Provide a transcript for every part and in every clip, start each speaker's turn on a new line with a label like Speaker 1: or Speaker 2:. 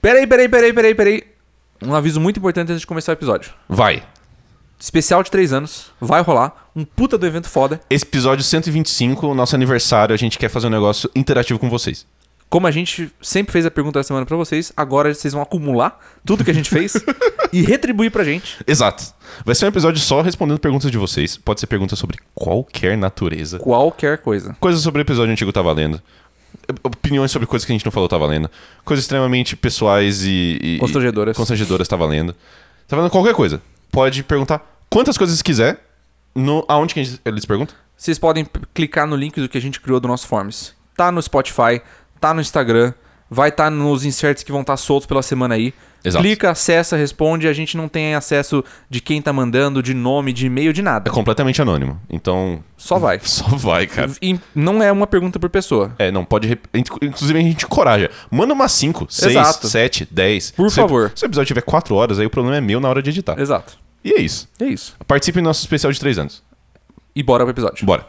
Speaker 1: Peraí, peraí, peraí, peraí, peraí. Um aviso muito importante antes de começar o episódio.
Speaker 2: Vai.
Speaker 1: Especial de 3 anos, vai rolar. Um puta do evento foda.
Speaker 2: Esse episódio 125, nosso aniversário, a gente quer fazer um negócio interativo com vocês.
Speaker 1: Como a gente sempre fez a pergunta da semana pra vocês, agora vocês vão acumular tudo que a gente fez e retribuir pra gente.
Speaker 2: Exato. Vai ser um episódio só respondendo perguntas de vocês. Pode ser perguntas sobre qualquer natureza.
Speaker 1: Qualquer coisa.
Speaker 2: Coisas sobre o episódio antigo tá valendo. Opiniões sobre coisas que a gente não falou tá valendo. Coisas extremamente pessoais e. e
Speaker 1: Constrangedoras.
Speaker 2: e constrangedoras tá valendo. Tá valendo qualquer coisa. Pode perguntar quantas coisas quiser. No, aonde que a gente, eles perguntam?
Speaker 1: Vocês podem p- clicar no link do que a gente criou do nosso Forms. Tá no Spotify, tá no Instagram, vai estar nos inserts que vão estar soltos pela semana aí.
Speaker 2: Exato.
Speaker 1: Clica, acessa, responde. A gente não tem acesso de quem tá mandando, de nome, de e-mail, de
Speaker 2: É
Speaker 1: nada.
Speaker 2: completamente anônimo. Então.
Speaker 1: Só vai.
Speaker 2: Só vai, cara.
Speaker 1: E não é uma pergunta por pessoa.
Speaker 2: É, não, pode. rep- Inc- Inclusive, a gente encoraja. Manda umas 5, 6,
Speaker 1: Exato.
Speaker 2: 7, 10.
Speaker 1: Por favor.
Speaker 2: Se o episódio tiver 4 horas, aí o problema é meu na hora de editar.
Speaker 1: Exato.
Speaker 2: E é isso.
Speaker 1: É isso.
Speaker 2: Participe do nosso especial de 3 anos.
Speaker 1: E bora pro episódio.
Speaker 2: Bora.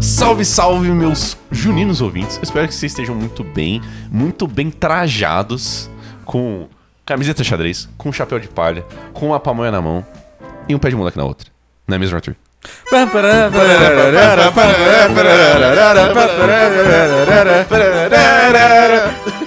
Speaker 2: Salve, salve, meus juninos ouvintes. Eu espero que vocês estejam muito bem, muito bem trajados, com camiseta xadrez, com chapéu de palha, com uma pamonha na mão e um pé de moleque na outra. Não é mesmo, Arthur?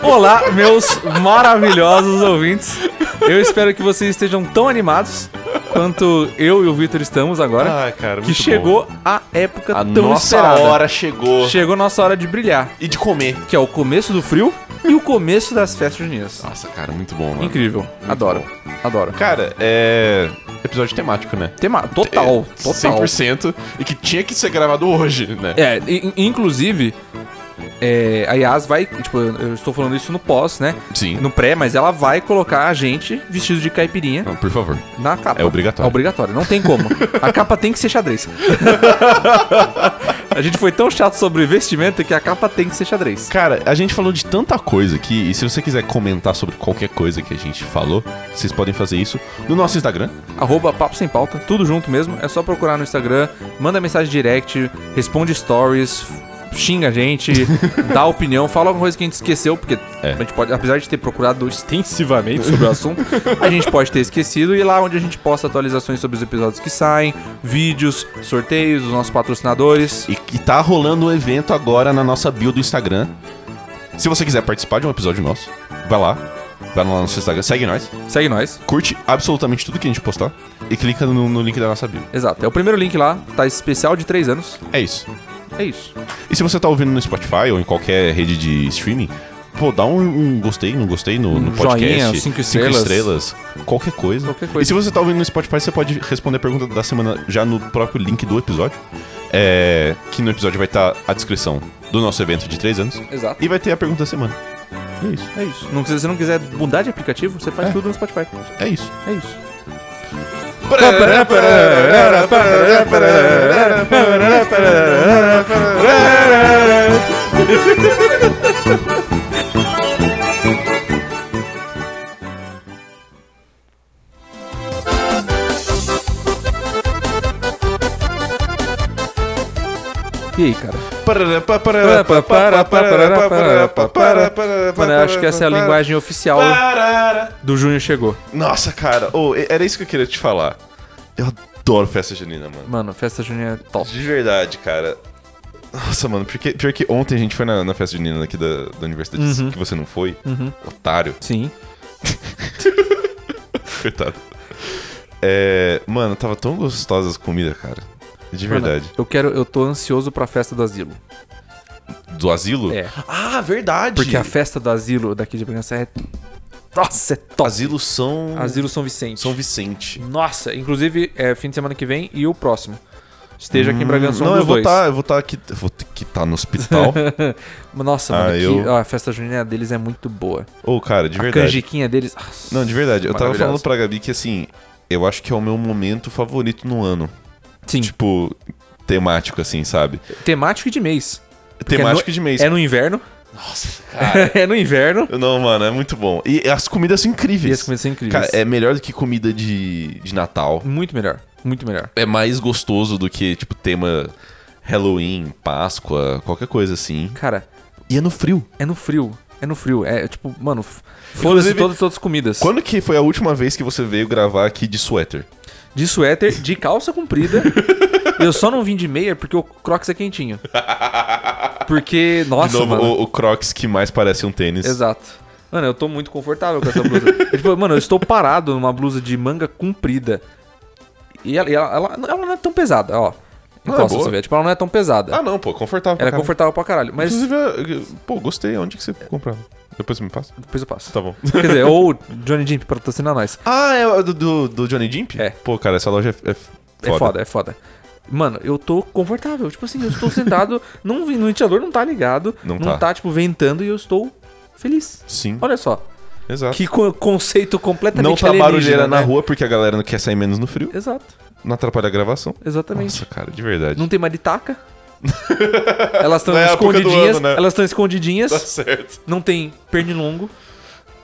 Speaker 1: Olá, meus maravilhosos ouvintes. Eu espero que vocês estejam tão animados quanto eu e o Vitor estamos agora.
Speaker 2: Ah, cara,
Speaker 1: que
Speaker 2: muito bom.
Speaker 1: chegou a época
Speaker 2: A
Speaker 1: tão
Speaker 2: nossa
Speaker 1: esperada.
Speaker 2: hora chegou.
Speaker 1: Chegou a nossa hora de brilhar,
Speaker 2: E de comer.
Speaker 1: que é o começo do frio e o começo das festas juninas.
Speaker 2: Nossa, cara, muito bom, Ah, mano.
Speaker 1: Incrível. Adoro. Adoro.
Speaker 2: Cara, é. Episódio temático, né?
Speaker 1: Tema total,
Speaker 2: É,
Speaker 1: total.
Speaker 2: 100%. E que tinha que ser gravado hoje, né?
Speaker 1: É, e- e- inclusive, é, a Yas vai. Tipo, eu eu estou falando isso no pós, né?
Speaker 2: Sim.
Speaker 1: No pré, mas ela vai colocar a gente vestido de caipirinha
Speaker 2: Não, por favor.
Speaker 1: na capa.
Speaker 2: É obrigatório.
Speaker 1: É obrigatório, não tem como. A capa tem que ser xadrez. a gente foi tão chato sobre vestimenta que a capa tem que ser xadrez.
Speaker 2: Cara, a gente falou de tanta coisa aqui, e se você quiser comentar sobre qualquer coisa que a gente falou, vocês podem fazer isso no nosso Instagram.
Speaker 1: Arroba Papo Sem Pauta, tudo junto mesmo. É só procurar no Instagram, manda mensagem direct, responde stories, xinga a gente, dá opinião, fala alguma coisa que a gente esqueceu, porque
Speaker 2: É.
Speaker 1: a gente pode, apesar de ter procurado extensivamente sobre o assunto, a gente pode ter esquecido. E lá onde a gente posta atualizações sobre os episódios que saem, vídeos, sorteios, os nossos patrocinadores.
Speaker 2: E que tá rolando um evento agora na nossa bio do Instagram. Se você quiser participar de um episódio nosso, vai lá. Vai lá no nosso Instagram, segue nós,
Speaker 1: Segue nós.
Speaker 2: curte absolutamente tudo que a gente postar e clica no, no link da nossa bio.
Speaker 1: Exato. É o primeiro link lá, tá especial de 3 anos.
Speaker 2: É isso.
Speaker 1: É isso.
Speaker 2: E se você tá ouvindo no Spotify ou em qualquer rede de streaming, pô, dá um, um gostei, não gostei no, no
Speaker 1: Um
Speaker 2: podcast.
Speaker 1: joinha, cinco estrelas.
Speaker 2: estrelas, qualquer coisa.
Speaker 1: Qualquer coisa.
Speaker 2: E se você tá ouvindo no Spotify, você pode responder a pergunta da semana já no próprio link do episódio. É, que no episódio vai estar a descrição do nosso evento de três anos.
Speaker 1: Exato.
Speaker 2: E vai ter a pergunta da semana. E é isso.
Speaker 1: É isso. Não, se você não quiser mudar de aplicativo, você faz
Speaker 2: É.
Speaker 1: tudo no Spotify.
Speaker 2: É isso.
Speaker 1: É isso. E aí, cara? Mano, eu acho que essa é a linguagem oficial do Júnior Chegou.
Speaker 2: Nossa, cara, ô, era isso que eu queria te falar. Eu adoro festa junina, mano.
Speaker 1: Mano, festa junina é top.
Speaker 2: De verdade, cara. Nossa, mano, porque, pior que ontem a gente foi na, na festa junina aqui da, da universidade,
Speaker 1: Uhum.
Speaker 2: que você não foi. Otário,
Speaker 1: Sim.
Speaker 2: coitado. É, mano, tava tão gostosa as comidas, cara. De verdade.
Speaker 1: Mano, eu quero, eu tô ansioso pra festa do asilo.
Speaker 2: Do asilo?
Speaker 1: É.
Speaker 2: Ah, verdade.
Speaker 1: Porque a festa do asilo daqui de Bragança é. Nossa, é top.
Speaker 2: Asilo São...
Speaker 1: Asilo São Vicente.
Speaker 2: São Vicente.
Speaker 1: Nossa, inclusive é fim de semana que vem e o próximo. Esteja aqui em Bragança um
Speaker 2: Hum, não,
Speaker 1: dos
Speaker 2: eu vou
Speaker 1: dois.
Speaker 2: tá, eu vou tá aqui, eu vou ter que estar no hospital.
Speaker 1: Nossa,
Speaker 2: Ah,
Speaker 1: mano, que-
Speaker 2: eu-
Speaker 1: ó, a festa junina deles é muito boa.
Speaker 2: Ô, cara, de
Speaker 1: a
Speaker 2: verdade.
Speaker 1: canjiquinha deles. ah,
Speaker 2: Não, de verdade. Eu tava
Speaker 1: Maravilhosa.
Speaker 2: falando pra Gabi que, assim, eu acho que é o meu momento favorito no ano.
Speaker 1: Sim,
Speaker 2: Tipo, temático, assim, sabe?
Speaker 1: temático e de mês. Porque é
Speaker 2: temático
Speaker 1: no-
Speaker 2: de mês.
Speaker 1: É no inverno,
Speaker 2: Nossa, cara.
Speaker 1: é no inverno.
Speaker 2: Não, mano, é muito bom. E as comidas são incríveis.
Speaker 1: E as comidas são incríveis.
Speaker 2: Cara, é melhor do que comida de, de Natal.
Speaker 1: Muito melhor. Muito melhor.
Speaker 2: É mais gostoso do que, tipo, tema Halloween, Páscoa, qualquer coisa assim.
Speaker 1: Cara,
Speaker 2: E é no frio.
Speaker 1: é no frio. É no frio. É tipo, mano, f- foda-se
Speaker 2: Inclusive,
Speaker 1: todas, todas as comidas.
Speaker 2: Quando que foi a última vez que você veio gravar aqui de suéter?
Speaker 1: De suéter, de calça comprida. eu só não vim de meia porque o Crocs é quentinho. Porque, nossa,
Speaker 2: de novo,
Speaker 1: mano.
Speaker 2: o, o Crocs que mais parece um tênis.
Speaker 1: Exato. Mano, eu tô muito confortável com essa blusa. É tipo, mano, eu estou parado numa blusa de manga comprida. E ela, e ela, ela- ela não é tão pesada, ó.
Speaker 2: Ah,
Speaker 1: Encosta,
Speaker 2: boa.
Speaker 1: você vê. Tipo, ela não é tão pesada.
Speaker 2: Ah, não, pô, confortável. pra
Speaker 1: ela é
Speaker 2: caralho.
Speaker 1: confortável pra caralho. Mas é,
Speaker 2: Inclusive, eu- eu- pô, gostei. Onde que você comprava? Depois você me passa?
Speaker 1: depois eu passo.
Speaker 2: Tá bom.
Speaker 1: Quer dizer, ou Johnny Jimp patrocina nós.
Speaker 2: Ah, é do, do, do Johnny Jimp?
Speaker 1: É.
Speaker 2: Pô, cara, essa loja é, é foda.
Speaker 1: É foda, é foda. Mano, eu tô confortável. Tipo assim, eu estou sentado, não, vi- no ventilador não tá ligado,
Speaker 2: Não
Speaker 1: não tá.
Speaker 2: tá.
Speaker 1: tipo, ventando e eu estou feliz.
Speaker 2: Sim,
Speaker 1: Olha só,
Speaker 2: exato.
Speaker 1: que co- conceito completamente
Speaker 2: não tá
Speaker 1: alienígena,
Speaker 2: barulheira na
Speaker 1: né?
Speaker 2: rua porque a galera não quer sair menos no frio.
Speaker 1: Exato,
Speaker 2: Não atrapalha a gravação.
Speaker 1: exatamente.
Speaker 2: né? Nossa, cara, de verdade.
Speaker 1: Não tem maritaca. elas estão
Speaker 2: Não é a época do
Speaker 1: escondidinhas,
Speaker 2: ano, né?
Speaker 1: elas estão escondidinhas.
Speaker 2: Tá certo.
Speaker 1: Não tem pernilongo,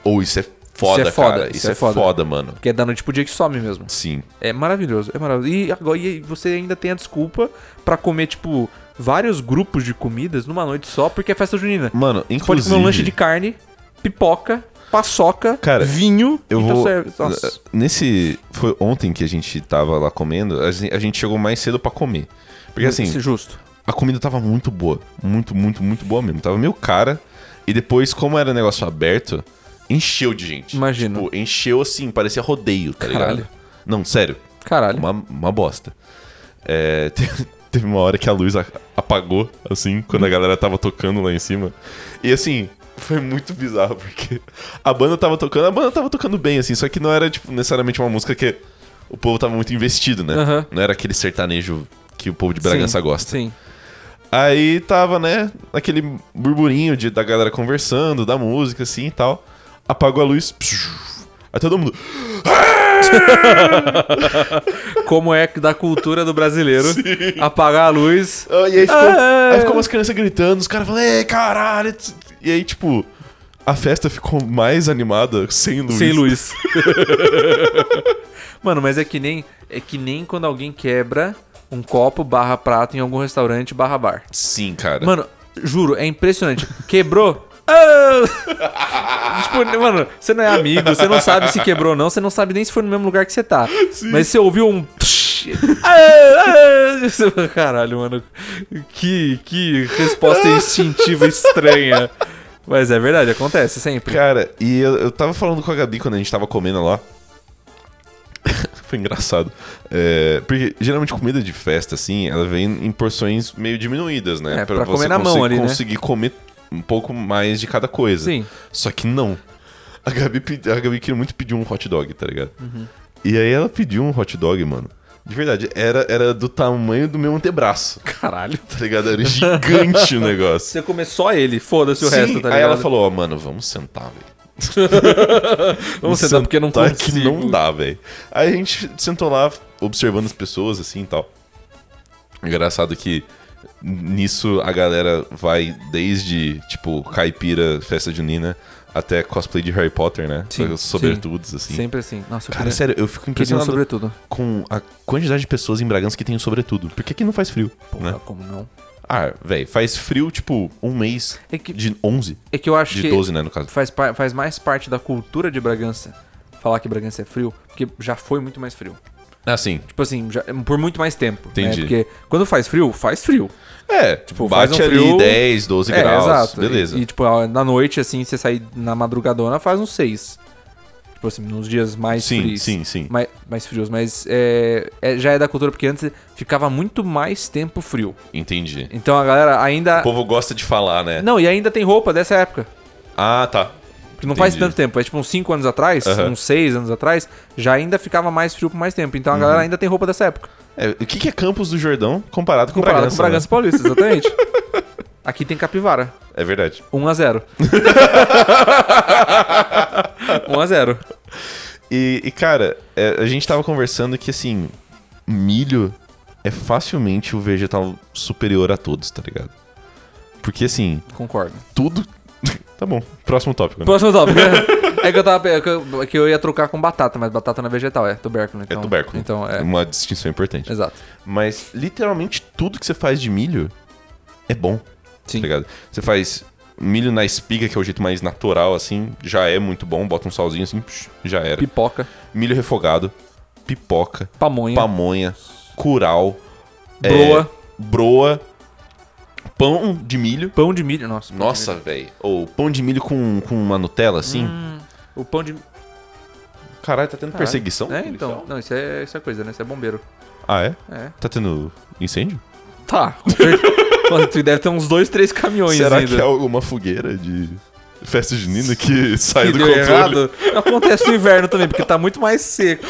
Speaker 2: Ou isso é foda,
Speaker 1: Isso é foda,
Speaker 2: cara. Isso, é, foda. mano.
Speaker 1: que é da noite pro dia que some mesmo.
Speaker 2: Sim.
Speaker 1: É maravilhoso, é maravilhoso. E agora e você ainda tem a desculpa pra comer, tipo, vários grupos de comidas numa noite só, porque é festa junina.
Speaker 2: Mano,
Speaker 1: Pode
Speaker 2: inclusive...
Speaker 1: comer um lanche de carne, pipoca, paçoca,
Speaker 2: Cara,
Speaker 1: vinho
Speaker 2: Eu
Speaker 1: e
Speaker 2: vou.
Speaker 1: serve. Nossa.
Speaker 2: Nesse. Foi ontem que a gente tava lá comendo. A gen- a gente chegou mais cedo pra comer. Porque assim,
Speaker 1: Isso é justo.
Speaker 2: a comida tava muito boa. Muito, muito, muito boa mesmo. Tava meio cara. E depois, como era negócio aberto, encheu de gente.
Speaker 1: Imagino.
Speaker 2: Tipo, encheu assim, parecia rodeio, tá
Speaker 1: Caralho.
Speaker 2: ligado? Não, sério.
Speaker 1: Caralho.
Speaker 2: Uma, uma bosta. É, te- teve uma hora que a luz a- apagou, assim, quando a galera tava tocando lá em cima. E assim, foi muito bizarro, porque a banda tava tocando, a banda tava tocando bem, assim, só que não era, tipo, necessariamente uma música que o povo tava muito investido, né?
Speaker 1: Aham.
Speaker 2: Não era aquele sertanejo que o povo de Bragança
Speaker 1: Sim,
Speaker 2: gosta.
Speaker 1: Sim.
Speaker 2: Aí tava, né, aquele burburinho de, da galera conversando, da música, assim e tal. Apagou a luz. psiu. Aí todo mundo.
Speaker 1: Como é que da cultura do brasileiro apagar a luz.
Speaker 2: Ah, E aí ficou,
Speaker 1: Ah, é.
Speaker 2: aí ficou umas crianças gritando, os caras falando, ei, caralho. E aí, tipo, a festa ficou mais animada sem luz.
Speaker 1: Sem luz. Mano, mas é que nem é que nem quando alguém quebra um copo barra prato em algum restaurante barra bar.
Speaker 2: Sim, cara.
Speaker 1: Mano, juro, é impressionante. Quebrou? Ah! tipo, mano, você não é amigo, você não sabe se quebrou ou não, você não sabe nem se foi no mesmo lugar que você tá. Mas você ouviu um. psh, ah, ah, você fala, Caralho, mano. Que, que resposta instintiva estranha. Mas é verdade, acontece sempre.
Speaker 2: Cara, e eu, eu tava falando com a Gabi quando a gente tava comendo lá. Foi engraçado. É, porque geralmente comida de festa, assim, ela vem em porções meio diminuídas, né?
Speaker 1: É, pra comer na mão
Speaker 2: conse-
Speaker 1: ali, né?
Speaker 2: conseguir comer um pouco mais de cada coisa.
Speaker 1: Sim.
Speaker 2: Só que não. A Gabi, pedi- a Gabi queria muito pedir um hot dog, tá ligado?
Speaker 1: Uhum.
Speaker 2: E aí ela pediu um hot dog, mano. De verdade, era, era do tamanho do meu antebraço,
Speaker 1: Caralho.
Speaker 2: tá ligado? Era gigante o negócio.
Speaker 1: Você comer só ele, foda-se o
Speaker 2: Sim,
Speaker 1: resto, tá ligado?
Speaker 2: aí ela falou, ó, mano, vamos sentar, velho.
Speaker 1: Vamos sentar porque eu não
Speaker 2: Tá
Speaker 1: consigo.
Speaker 2: que não dá, velho. Aí a gente sentou lá observando as pessoas assim e tal. Engraçado que nisso a galera vai desde, tipo, caipira, festa junina, até cosplay de Harry Potter, né?
Speaker 1: Sim,
Speaker 2: Os Sobretudos, assim.
Speaker 1: Sempre assim. Nossa, eu
Speaker 2: Cara, é
Speaker 1: queria-
Speaker 2: sério, eu fico
Speaker 1: queria um
Speaker 2: impressionado
Speaker 1: sobretudo.
Speaker 2: com a quantidade de pessoas em Bragança que tem o sobretudo. Por que que não faz frio,
Speaker 1: Porra,
Speaker 2: né?
Speaker 1: como não?
Speaker 2: Ah, velho, faz frio, tipo, um mês
Speaker 1: É que,
Speaker 2: de 11,
Speaker 1: é que eu acho
Speaker 2: de
Speaker 1: que
Speaker 2: 12, né, no caso.
Speaker 1: faz, pa- faz mais parte da cultura de Bragança falar que Bragança é frio, porque já foi muito mais frio.
Speaker 2: Ah, sim.
Speaker 1: Tipo assim, já- por muito mais tempo. né?
Speaker 2: Entendi.
Speaker 1: Porque quando faz frio, faz frio.
Speaker 2: É, tipo,
Speaker 1: faz
Speaker 2: bate
Speaker 1: um
Speaker 2: ali
Speaker 1: frio- É,
Speaker 2: 10, 12 graus. Beleza.
Speaker 1: E, e, tipo, a- na noite, assim, você sair na madrugadona, faz uns seis. Tipo assim, nos dias mais
Speaker 2: Sim,
Speaker 1: frios.
Speaker 2: sim, sim.
Speaker 1: Mais, mais frios, mas é- é- já é da cultura, porque antes ficava muito mais tempo frio.
Speaker 2: Entendi.
Speaker 1: Então a galera ainda...
Speaker 2: O povo gosta de falar, né?
Speaker 1: Não, e ainda tem roupa dessa época.
Speaker 2: Ah, tá.
Speaker 1: Que não faz
Speaker 2: Entendi.
Speaker 1: tanto tempo. É tipo uns 5 anos atrás,
Speaker 2: Aham.
Speaker 1: uns 6 anos atrás, já ainda ficava mais frio por mais tempo.
Speaker 2: Uhum.
Speaker 1: Então a galera ainda tem roupa dessa época.
Speaker 2: É, o que que é Campos do Jordão comparado com
Speaker 1: Comparado
Speaker 2: Bragança?
Speaker 1: com Bragança Paulista, exatamente. Aqui tem capivara.
Speaker 2: né? É verdade.
Speaker 1: 1 a 0 1 a 0
Speaker 2: E, e, cara, é, a gente tava conversando que, assim, milho é facilmente o vegetal superior a todos, tá ligado? Porque, assim,
Speaker 1: Concordo.
Speaker 2: tudo Tá bom. Próximo tópico. Né?
Speaker 1: Próximo tópico. É que eu tava. É que eu, é que eu ia trocar com batata, mas batata não é vegetal, é tubérculo.
Speaker 2: É
Speaker 1: Então,
Speaker 2: tubérculo.
Speaker 1: Então, é.
Speaker 2: Uma distinção importante.
Speaker 1: Exato.
Speaker 2: Mas literalmente tudo que você faz de milho é bom.
Speaker 1: Sim.
Speaker 2: Tá ligado? Você faz milho na espiga, que é o jeito mais natural, assim, já é muito bom. Bota um salzinho assim, psh, já era.
Speaker 1: Pipoca,
Speaker 2: Milho refogado, pipoca,
Speaker 1: pamonha,
Speaker 2: pamonha, curau, é,
Speaker 1: broa,
Speaker 2: broa, pão de milho.
Speaker 1: pão de milho. Nossa. pão de
Speaker 2: Nossa, velho. Ou pão de milho com, com uma Nutella, assim.
Speaker 1: Hum. milho. O pão de.
Speaker 2: Caralho, tá tendo perseguição?
Speaker 1: É, então.
Speaker 2: policial?
Speaker 1: Não, isso é, isso é coisa, né? Isso é bombeiro.
Speaker 2: Ah, é?
Speaker 1: É.
Speaker 2: Tá tendo incêndio?
Speaker 1: Tá. com certeza. Mano, tu deve ter uns dois, três caminhões
Speaker 2: Será
Speaker 1: ainda.
Speaker 2: que é alguma fogueira de festa junina que
Speaker 1: Que
Speaker 2: saiu do
Speaker 1: deu
Speaker 2: controle?
Speaker 1: errado? Acontece no inverno também, porque tá muito mais seco.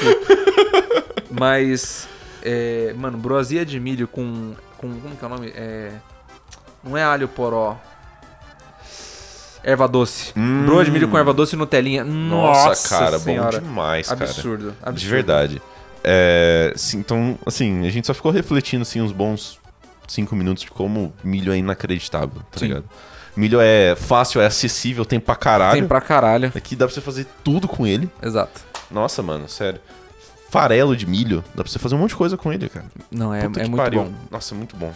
Speaker 1: Mas, é, mano, brosia de milho com, com. Como que é o nome? É, não é alho poró. Erva doce.
Speaker 2: Hum.
Speaker 1: Broa de milho com erva doce e Nutelinha.
Speaker 2: Nossa,
Speaker 1: Nossa,
Speaker 2: cara,
Speaker 1: senhora.
Speaker 2: bom demais, cara.
Speaker 1: absurdo, absurdo.
Speaker 2: De verdade. É, sim, então, assim, a gente só ficou refletindo assim, uns bons cinco minutos de como milho é inacreditável, tá
Speaker 1: Sim.
Speaker 2: ligado? Milho é fácil, é acessível, tem pra caralho.
Speaker 1: Tem pra caralho.
Speaker 2: Aqui dá pra você fazer tudo com ele.
Speaker 1: Exato.
Speaker 2: Nossa, mano, sério. Farelo de milho, dá pra você fazer um monte de coisa com ele, cara.
Speaker 1: Não, é, é
Speaker 2: Puta que
Speaker 1: muito
Speaker 2: pariu.
Speaker 1: bom.
Speaker 2: Nossa, muito bom.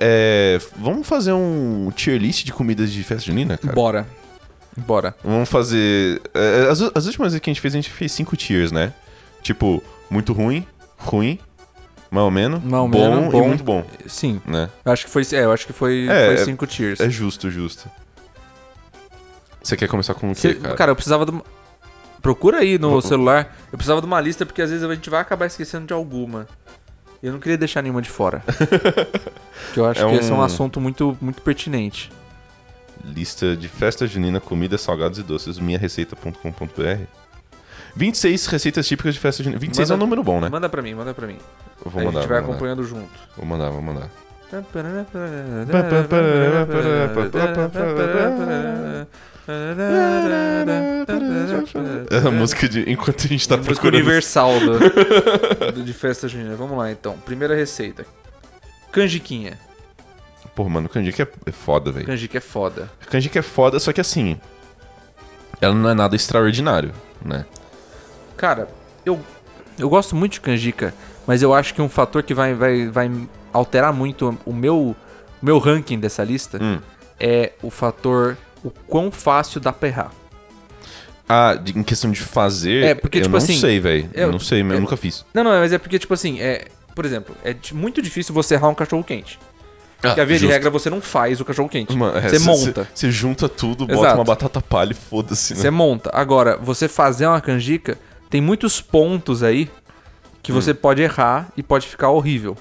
Speaker 2: É, vamos fazer um tier list de comidas de festa junina, cara?
Speaker 1: Bora. Bora.
Speaker 2: Vamos fazer. é, As, as últimas vezes que a gente fez, a gente fez cinco tiers, né? Tipo, muito ruim, ruim, mais ou menos,
Speaker 1: Mais ou
Speaker 2: bom
Speaker 1: menos,
Speaker 2: e
Speaker 1: bom.
Speaker 2: muito bom,
Speaker 1: Sim.
Speaker 2: né?
Speaker 1: Eu acho que foi. É, eu acho que foi,
Speaker 2: É,
Speaker 1: foi
Speaker 2: é-
Speaker 1: cinco tiers.
Speaker 2: É justo, justo. Você quer começar com o
Speaker 1: Cê-
Speaker 2: quê,
Speaker 1: cara?
Speaker 2: cara? Uhum.
Speaker 1: eu precisava de uma... Procura aí no
Speaker 2: Vou-
Speaker 1: celular. Eu precisava de uma lista, porque às vezes a gente vai acabar esquecendo de alguma. Eu não queria deixar nenhuma de fora. que eu acho
Speaker 2: É
Speaker 1: que esse é um
Speaker 2: um-
Speaker 1: assunto muito, muito pertinente.
Speaker 2: Lista de festa junina, comidas, salgados e doces, minhareceita.com.br. 26 receitas típicas de festa junina. 26 é um
Speaker 1: Manda-
Speaker 2: número bom, né?
Speaker 1: Manda pra mim, manda pra mim.
Speaker 2: Eu Vou
Speaker 1: Aí
Speaker 2: mandar,
Speaker 1: a gente vai
Speaker 2: vou mandar.
Speaker 1: acompanhando junto.
Speaker 2: Vou mandar, vou mandar. É a música de enquanto a gente tá
Speaker 1: Música
Speaker 2: procurando.
Speaker 1: universal do- do- de festa junina. Vamos lá então. Primeira receita. Canjiquinha.
Speaker 2: Pô, mano, canjica é- é foda, velho.
Speaker 1: Canjica é foda.
Speaker 2: Canjica é foda, só que assim. Ela não é nada extraordinário, né?
Speaker 1: Cara, eu, eu gosto muito de canjica, mas eu acho que um fator que vai, vai, vai alterar muito o meu, o meu ranking dessa lista
Speaker 2: Hum.
Speaker 1: é o fator o quão fácil dá pra errar.
Speaker 2: Ah, de- em questão de fazer.
Speaker 1: É, porque,
Speaker 2: eu
Speaker 1: tipo
Speaker 2: não
Speaker 1: assim,
Speaker 2: sei, velho. Eu
Speaker 1: eu-
Speaker 2: não sei, eu
Speaker 1: eu-
Speaker 2: nunca fiz.
Speaker 1: Não, não, mas é porque, tipo assim, é, por exemplo, é di- muito difícil você errar um cachorro quente. Porque a via de regra você não faz o cachorro quente.
Speaker 2: é,
Speaker 1: você monta.
Speaker 2: Você junta tudo, bota
Speaker 1: Exato.
Speaker 2: uma batata palha e foda-se,
Speaker 1: Você
Speaker 2: né?
Speaker 1: monta. Agora, você fazer uma canjica, tem muitos pontos aí que
Speaker 2: Hum.
Speaker 1: você pode errar e pode ficar horrível.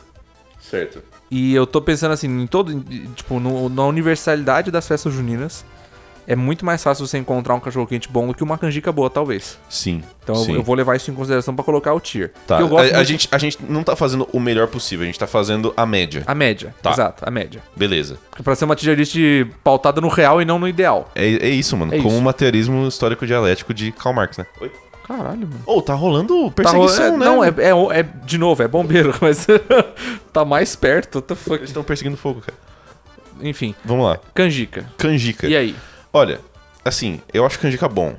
Speaker 2: Certo.
Speaker 1: E eu tô pensando assim, em todo. em- Tipo, no- na universalidade das festas juninas, é muito mais fácil você encontrar um cachorro quente bom do que uma canjica boa, talvez.
Speaker 2: Sim.
Speaker 1: Então eu-
Speaker 2: sim.
Speaker 1: eu, vou levar isso em consideração pra colocar o tier.
Speaker 2: Tá.
Speaker 1: Porque eu gosto
Speaker 2: a, a
Speaker 1: muito-
Speaker 2: gente, a gente não tá fazendo o melhor possível, a gente tá fazendo a média.
Speaker 1: A média.
Speaker 2: Tá.
Speaker 1: Exato, a média.
Speaker 2: Beleza.
Speaker 1: Porque Pra ser uma tier list pautada no real e não no ideal.
Speaker 2: É, é isso, mano.
Speaker 1: É
Speaker 2: com
Speaker 1: isso.
Speaker 2: o materialismo histórico dialético de Karl Marx, né? Oi?
Speaker 1: Caralho, mano.
Speaker 2: Ô, tá rolando
Speaker 1: Tá
Speaker 2: perseguição,
Speaker 1: rolando. é,
Speaker 2: né?
Speaker 1: Não, é, é, é- De novo, é bombeiro, mas. tá mais perto, what the
Speaker 2: Eles
Speaker 1: fuck.
Speaker 2: estão perseguindo fogo, cara.
Speaker 1: Enfim,
Speaker 2: Vamos lá.
Speaker 1: canjica.
Speaker 2: Canjica.
Speaker 1: E aí?
Speaker 2: Olha, assim, eu acho canjica bom.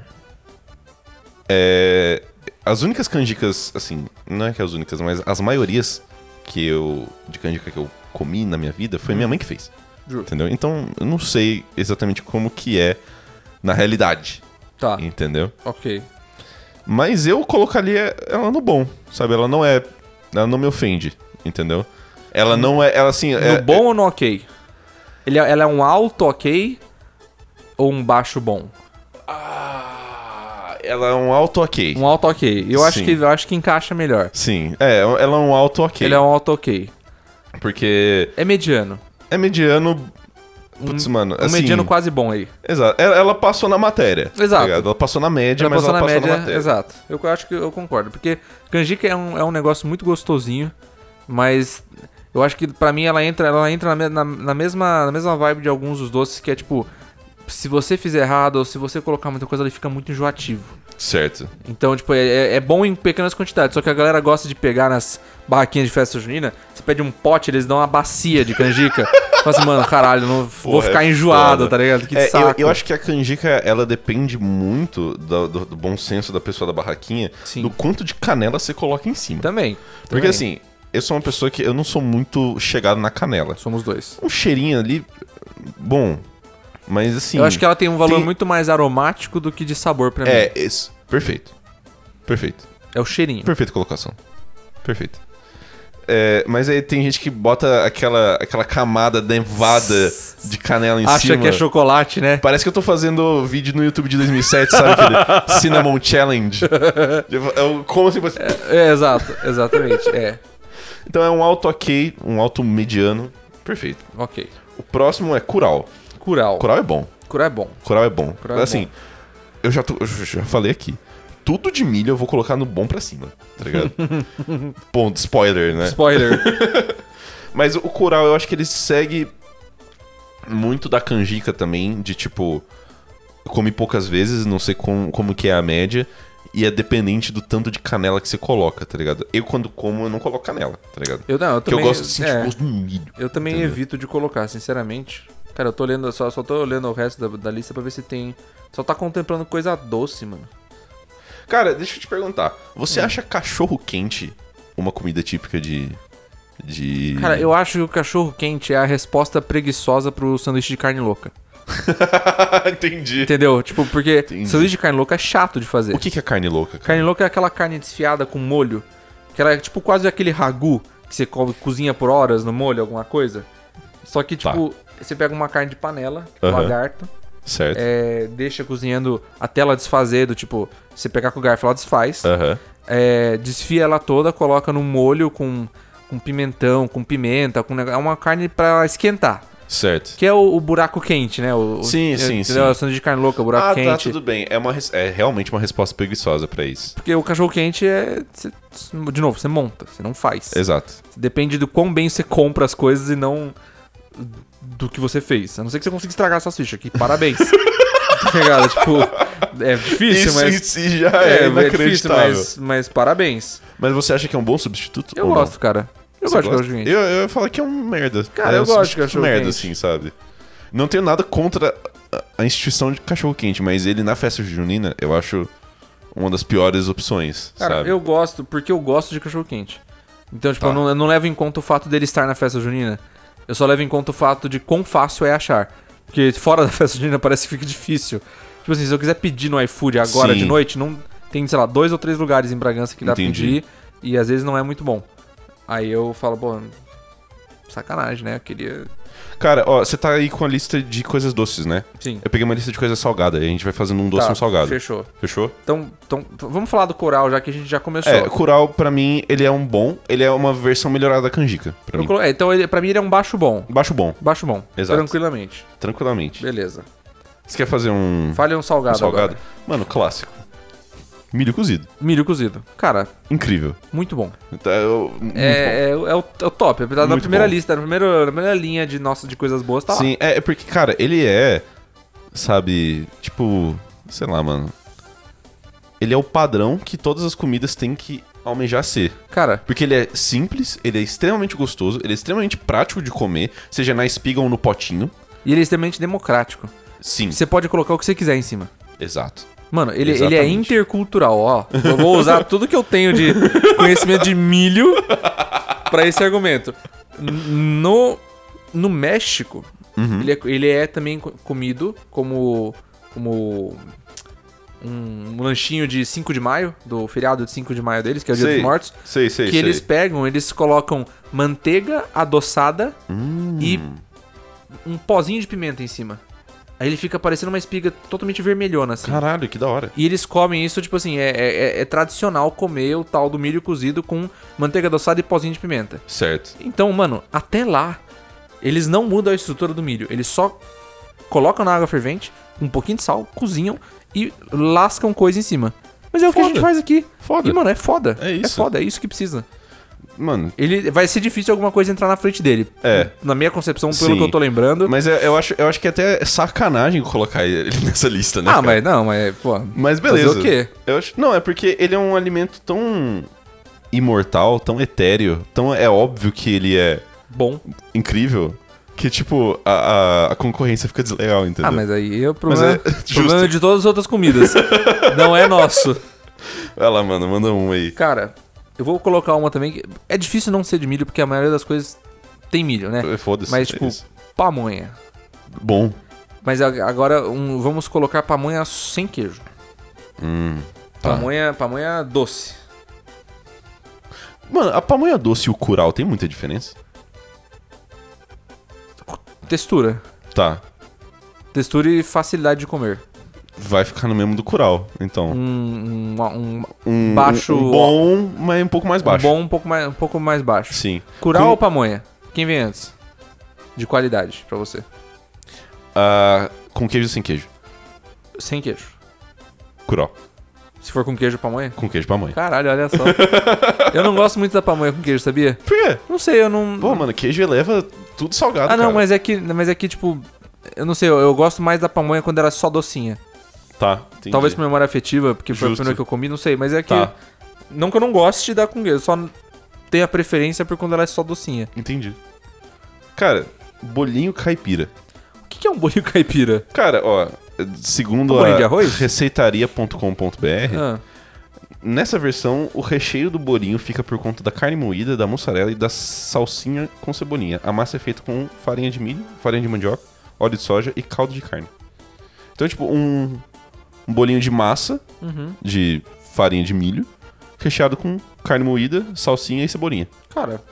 Speaker 2: É, As únicas canjicas, assim, não é que as únicas, mas as maiorias que eu. de canjica que eu comi na minha vida
Speaker 1: Uhum.
Speaker 2: foi minha mãe que fez.
Speaker 1: Juro.
Speaker 2: Entendeu? Então eu não sei exatamente como que é na realidade.
Speaker 1: Tá,
Speaker 2: Entendeu?
Speaker 1: ok.
Speaker 2: Mas eu colocaria ela no bom, sabe? Ela não é. Ela não me ofende, entendeu? Ela não é. Ela assim.
Speaker 1: Hum. No
Speaker 2: é,
Speaker 1: bom ou no ok? Ele é- ela é um alto ok ou um baixo bom?
Speaker 2: Ah, ela é um alto ok.
Speaker 1: Um alto ok. Eu acho
Speaker 2: Sim.
Speaker 1: que eu acho que encaixa melhor.
Speaker 2: Sim, é, ela é um alto ok.
Speaker 1: Ele é um alto ok.
Speaker 2: Porque
Speaker 1: É mediano.
Speaker 2: é mediano. Putz, mano.
Speaker 1: Um
Speaker 2: assim,
Speaker 1: mediano quase bom aí.
Speaker 2: Exato. Ela, ela passou na matéria. tá
Speaker 1: Exato.
Speaker 2: ligado? ela passou na média,
Speaker 1: Já
Speaker 2: mas
Speaker 1: passou
Speaker 2: ela
Speaker 1: na
Speaker 2: passou
Speaker 1: média.
Speaker 2: na matéria.
Speaker 1: exato. Eu acho que eu concordo. Porque canjica é um, é um negócio muito gostosinho, mas eu acho que pra mim ela entra, ela entra na, me- na- na mesma, na mesma vibe de alguns dos doces que é tipo. se você fizer errado ou se você colocar muita coisa, ele fica muito enjoativo.
Speaker 2: Certo.
Speaker 1: Então, tipo, é, é bom em pequenas quantidades. Só que a galera gosta de pegar nas barraquinhas de festa junina. Você pede um pote, eles dão uma bacia de canjica. Fala assim, mano, caralho, não, vou
Speaker 2: Porra,
Speaker 1: ficar
Speaker 2: é
Speaker 1: enjoado,
Speaker 2: foda.
Speaker 1: tá ligado? Que
Speaker 2: É,
Speaker 1: saco.
Speaker 2: Eu, eu acho que a canjica, ela depende muito do, do- do bom senso da pessoa da barraquinha,
Speaker 1: Sim.
Speaker 2: do quanto de canela você coloca em cima.
Speaker 1: Também.
Speaker 2: Porque
Speaker 1: também.
Speaker 2: assim, eu sou uma pessoa que eu não sou muito chegado na canela.
Speaker 1: Somos dois.
Speaker 2: Um cheirinho ali, bom, mas assim...
Speaker 1: Eu acho que ela tem um valor
Speaker 2: Tem-
Speaker 1: muito mais aromático do que de sabor pra mim.
Speaker 2: É, esse- perfeito. Perfeito.
Speaker 1: É o cheirinho.
Speaker 2: Perfeita colocação. Perfeito. É, mas aí tem gente que bota aquela, aquela camada nevada de canela em
Speaker 1: Acha
Speaker 2: cima.
Speaker 1: que é chocolate, né?
Speaker 2: Parece que eu tô fazendo vídeo no YouTube de 2007, sabe? Aquele Cinnamon Challenge. Eu, eu- como assim você...
Speaker 1: É, exato, exatamente. é,
Speaker 2: Então é um alto ok, um alto mediano. Perfeito.
Speaker 1: ok.
Speaker 2: O próximo é Curau.
Speaker 1: Cural.
Speaker 2: Curau é bom.
Speaker 1: Cural é bom.
Speaker 2: Curau é bom.
Speaker 1: Curau é
Speaker 2: assim,
Speaker 1: bom.
Speaker 2: eu já, tô- eu já falei aqui. Tudo de milho eu vou colocar no bom pra cima, tá ligado? Ponto, spoiler, né?
Speaker 1: Spoiler.
Speaker 2: Mas o Curau, eu acho que ele segue muito da canjica também, de tipo, eu come poucas vezes, não sei com, como que é a média, e é dependente do tanto de canela que você coloca, tá ligado? Eu, quando como, eu não coloco canela, tá ligado?
Speaker 1: Eu não, eu
Speaker 2: Porque eu
Speaker 1: também.
Speaker 2: gosto de sentir
Speaker 1: é,
Speaker 2: o gosto do milho.
Speaker 1: Eu também
Speaker 2: Entendeu?
Speaker 1: evito de colocar, sinceramente. Cara, eu tô olhando, só, só tô olhando o resto da, da lista pra ver se tem. Só tá contemplando coisa doce, mano.
Speaker 2: Cara, deixa eu te perguntar, você
Speaker 1: Hum.
Speaker 2: acha cachorro quente uma comida típica de... de...
Speaker 1: Cara, eu acho que o cachorro quente é a resposta preguiçosa pro sanduíche de carne louca.
Speaker 2: Ah, Entendi.
Speaker 1: Entendeu? Tipo, porque
Speaker 2: Entendi.
Speaker 1: sanduíche de carne louca é chato de fazer.
Speaker 2: O que que é carne louca, cara?
Speaker 1: Carne louca é aquela carne desfiada com molho. Que ela é tipo quase aquele ragu que você co- cozinha por horas no molho, alguma coisa. Só que, tipo, você pega uma carne de panela, tipo
Speaker 2: Tá. Aham.
Speaker 1: lagarto,
Speaker 2: Certo.
Speaker 1: é, deixa cozinhando até ela desfazer, do tipo, você pegar com o garfo, ela desfaz.
Speaker 2: Aham.
Speaker 1: É, desfia ela toda, coloca no molho com, com pimentão, com pimenta, com negócio. É uma carne pra esquentar.
Speaker 2: Certo.
Speaker 1: Que é o, o buraco quente, né? O, o-
Speaker 2: Sim, sim,
Speaker 1: entendeu? É
Speaker 2: sim.
Speaker 1: O sanduíche de carne louca, o buraco
Speaker 2: ah,
Speaker 1: quente.
Speaker 2: tá, tudo bem. É, uma, res- é realmente uma resposta preguiçosa pra isso.
Speaker 1: Porque o cachorro quente é. cê- de novo, você monta, você não faz.
Speaker 2: Exato.
Speaker 1: Depende do quão bem você compra as coisas e não do que você fez. A não ser que você consiga estragar a salsicha, que parabéns. tá ligado? Tipo, é difícil,
Speaker 2: Isso
Speaker 1: mas.
Speaker 2: em si já é, inacreditável. mas...
Speaker 1: mas, mas parabéns.
Speaker 2: você acha que é um bom substituto?
Speaker 1: Eu
Speaker 2: ou não?
Speaker 1: gosto, cara. Eu
Speaker 2: Você
Speaker 1: gosto de
Speaker 2: gosta?
Speaker 1: cachorro quente.
Speaker 2: Eu, eu ia falar que é um merda.
Speaker 1: Cara,
Speaker 2: é
Speaker 1: eu
Speaker 2: um
Speaker 1: gosto de
Speaker 2: substituto
Speaker 1: cachorro
Speaker 2: merda,
Speaker 1: quente.
Speaker 2: assim, sabe? Não tenho nada contra a- a instituição de cachorro-quente, mas ele na festa junina eu acho uma das piores opções,
Speaker 1: Cara,
Speaker 2: sabe?
Speaker 1: eu gosto porque eu gosto de cachorro quente. Então, tipo,
Speaker 2: Tá.
Speaker 1: eu, não, eu não levo em conta o fato dele estar na festa junina. Eu só levo em conta o fato de quão fácil é achar. Porque fora da festa junina parece que fica difícil. Tipo assim, se eu quiser pedir no iFood agora
Speaker 2: Sim.
Speaker 1: de noite, não tem, sei lá, dois ou três lugares em Bragança que dá
Speaker 2: Entendi.
Speaker 1: pra pedir. E às vezes não é muito bom. Aí eu falo, pô, sacanagem, né? Eu queria.
Speaker 2: Cara, ó, você tá aí com a lista de coisas doces, né?
Speaker 1: Sim.
Speaker 2: Eu peguei uma lista de coisas salgadas, aí a gente vai fazendo um doce e
Speaker 1: Tá,
Speaker 2: um salgado.
Speaker 1: Fechou.
Speaker 2: Fechou?
Speaker 1: Então, então, vamos falar do coral, já que a gente já começou.
Speaker 2: É, Curau, pra mim, ele é um bom, ele é uma versão melhorada da canjica, pra
Speaker 1: Eu
Speaker 2: mim.
Speaker 1: colo- é, então, ele, pra mim, ele é um baixo bom.
Speaker 2: Baixo bom,
Speaker 1: Baixo bom.
Speaker 2: Exato.
Speaker 1: Tranquilamente.
Speaker 2: tranquilamente.
Speaker 1: Beleza.
Speaker 2: Você quer fazer um
Speaker 1: Falha um
Speaker 2: um
Speaker 1: salgado,
Speaker 2: salgado?
Speaker 1: agora.
Speaker 2: Mano, clássico. Milho cozido.
Speaker 1: Milho cozido. Cara,
Speaker 2: Incrível.
Speaker 1: muito bom.
Speaker 2: Tá, eu- muito bom.
Speaker 1: É, é, o- é o, é o top. Apesar da
Speaker 2: Muito
Speaker 1: primeira
Speaker 2: bom.
Speaker 1: lista, na primeira, na primeira linha de nossa de coisas boas, tá lá.
Speaker 2: Sim, é é porque, cara, ele é, sabe, tipo, sei lá, mano. Ele é o padrão que todas as comidas têm que almejar ser.
Speaker 1: Cara,
Speaker 2: Porque ele é simples, ele é extremamente gostoso, ele é extremamente prático de comer, seja na espiga ou no potinho.
Speaker 1: e ele é extremamente democrático.
Speaker 2: Sim,
Speaker 1: Você pode colocar o que você quiser em cima.
Speaker 2: exato.
Speaker 1: Mano, ele, ele é
Speaker 2: Exatamente.
Speaker 1: intercultural, ó. Eu vou usar tudo que eu tenho de conhecimento de milho pra esse argumento. N- No, no México,
Speaker 2: Uhum.
Speaker 1: ele, é, ele é também co- comido como, como um lanchinho de 5 de maio, do feriado de 5 de maio deles, que é o Dia
Speaker 2: Sei.
Speaker 1: dos Mortos.
Speaker 2: Sei, sei,
Speaker 1: que
Speaker 2: sei.
Speaker 1: eles pegam, eles colocam manteiga adoçada
Speaker 2: Hum.
Speaker 1: e um pozinho de pimenta em cima. Aí ele fica parecendo uma espiga totalmente vermelhona, assim.
Speaker 2: Caralho, que da hora.
Speaker 1: E eles comem isso, tipo assim, é, é- é- é tradicional comer o tal do milho cozido com manteiga adoçada e pozinho de pimenta.
Speaker 2: Certo.
Speaker 1: Então, mano, até lá, eles não mudam a estrutura do milho. Eles só colocam na água fervente, um pouquinho de sal, cozinham e lascam coisa em cima. Mas é o que a gente
Speaker 2: Foda.
Speaker 1: faz aqui.
Speaker 2: Foda.
Speaker 1: E, mano, é foda.
Speaker 2: É
Speaker 1: É
Speaker 2: isso.
Speaker 1: foda, é isso que precisa.
Speaker 2: Mano,
Speaker 1: Ele vai ser difícil alguma coisa entrar na frente dele.
Speaker 2: É.
Speaker 1: Na minha concepção, pelo
Speaker 2: Sim.
Speaker 1: que eu tô lembrando.
Speaker 2: mas é- eu, acho, eu acho que até é sacanagem colocar ele nessa lista, né?
Speaker 1: ah,
Speaker 2: cara?
Speaker 1: mas não, mas pô.
Speaker 2: Mas beleza.
Speaker 1: Fazer o quê?
Speaker 2: Eu acho... Não, é porque ele é um alimento tão imortal, tão etéreo, tão é óbvio que ele é
Speaker 1: Bom.
Speaker 2: incrível, que, tipo, a, a, a concorrência fica desleal, entendeu?
Speaker 1: Ah, mas aí é o problema,
Speaker 2: Mas é-
Speaker 1: o problema
Speaker 2: justo.
Speaker 1: de todas as outras comidas. não é nosso.
Speaker 2: Vai lá, mano, manda um aí.
Speaker 1: Cara, eu vou colocar uma também. que- É difícil não ser de milho, porque a maioria das coisas tem milho, né?
Speaker 2: Foda-se.
Speaker 1: Mas,
Speaker 2: é
Speaker 1: tipo,
Speaker 2: isso.
Speaker 1: pamonha.
Speaker 2: Bom.
Speaker 1: Mas a- agora um- vamos colocar pamonha sem queijo.
Speaker 2: Hum. Tá.
Speaker 1: Pamonha, pamonha doce.
Speaker 2: Mano, a pamonha doce e o curau tem muita diferença?
Speaker 1: Textura.
Speaker 2: Tá.
Speaker 1: Textura e facilidade de comer.
Speaker 2: Vai ficar no mesmo do curau, então.
Speaker 1: Um, um, um,
Speaker 2: Um,
Speaker 1: Baixo-
Speaker 2: um bom, mas um pouco mais baixo.
Speaker 1: bom um pouco mais, um pouco mais baixo.
Speaker 2: Sim.
Speaker 1: Curau
Speaker 2: Com-
Speaker 1: ou pamonha? Quem vem antes? De qualidade pra você.
Speaker 2: Ah, com queijo ou sem queijo?
Speaker 1: Sem queijo.
Speaker 2: Curau.
Speaker 1: Se for com queijo, pamonha?
Speaker 2: Com queijo pamonha.
Speaker 1: Caralho, olha só. eu não gosto muito da pamonha com queijo, sabia?
Speaker 2: Por quê?
Speaker 1: Não sei, eu não.
Speaker 2: Pô, mano, queijo eleva tudo salgado,
Speaker 1: ah, não,
Speaker 2: cara.
Speaker 1: mas é que. Mas é que, tipo. Eu não sei, eu, eu gosto mais da pamonha quando era só docinha.
Speaker 2: Tá, entendi.
Speaker 1: Talvez por memória afetiva, porque foi a
Speaker 2: Justo.
Speaker 1: primeira que eu comi, não sei, mas é que.
Speaker 2: Tá.
Speaker 1: Não que eu não goste de dar com queijo, eu só tenho a preferência por quando ela é só docinha.
Speaker 2: Entendi. Cara, bolinho caipira.
Speaker 1: O que que é um bolinho caipira?
Speaker 2: Cara, ó, segundo
Speaker 1: Bolinho de
Speaker 2: a
Speaker 1: arroz?
Speaker 2: receitaria.com.br,
Speaker 1: Ah,
Speaker 2: nessa versão o recheio do bolinho fica por conta da carne moída, da mussarela e da salsinha com cebolinha. A massa é feita com farinha de milho, farinha de mandioca, óleo de soja e caldo de carne. Então, é tipo, um, um bolinho de massa
Speaker 1: uhum.
Speaker 2: de farinha de milho, recheado com carne moída, salsinha e cebolinha.
Speaker 1: Cara.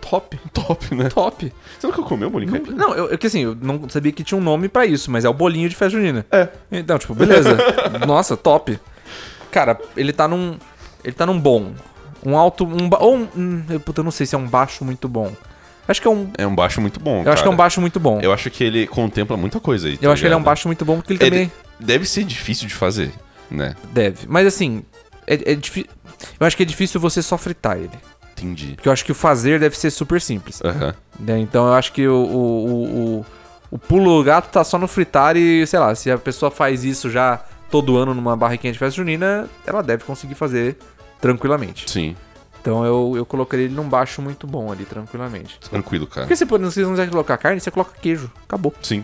Speaker 1: Top.
Speaker 2: Top, né?
Speaker 1: Top.
Speaker 2: Você nunca comeu bolinho caipira?
Speaker 1: Não, eu, eu que assim, eu não sabia que tinha um nome pra isso, mas é o bolinho de festa junina.
Speaker 2: É.
Speaker 1: Então, tipo, beleza. Nossa, top. Cara, ele tá num. Ele tá num bom. Um alto. Um ba- ou um. hum, eu- puta, eu não sei se é um baixo muito bom. Acho que é um.
Speaker 2: É um baixo muito bom,
Speaker 1: eu acho que é um baixo muito bom. Eu,
Speaker 2: Eu acho que ele contempla muita coisa aí. tá
Speaker 1: acho que ele é um
Speaker 2: ligado?
Speaker 1: baixo muito bom porque ele,
Speaker 2: Ele-
Speaker 1: também
Speaker 2: Deve ser difícil de fazer, né?
Speaker 1: deve. Mas assim, é, é difícil. Eu acho que é difícil você só fritar ele.
Speaker 2: Entendi.
Speaker 1: Porque eu acho que o fazer deve ser super simples.
Speaker 2: Aham.
Speaker 1: né? Então eu acho que o, o, o, o- o pulo do gato tá só no fritar e, sei lá, se a pessoa faz isso já todo ano numa barriquinha de festa junina, ela deve conseguir fazer tranquilamente.
Speaker 2: Sim.
Speaker 1: Então eu, eu colocaria ele num baixo muito bom ali, tranquilamente.
Speaker 2: Tranquilo, cara.
Speaker 1: Porque você pode, se você não quiser colocar carne, você coloca queijo. Acabou.
Speaker 2: Sim.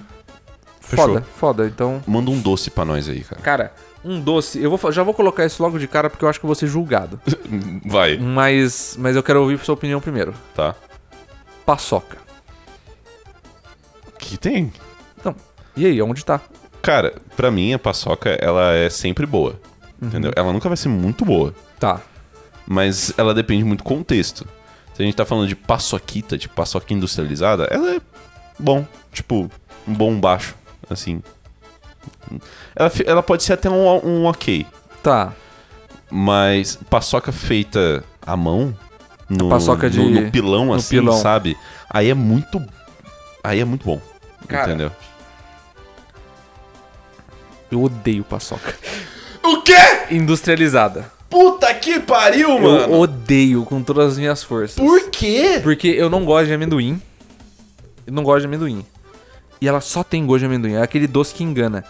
Speaker 1: Foda, foda. Então,
Speaker 2: Manda um doce pra nós aí, cara.
Speaker 1: cara, um doce. Eu vou, fa- já vou colocar isso logo de cara porque eu acho que eu vou ser julgado.
Speaker 2: Vai,
Speaker 1: Mas, mas eu quero ouvir sua opinião primeiro.
Speaker 2: tá?
Speaker 1: Paçoca.
Speaker 2: Que tem?
Speaker 1: Então, e aí, onde tá?
Speaker 2: Cara, pra mim a paçoca, ela é sempre boa.
Speaker 1: Uhum.
Speaker 2: Entendeu? Ela nunca vai ser muito boa.
Speaker 1: Tá.
Speaker 2: Mas ela depende muito do contexto. Se a gente tá falando de paçoquita, de paçoca industrializada, ela é bom. Tipo, um bom baixo, assim. Ela, fi- ela pode ser até um, um ok.
Speaker 1: Tá.
Speaker 2: Mas paçoca feita à mão, no,
Speaker 1: paçoca
Speaker 2: no-
Speaker 1: de-
Speaker 2: no pilão,
Speaker 1: no
Speaker 2: assim,
Speaker 1: pilão.
Speaker 2: sabe? Aí é muito. Aí é muito bom.
Speaker 1: Cara.
Speaker 2: Entendeu?
Speaker 1: Eu odeio paçoca.
Speaker 2: O quê?
Speaker 1: industrializada.
Speaker 2: Puta que pariu,
Speaker 1: Eu odeio com todas as minhas forças.
Speaker 2: Por quê?
Speaker 1: Porque eu não gosto de amendoim. Eu não gosto de amendoim. E ela só tem gosto de amendoim. É aquele doce que engana.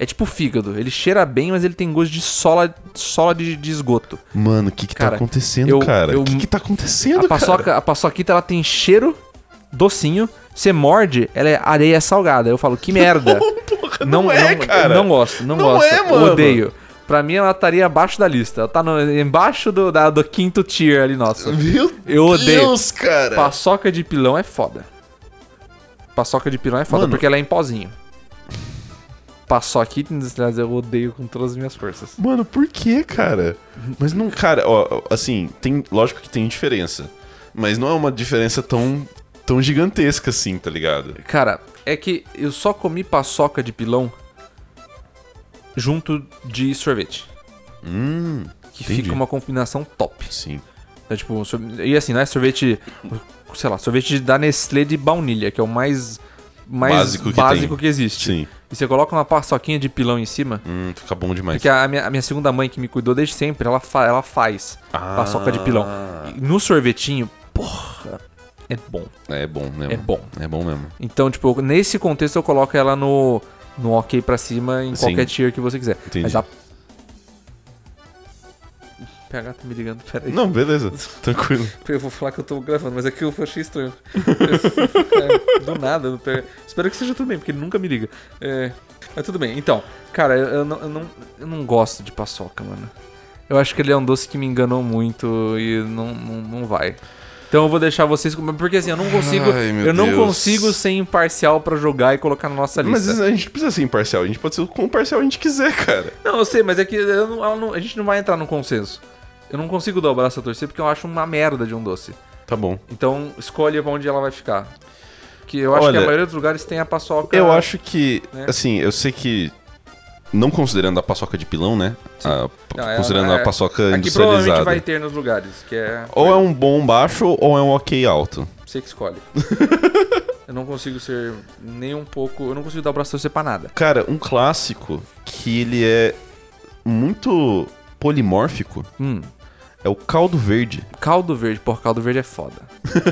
Speaker 1: É tipo fígado. Ele cheira bem, mas ele tem gosto de sola, sola de, de esgoto.
Speaker 2: Mano, o que que
Speaker 1: Cara,
Speaker 2: tá acontecendo,
Speaker 1: eu-
Speaker 2: cara?
Speaker 1: eu-
Speaker 2: O que que tá acontecendo,
Speaker 1: A
Speaker 2: cara?
Speaker 1: paçoca, a paçoquita, ela tem cheiro docinho. Você morde, ela é areia salgada. Eu falo, que merda.
Speaker 2: Porra, não, é, cara.
Speaker 1: Não gosto, não,
Speaker 2: Não
Speaker 1: gosto.
Speaker 2: é,
Speaker 1: Eu
Speaker 2: mano.
Speaker 1: Odeio. Pra mim, ela estaria abaixo da lista. Ela tá no- embaixo do, da- do quinto tier ali, nossa.
Speaker 2: Meu
Speaker 1: Eu odeio.
Speaker 2: Deus, cara.
Speaker 1: Paçoca de pilão é foda. Paçoca de pilão é foda
Speaker 2: Mano.
Speaker 1: porque ela é em pozinho. Paçoquita industrializada eu odeio com todas as minhas forças.
Speaker 2: Mano, por que, cara? Mas não, cara, ó, assim, tem, lógico que tem diferença. Mas não é uma diferença tão, tão gigantesca assim, tá ligado?
Speaker 1: Cara, é que eu só comi paçoca de pilão junto de sorvete.
Speaker 2: Hum,
Speaker 1: Que
Speaker 2: Entendi.
Speaker 1: fica uma combinação top.
Speaker 2: sim.
Speaker 1: É tipo, sor- e assim, não é sorvete, sei lá, sorvete da Nestlé de baunilha, que é o mais, mais
Speaker 2: Básico
Speaker 1: básico,
Speaker 2: que
Speaker 1: que,
Speaker 2: tem.
Speaker 1: existe.
Speaker 2: Sim.
Speaker 1: E você coloca uma paçoquinha de pilão em cima,
Speaker 2: Hum, fica
Speaker 1: É
Speaker 2: bom demais.
Speaker 1: porque é a minha, a minha segunda mãe que me cuidou desde sempre, ela, fa- ela faz
Speaker 2: Ah.
Speaker 1: paçoca de pilão. no sorvetinho, porra, é bom.
Speaker 2: É bom mesmo.
Speaker 1: É bom.
Speaker 2: É bom mesmo.
Speaker 1: Então, tipo, nesse contexto eu coloco ela no, no ok pra cima em
Speaker 2: Sim.
Speaker 1: qualquer tier que você quiser.
Speaker 2: Entendi.
Speaker 1: Mas a... O PH tá me ligando, peraí.
Speaker 2: Não, beleza. Tranquilo.
Speaker 1: Eu vou falar que eu tô gravando, mas aqui eu achei estranho. É, do nada. do PH. Espero que seja tudo bem, porque ele nunca me liga. É, mas tudo bem. Então, cara, eu, eu não, eu, não, eu não gosto de paçoca, mano. Eu acho que ele é um doce que me enganou muito e não, não, não vai. Então eu vou deixar vocês... com- Porque assim, eu não consigo...
Speaker 2: Ai, meu
Speaker 1: eu não
Speaker 2: Deus.
Speaker 1: consigo ser imparcial pra jogar e colocar na nossa lista.
Speaker 2: Mas a gente não precisa ser imparcial. A gente pode ser o quão parcial a gente quiser, cara.
Speaker 1: Não, eu sei, mas é que eu não- ela não- a gente não vai entrar num consenso. Eu não consigo dobrar essa torcida porque eu acho uma merda de um doce.
Speaker 2: Tá bom.
Speaker 1: Então escolhe pra onde ela vai ficar. Que eu acho
Speaker 2: Olha,
Speaker 1: que a maioria dos lugares tem a paçoca.
Speaker 2: Eu acho que,
Speaker 1: né?
Speaker 2: assim, eu sei que. Não considerando a paçoca de pilão, né? A-
Speaker 1: Não, é-
Speaker 2: considerando
Speaker 1: é-
Speaker 2: a paçoca
Speaker 1: Aqui provavelmente
Speaker 2: industrializada.
Speaker 1: vai ter nos lugares, que é.
Speaker 2: Ou é um bom baixo ou é um ok alto.
Speaker 1: Você que escolhe. eu não consigo ser nem um pouco. Eu não consigo dar o braço a torcer pra nada.
Speaker 2: Cara, um clássico que ele é muito polimórfico
Speaker 1: Hum,
Speaker 2: é o caldo verde.
Speaker 1: caldo verde, porra, caldo verde é foda.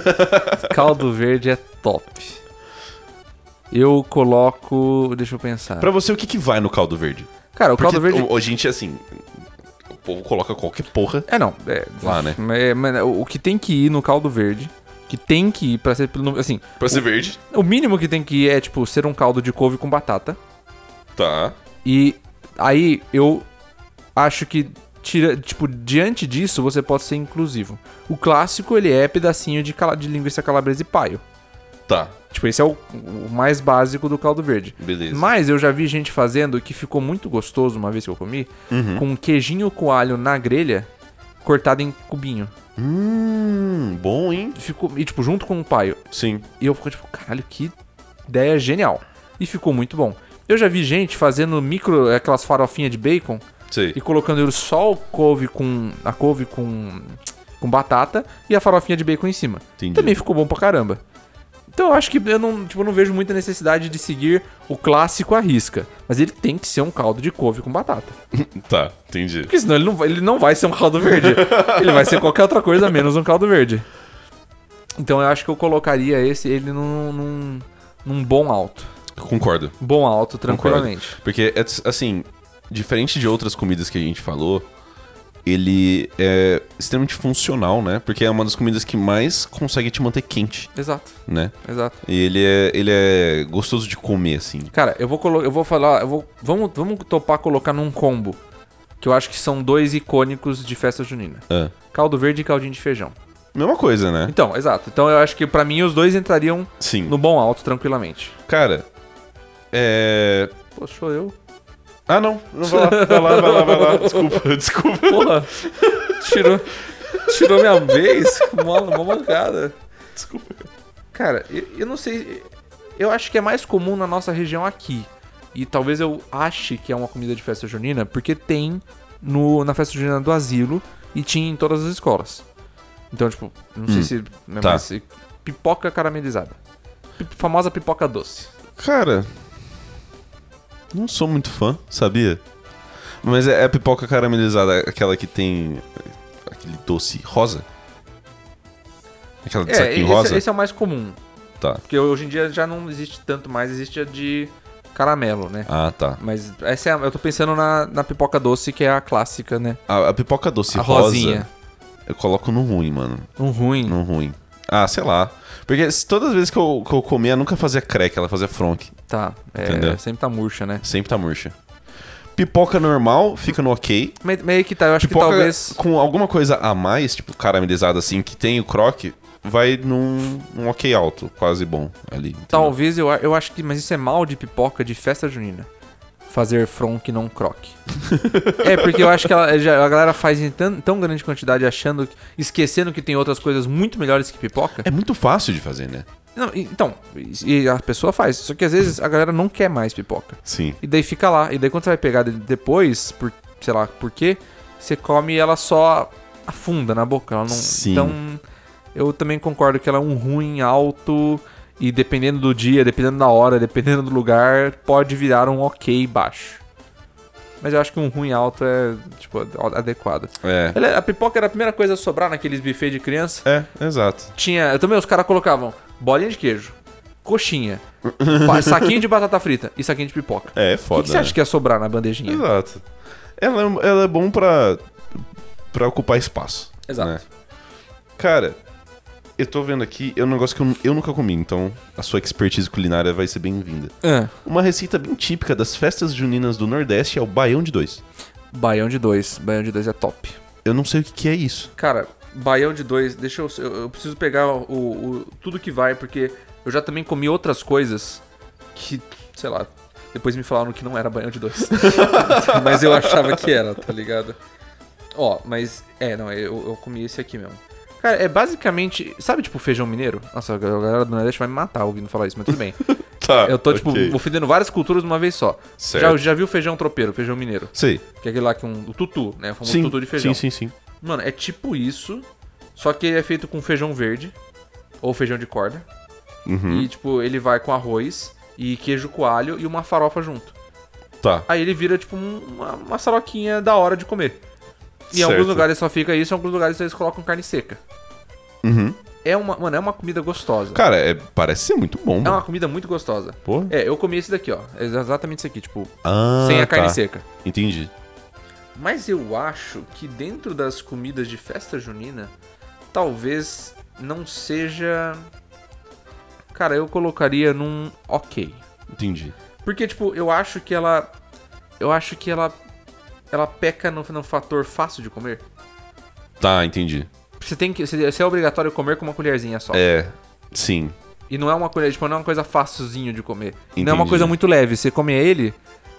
Speaker 1: caldo verde é top. Eu coloco. Deixa eu pensar.
Speaker 2: Pra você, o que, que vai no caldo verde?
Speaker 1: Cara, o
Speaker 2: Porque
Speaker 1: Ah. caldo verde.
Speaker 2: o- Hoje a gente, assim, o povo coloca qualquer porra.
Speaker 1: É, não. É,
Speaker 2: Lá, né?
Speaker 1: é, mas o que tem que ir no caldo verde, que tem que ir pra ser. Assim,
Speaker 2: Pra ser verde,
Speaker 1: o mínimo que tem que ir é, tipo, ser um caldo de couve com batata.
Speaker 2: tá.
Speaker 1: E aí eu acho que, tira, tipo, diante disso você pode ser inclusivo. O clássico, ele é pedacinho de, cala, de linguiça calabresa e paio.
Speaker 2: Tá,
Speaker 1: Tipo, esse é o, o mais básico do caldo verde.
Speaker 2: beleza.
Speaker 1: Mas eu já vi gente fazendo que ficou muito gostoso uma vez que eu comi, com um queijinho coalho na grelha, cortado em cubinho.
Speaker 2: Hum, bom, hein?
Speaker 1: Ficou, e tipo, junto com o paio.
Speaker 2: Sim.
Speaker 1: E eu fico tipo, caralho, que ideia genial. E ficou muito bom. Eu já vi gente fazendo micro, aquelas farofinhas de bacon
Speaker 2: Sei.
Speaker 1: e colocando só o couve com a couve com com batata e a farofinha de bacon em cima.
Speaker 2: Entendi.
Speaker 1: Também ficou bom pra caramba. Então eu acho que eu não, tipo, eu não vejo muita necessidade de seguir o clássico à risca, mas ele tem que ser um caldo de couve com batata.
Speaker 2: Tá, entendi.
Speaker 1: Porque senão ele não vai, ele não vai ser um caldo verde. ele vai ser qualquer outra coisa menos um caldo verde. Então eu acho que eu colocaria esse ele num, num, num bom alto.
Speaker 2: Concordo.
Speaker 1: Bom alto, tranquilamente.
Speaker 2: Porque, é, assim, diferente de outras comidas que a gente falou, ele é extremamente funcional, né? Porque é uma das comidas que mais consegue te manter quente,
Speaker 1: Exato,
Speaker 2: né?
Speaker 1: exato.
Speaker 2: E ele é, ele é gostoso de comer, assim.
Speaker 1: Cara, eu vou colo- eu vou falar, eu vou vamos vamos topar colocar num combo que eu acho que são dois icônicos de festa junina.
Speaker 2: Ah,
Speaker 1: Caldo verde e caldinho de feijão.
Speaker 2: mesma coisa, né?
Speaker 1: Então, exato. Então eu acho que pra mim os dois entrariam
Speaker 2: Sim.
Speaker 1: no bom alto tranquilamente.
Speaker 2: Cara, é...
Speaker 1: Pô, sou eu.
Speaker 2: Ah, não. Não vai lá, vai lá, vai lá, vai lá. Desculpa, desculpa.
Speaker 1: Porra. tirou tirou minha vez, uma, uma mancada.
Speaker 2: Desculpa.
Speaker 1: Cara, eu, eu não sei. Eu acho que é mais comum na nossa região aqui. E talvez eu ache que é uma comida de festa junina, porque tem no, na festa junina do asilo e tinha em todas as escolas. Então, tipo, não sei
Speaker 2: Hum,
Speaker 1: se. né, mas
Speaker 2: tá.
Speaker 1: se- pipoca caramelizada. Pi- famosa pipoca doce.
Speaker 2: Cara, não sou muito fã, sabia? Mas é é a pipoca caramelizada, aquela que tem aquele doce rosa? Aquela de
Speaker 1: É,
Speaker 2: saquinho
Speaker 1: esse,
Speaker 2: rosa?
Speaker 1: esse é o mais comum.
Speaker 2: Tá.
Speaker 1: Porque hoje em dia já não existe tanto mais, existe a de caramelo, né?
Speaker 2: Ah, tá.
Speaker 1: Mas essa é a, eu tô pensando na, na pipoca doce, que é a clássica, né?
Speaker 2: A, a pipoca doce
Speaker 1: a
Speaker 2: rosa,
Speaker 1: rosinha.
Speaker 2: eu coloco no ruim, mano.
Speaker 1: Um ruim.
Speaker 2: No ruim. Ah, sei lá. Porque se- todas as vezes que eu, que eu comia, nunca fazia crack, ela fazia fronk.
Speaker 1: Tá. é,
Speaker 2: Entendeu?
Speaker 1: sempre tá murcha, né?
Speaker 2: Sempre tá murcha. Pipoca normal, fica no ok.
Speaker 1: Me- Meio que tá, eu acho
Speaker 2: pipoca
Speaker 1: que talvez.
Speaker 2: com alguma coisa a mais, tipo caramelizada assim, que tem o croque, vai num um ok alto, quase bom ali. entendeu?
Speaker 1: Talvez eu, a- eu acho que. Mas isso é mal de pipoca de festa junina. Fazer fronk não croque. é, porque eu acho que ela- já- a galera faz em tão, tão grande quantidade achando. que- esquecendo que tem outras coisas muito melhores que pipoca.
Speaker 2: É muito fácil de fazer, né?
Speaker 1: Não, e- então, e e a pessoa faz. Só que às vezes a galera não quer mais pipoca.
Speaker 2: Sim.
Speaker 1: E daí fica lá. E daí quando você vai pegar dele depois, por, sei lá por quê, você come e ela só afunda na boca. Ela não,
Speaker 2: Sim.
Speaker 1: Então, eu também concordo que ela é um ruim alto. E dependendo do dia, dependendo da hora, dependendo do lugar, pode virar um ok baixo. Mas eu acho que um ruim alto é, tipo, adequado.
Speaker 2: É.
Speaker 1: Ele- A pipoca era a primeira coisa a sobrar naqueles buffet de criança.
Speaker 2: É, exato.
Speaker 1: Tinha. Eu também, os caras colocavam bolinha de queijo, coxinha, pa- saquinho de batata frita e saquinho de pipoca.
Speaker 2: É, é
Speaker 1: O
Speaker 2: foda.
Speaker 1: que, que você acha que é? ia sobrar na bandejinha?
Speaker 2: Exato. Ela é, ela é bom pra, pra ocupar espaço.
Speaker 1: Exato.
Speaker 2: né? Cara, eu tô vendo aqui, é um negócio que eu, eu nunca comi, então a sua expertise culinária vai ser bem-vinda.
Speaker 1: Ah,
Speaker 2: Uma receita bem típica das festas juninas do Nordeste é o baião de dois.
Speaker 1: baião de dois. Baião de dois é top.
Speaker 2: Eu não sei o que, que é isso.
Speaker 1: Cara, baião de dois, deixa eu. Eu, eu preciso pegar o, o- tudo que vai, porque eu já também comi outras coisas que, sei lá, depois me falaram que não era baião de dois. mas eu achava que era, tá ligado? Ó, mas. É, não, eu, eu comi esse aqui mesmo. Cara, é basicamente. Sabe, tipo, feijão mineiro? Nossa, a galera do Nordeste vai me matar ouvindo falar isso, mas tudo bem.
Speaker 2: Tá.
Speaker 1: Eu tô, tipo, ofendendo várias culturas de uma vez só.
Speaker 2: Certo.
Speaker 1: Já, já vi o feijão tropeiro, feijão mineiro.
Speaker 2: Sei.
Speaker 1: Que é aquele lá que é um. O tutu, né? O famoso
Speaker 2: Sim,
Speaker 1: tutu de feijão.
Speaker 2: sim, sim, sim.
Speaker 1: Mano, é tipo isso, só que ele é feito com feijão verde ou feijão de corda.
Speaker 2: Uhum.
Speaker 1: E tipo, ele vai com arroz e queijo coalho e uma farofa junto.
Speaker 2: Tá.
Speaker 1: Aí ele vira tipo um- uma, uma saroquinha da hora de comer. E em
Speaker 2: Certo.
Speaker 1: alguns lugares só fica isso, em alguns lugares eles colocam carne seca.
Speaker 2: Uhum.
Speaker 1: É uma, mano, é uma comida gostosa.
Speaker 2: Cara, é- parece ser muito bom,
Speaker 1: É
Speaker 2: mano.
Speaker 1: uma comida muito gostosa.
Speaker 2: Pô.
Speaker 1: É, eu comi esse daqui, ó. É exatamente isso aqui, tipo,
Speaker 2: Ah,
Speaker 1: sem a carne
Speaker 2: tá.
Speaker 1: seca.
Speaker 2: Entendi.
Speaker 1: Mas eu acho que dentro das comidas de festa junina, talvez não seja. Cara, eu colocaria num ok.
Speaker 2: Entendi.
Speaker 1: Porque, tipo, eu acho que ela. Eu acho que ela. Ela peca no, no fator fácil de comer.
Speaker 2: Tá, entendi.
Speaker 1: Você tem que. Você você é obrigatório comer com uma colherzinha só.
Speaker 2: É. Sim.
Speaker 1: E não é uma colher, tipo, não é uma coisa facilzinho de comer. Não é uma
Speaker 2: Entendi.
Speaker 1: coisa muito leve. Você come ele.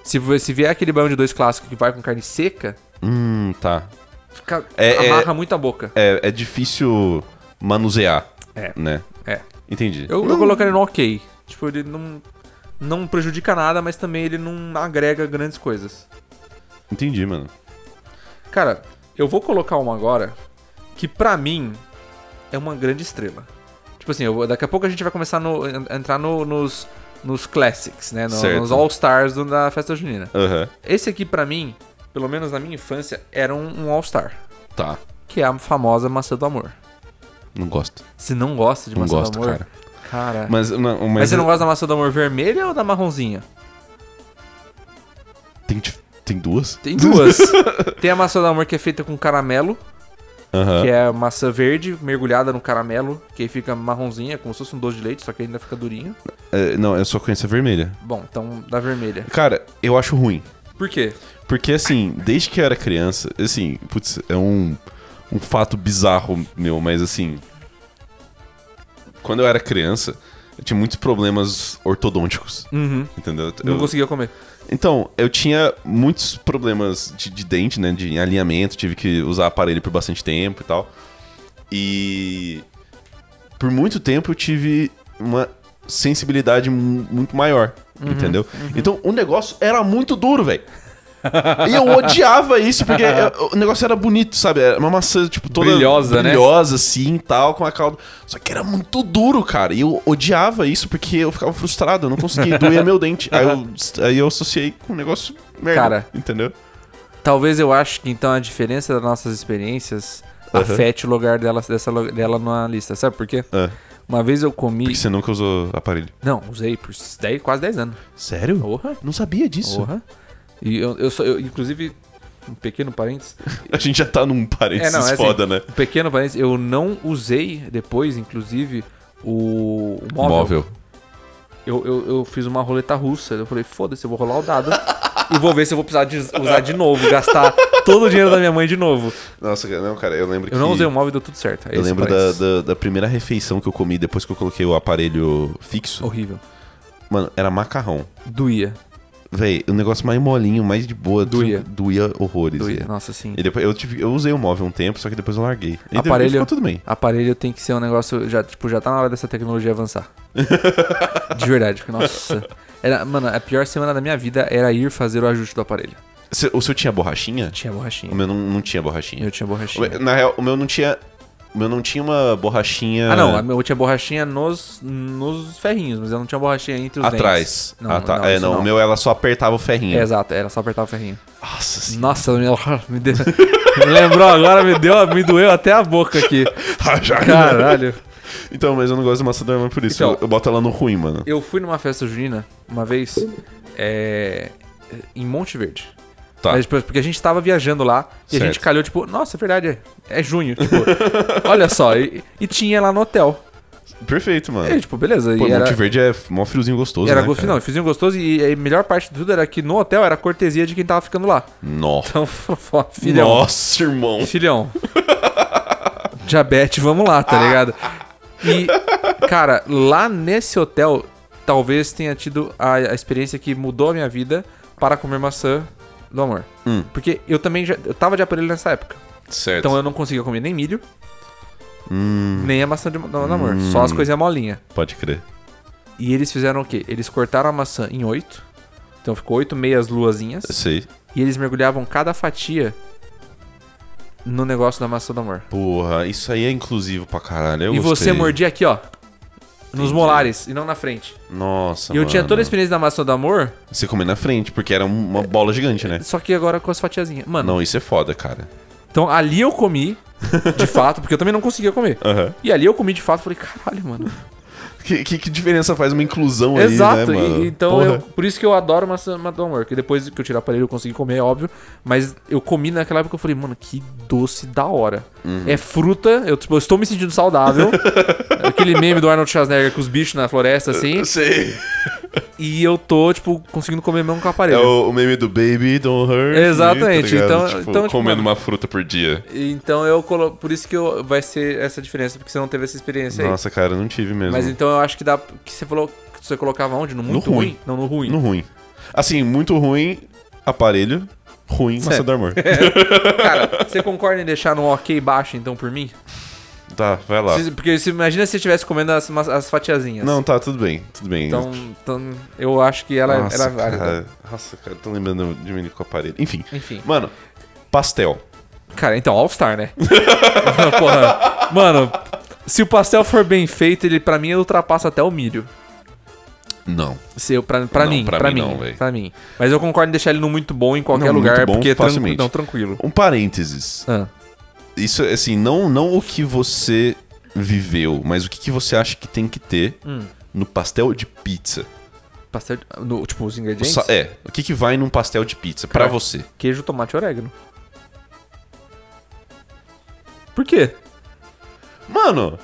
Speaker 1: Se, vo- se vier aquele banho de dois clássico que vai com carne seca,
Speaker 2: Hum, tá.
Speaker 1: fica,
Speaker 2: É, é-
Speaker 1: amarra muito a boca.
Speaker 2: É, é difícil manusear.
Speaker 1: É.
Speaker 2: Né?
Speaker 1: É.
Speaker 2: Entendi.
Speaker 1: Eu, eu colocaria no ok. Tipo, ele não, não prejudica nada, mas também ele não agrega grandes coisas.
Speaker 2: Entendi, mano.
Speaker 1: Cara, eu vou colocar uma agora que pra mim é uma grande estrela. Tipo assim, eu vou- daqui a pouco a gente vai começar no, en- entrar no- nos, nos classics, né? No-
Speaker 2: Certo.
Speaker 1: nos all-stars do- da festa junina.
Speaker 2: Aham.
Speaker 1: Esse aqui pra mim, pelo menos na minha infância, era um, um all-star.
Speaker 2: Tá.
Speaker 1: Que é a famosa maçã do amor.
Speaker 2: Não gosto.
Speaker 1: Se não gosta de
Speaker 2: Não
Speaker 1: maçã
Speaker 2: gosto,
Speaker 1: do amor...
Speaker 2: cara.
Speaker 1: Cara... Mas,
Speaker 2: Mas, não, mas, é,
Speaker 1: você não gosta da maçã do amor vermelha ou da marronzinha?
Speaker 2: Tem, dif- tem duas?
Speaker 1: Tem duas. tem a maçã do amor que é feita com caramelo,
Speaker 2: Aham.
Speaker 1: que é maçã verde mergulhada no caramelo, que aí fica marronzinha, como se fosse um doce de leite, só que ainda fica durinho.
Speaker 2: É, não, eu só conheço a vermelha.
Speaker 1: Bom, então da vermelha.
Speaker 2: Cara, eu acho ruim.
Speaker 1: Por quê?
Speaker 2: Porque, assim, desde que eu era criança, assim, putz, é um, um fato bizarro meu, mas, assim. Quando eu era criança, eu tinha muitos problemas ortodônticos.
Speaker 1: Uhum.
Speaker 2: Entendeu?
Speaker 1: Não
Speaker 2: Eu-
Speaker 1: conseguia comer.
Speaker 2: Então, eu tinha muitos problemas de, de dente, né? De alinhamento, tive que usar aparelho por bastante tempo e tal. E. Por muito tempo eu tive uma sensibilidade mu- muito maior,
Speaker 1: Uhum,
Speaker 2: entendeu? Então o negócio era muito duro, velho. E eu odiava isso, porque eu- o negócio era bonito, sabe? Era uma maçã, tipo, toda
Speaker 1: Brilhosa, né?
Speaker 2: brilhosa, assim, e tal, com a calda. Só que era muito duro, cara. E eu odiava isso porque eu ficava frustrado, eu não conseguia, doía meu dente. Aí eu, aí eu associei com um negócio merda,
Speaker 1: Cara.
Speaker 2: entendeu?
Speaker 1: Talvez eu acho que então a diferença das nossas experiências
Speaker 2: Aham.
Speaker 1: afete o lugar dela, dessa, lo- dela na lista. Sabe por quê?
Speaker 2: Ah,
Speaker 1: Uma vez eu comi.
Speaker 2: porque você nunca usou aparelho.
Speaker 1: Não, usei por 10, quase 10 anos.
Speaker 2: Sério?
Speaker 1: Porra.
Speaker 2: Não sabia disso.
Speaker 1: Porra. E eu, eu, sou- eu, inclusive, um pequeno parênteses.
Speaker 2: A gente já tá num parênteses
Speaker 1: É, não, é assim,
Speaker 2: foda, né?
Speaker 1: Um pequeno parênteses, eu não usei depois, inclusive, o o móvel. Eu, eu, eu fiz uma roleta russa. Eu falei, foda-se, eu vou rolar o dado. e vou ver se eu vou precisar de usar de novo, gastar todo o dinheiro da minha mãe de novo.
Speaker 2: Nossa, cara, não, cara, eu lembro
Speaker 1: Eu não usei o móvel e deu tudo certo. É
Speaker 2: Eu
Speaker 1: esse
Speaker 2: lembro da,
Speaker 1: parênteses.
Speaker 2: da, da primeira refeição que eu comi depois que eu coloquei o aparelho fixo.
Speaker 1: Horrível.
Speaker 2: Mano, era macarrão.
Speaker 1: Doía.
Speaker 2: Véi, o negócio mais molinho, mais de boa.
Speaker 1: Doía.
Speaker 2: tudo- Doía horrores.
Speaker 1: Doía.
Speaker 2: né?
Speaker 1: Nossa, assim, sim.
Speaker 2: E depois eu, tive, eu usei o móvel um tempo, só que depois eu larguei. E depois
Speaker 1: Aparelho-
Speaker 2: ficou tudo bem.
Speaker 1: Aparelho tem que ser um negócio. Já, tipo, já tá na hora dessa tecnologia avançar. de verdade, porque, nossa. Era, mano, a pior semana da minha vida era ir fazer o ajuste do aparelho.
Speaker 2: Se- o seu tinha borrachinha?
Speaker 1: Tinha
Speaker 2: O
Speaker 1: borrachinha.
Speaker 2: meu não, não tinha borrachinha.
Speaker 1: Eu tinha
Speaker 2: O
Speaker 1: borrachinha.
Speaker 2: meu- na real, o meu não tinha O meu não tinha uma borrachinha.
Speaker 1: Ah, não. A minha, eu tinha borrachinha é nos, nos ferrinhos, mas eu não tinha borrachinha entre os
Speaker 2: Atrás.
Speaker 1: dentes.
Speaker 2: ah, tá. é,
Speaker 1: isso
Speaker 2: não, O meu ela só apertava o ferrinho.
Speaker 1: É, exato. Era só apertar o ferrinho.
Speaker 2: Nossa senhora.
Speaker 1: Nossa, me, me deu... me lembrou agora, me deu, me doeu até a boca aqui. Caralho.
Speaker 2: Então, mas eu não gosto de massa da irmã por isso.
Speaker 1: Então-
Speaker 2: eu, eu boto ela no ruim, mano.
Speaker 1: Eu fui numa festa junina uma vez é, em Monte Verde.
Speaker 2: Tá.
Speaker 1: Mas, tipo, porque a gente tava viajando lá e
Speaker 2: Certo.
Speaker 1: a gente calhou, tipo, nossa, é verdade, é, é junho. Tipo, olha só, e, e tinha lá no hotel.
Speaker 2: Perfeito, mano.
Speaker 1: E, aí, tipo, beleza.
Speaker 2: Pô,
Speaker 1: e era,
Speaker 2: Monte Verde é mó friozinho gostoso,
Speaker 1: era
Speaker 2: né,
Speaker 1: gostoso,
Speaker 2: cara?
Speaker 1: não, fizinho gostoso e a melhor parte de tudo era que no hotel era cortesia de quem tava ficando lá.
Speaker 2: Nossa.
Speaker 1: Então, fó- filhão,
Speaker 2: Nossa, irmão.
Speaker 1: filhão. Diabetes, vamos lá,
Speaker 2: Ah.
Speaker 1: tá ligado? E, cara, lá nesse hotel, talvez tenha tido a, a experiência que mudou a minha vida para comer maçã do amor.
Speaker 2: Hum.
Speaker 1: Porque eu também já eu tava de aparelho nessa época.
Speaker 2: Certo.
Speaker 1: Então eu não conseguia comer nem milho,
Speaker 2: Hum,
Speaker 1: nem a maçã de- do, do amor. Só as coisinhas molinhas.
Speaker 2: pode crer.
Speaker 1: E eles fizeram o quê? Eles cortaram a maçã em oito. Então ficou oito meias luazinhas.
Speaker 2: Eu sei.
Speaker 1: E eles mergulhavam cada fatia no negócio da maçã do amor.
Speaker 2: Porra, isso aí é inclusivo pra caralho. Eu
Speaker 1: e você
Speaker 2: gostei.
Speaker 1: mordia aqui, ó. Nos
Speaker 2: Entendi.
Speaker 1: molares e não na frente.
Speaker 2: Nossa,
Speaker 1: E eu tinha toda a
Speaker 2: esse.
Speaker 1: experiência da maçã do amor,
Speaker 2: Você comia na frente, porque era um- uma bola gigante, né?
Speaker 1: só que agora com as fatiazinhas. Mano,
Speaker 2: Não, isso é foda, cara.
Speaker 1: então ali eu comi, de fato, porque eu também não conseguia comer.
Speaker 2: Aham.
Speaker 1: E ali eu comi de fato, falei, caralho, mano.
Speaker 2: Que, que, que diferença faz uma inclusão aí,
Speaker 1: Exato,
Speaker 2: né,
Speaker 1: e-
Speaker 2: mano?
Speaker 1: e então
Speaker 2: Porra.
Speaker 1: eu, por isso que eu adoro maçã maçã do amor, que depois que eu tirar o aparelho eu consegui comer, é óbvio, mas eu comi naquela época eu falei, mano, que doce da hora.
Speaker 2: Uhum.
Speaker 1: É fruta, eu, tipo, eu estou me sentindo saudável. Aquele meme do Arnold Schwarzenegger com os bichos na floresta assim,
Speaker 2: Eu Sei.
Speaker 1: e eu tô, tipo, conseguindo comer mesmo com o
Speaker 2: É
Speaker 1: aparelho.
Speaker 2: o, o meme do Baby Don't Hurt. Me, tá
Speaker 1: Exatamente,
Speaker 2: ligado?
Speaker 1: então-
Speaker 2: Tipo,
Speaker 1: então, tipo,
Speaker 2: comendo
Speaker 1: mano-
Speaker 2: uma fruta por dia.
Speaker 1: Então eu colo... por isso que eu- vai ser essa diferença, porque você não teve essa experiência É aí.
Speaker 2: Nossa, cara, eu não tive mesmo.
Speaker 1: Mas então eu acho que dá que você falou que você colocava onde? No muito
Speaker 2: ruim.
Speaker 1: Não, no ruim.
Speaker 2: No ruim. Assim, muito ruim, aparelho. Ruim, maçã
Speaker 1: Certo.
Speaker 2: do amor.
Speaker 1: Cara, você concorda em deixar no ok baixo então por mim?
Speaker 2: tá, vai lá.
Speaker 1: Se- porque se, imagina se você estivesse comendo as, umas- as fatiazinhas.
Speaker 2: Não, tá, tudo bem, tudo bem.
Speaker 1: Então, então eu acho que ela,
Speaker 2: Nossa,
Speaker 1: ela é válida.
Speaker 2: cara, Nossa, cara, tô lembrando de menino com aparelho. Enfim.
Speaker 1: Enfim.
Speaker 2: Mano, pastel.
Speaker 1: Cara, então, All-Star, né? Porra. Mano, se o pastel for bem feito, ele pra mim ultrapassa até o milho.
Speaker 2: Não.
Speaker 1: Se eu, pra pra
Speaker 2: Não,
Speaker 1: mim,
Speaker 2: pra
Speaker 1: pra,
Speaker 2: mim
Speaker 1: mim.
Speaker 2: não, véi.
Speaker 1: pra mim. Mas eu concordo em deixar ele no muito bom em qualquer
Speaker 2: Não, muito
Speaker 1: lugar,
Speaker 2: bom,
Speaker 1: porque é tranquilo.
Speaker 2: facilmente.
Speaker 1: Não, tranquilo.
Speaker 2: Um parênteses.
Speaker 1: Ah,
Speaker 2: Isso, assim, não, não o que você viveu, mas o que, que você acha que tem que ter
Speaker 1: Hum.
Speaker 2: no pastel de pizza.
Speaker 1: pastel. de- no- tipo, os
Speaker 2: O
Speaker 1: ingredientes:
Speaker 2: sa- é, o que, que vai num pastel de pizza pra
Speaker 1: Cara.
Speaker 2: você?
Speaker 1: queijo, tomate e orégano. Por quê?
Speaker 2: Mano,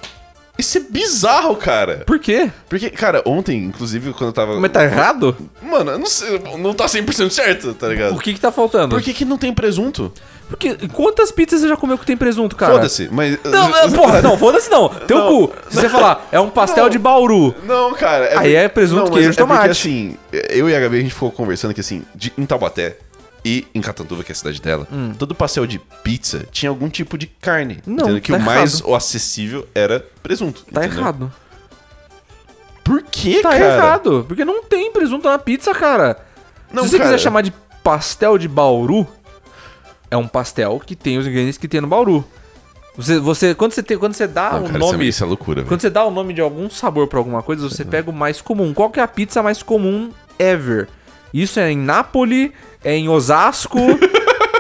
Speaker 2: isso é bizarro, cara.
Speaker 1: Por quê?
Speaker 2: Porque, cara, ontem, inclusive, quando eu tava.
Speaker 1: Mas tá errado?
Speaker 2: Mano, eu não sei, não tá 100% certo, tá ligado?
Speaker 1: O que que tá faltando?
Speaker 2: Por que, que não tem presunto?
Speaker 1: Porque quantas pizzas você já comeu que tem presunto, cara?
Speaker 2: Foda-se, mas.
Speaker 1: Não, é, porra, não, foda-se não. Teu
Speaker 2: Não.
Speaker 1: cu. Se você falar, é um pastel
Speaker 2: Não.
Speaker 1: de Bauru.
Speaker 2: Não, cara.
Speaker 1: Aí
Speaker 2: por-
Speaker 1: é presunto,
Speaker 2: mas
Speaker 1: queijo,
Speaker 2: é porque,
Speaker 1: tomate.
Speaker 2: assim, eu e a Gabi, a gente ficou conversando que, assim, de, em Taubaté e em Catanduva, que é a cidade dela, todo pastel de pizza tinha algum tipo de carne.
Speaker 1: Hum. Não,
Speaker 2: entendeu? Que
Speaker 1: tá
Speaker 2: o mais o acessível era presunto.
Speaker 1: Tá
Speaker 2: entendeu?
Speaker 1: errado.
Speaker 2: Por que,
Speaker 1: Tá
Speaker 2: cara?
Speaker 1: errado. Porque não tem presunto na pizza, cara.
Speaker 2: Não,
Speaker 1: Se você
Speaker 2: cara.
Speaker 1: quiser chamar de pastel de Bauru, é um pastel que tem os ingredientes que tem no Bauru. Você, você, quando, você tem, quando você dá
Speaker 2: Não,
Speaker 1: Ah, o
Speaker 2: cara, isso é-
Speaker 1: nome.
Speaker 2: Isso é loucura, velho.
Speaker 1: Quando você dá o nome de algum sabor pra alguma coisa, você pega o mais comum. Qual que é a pizza mais comum ever? Isso é em Nápoles, é em Osasco,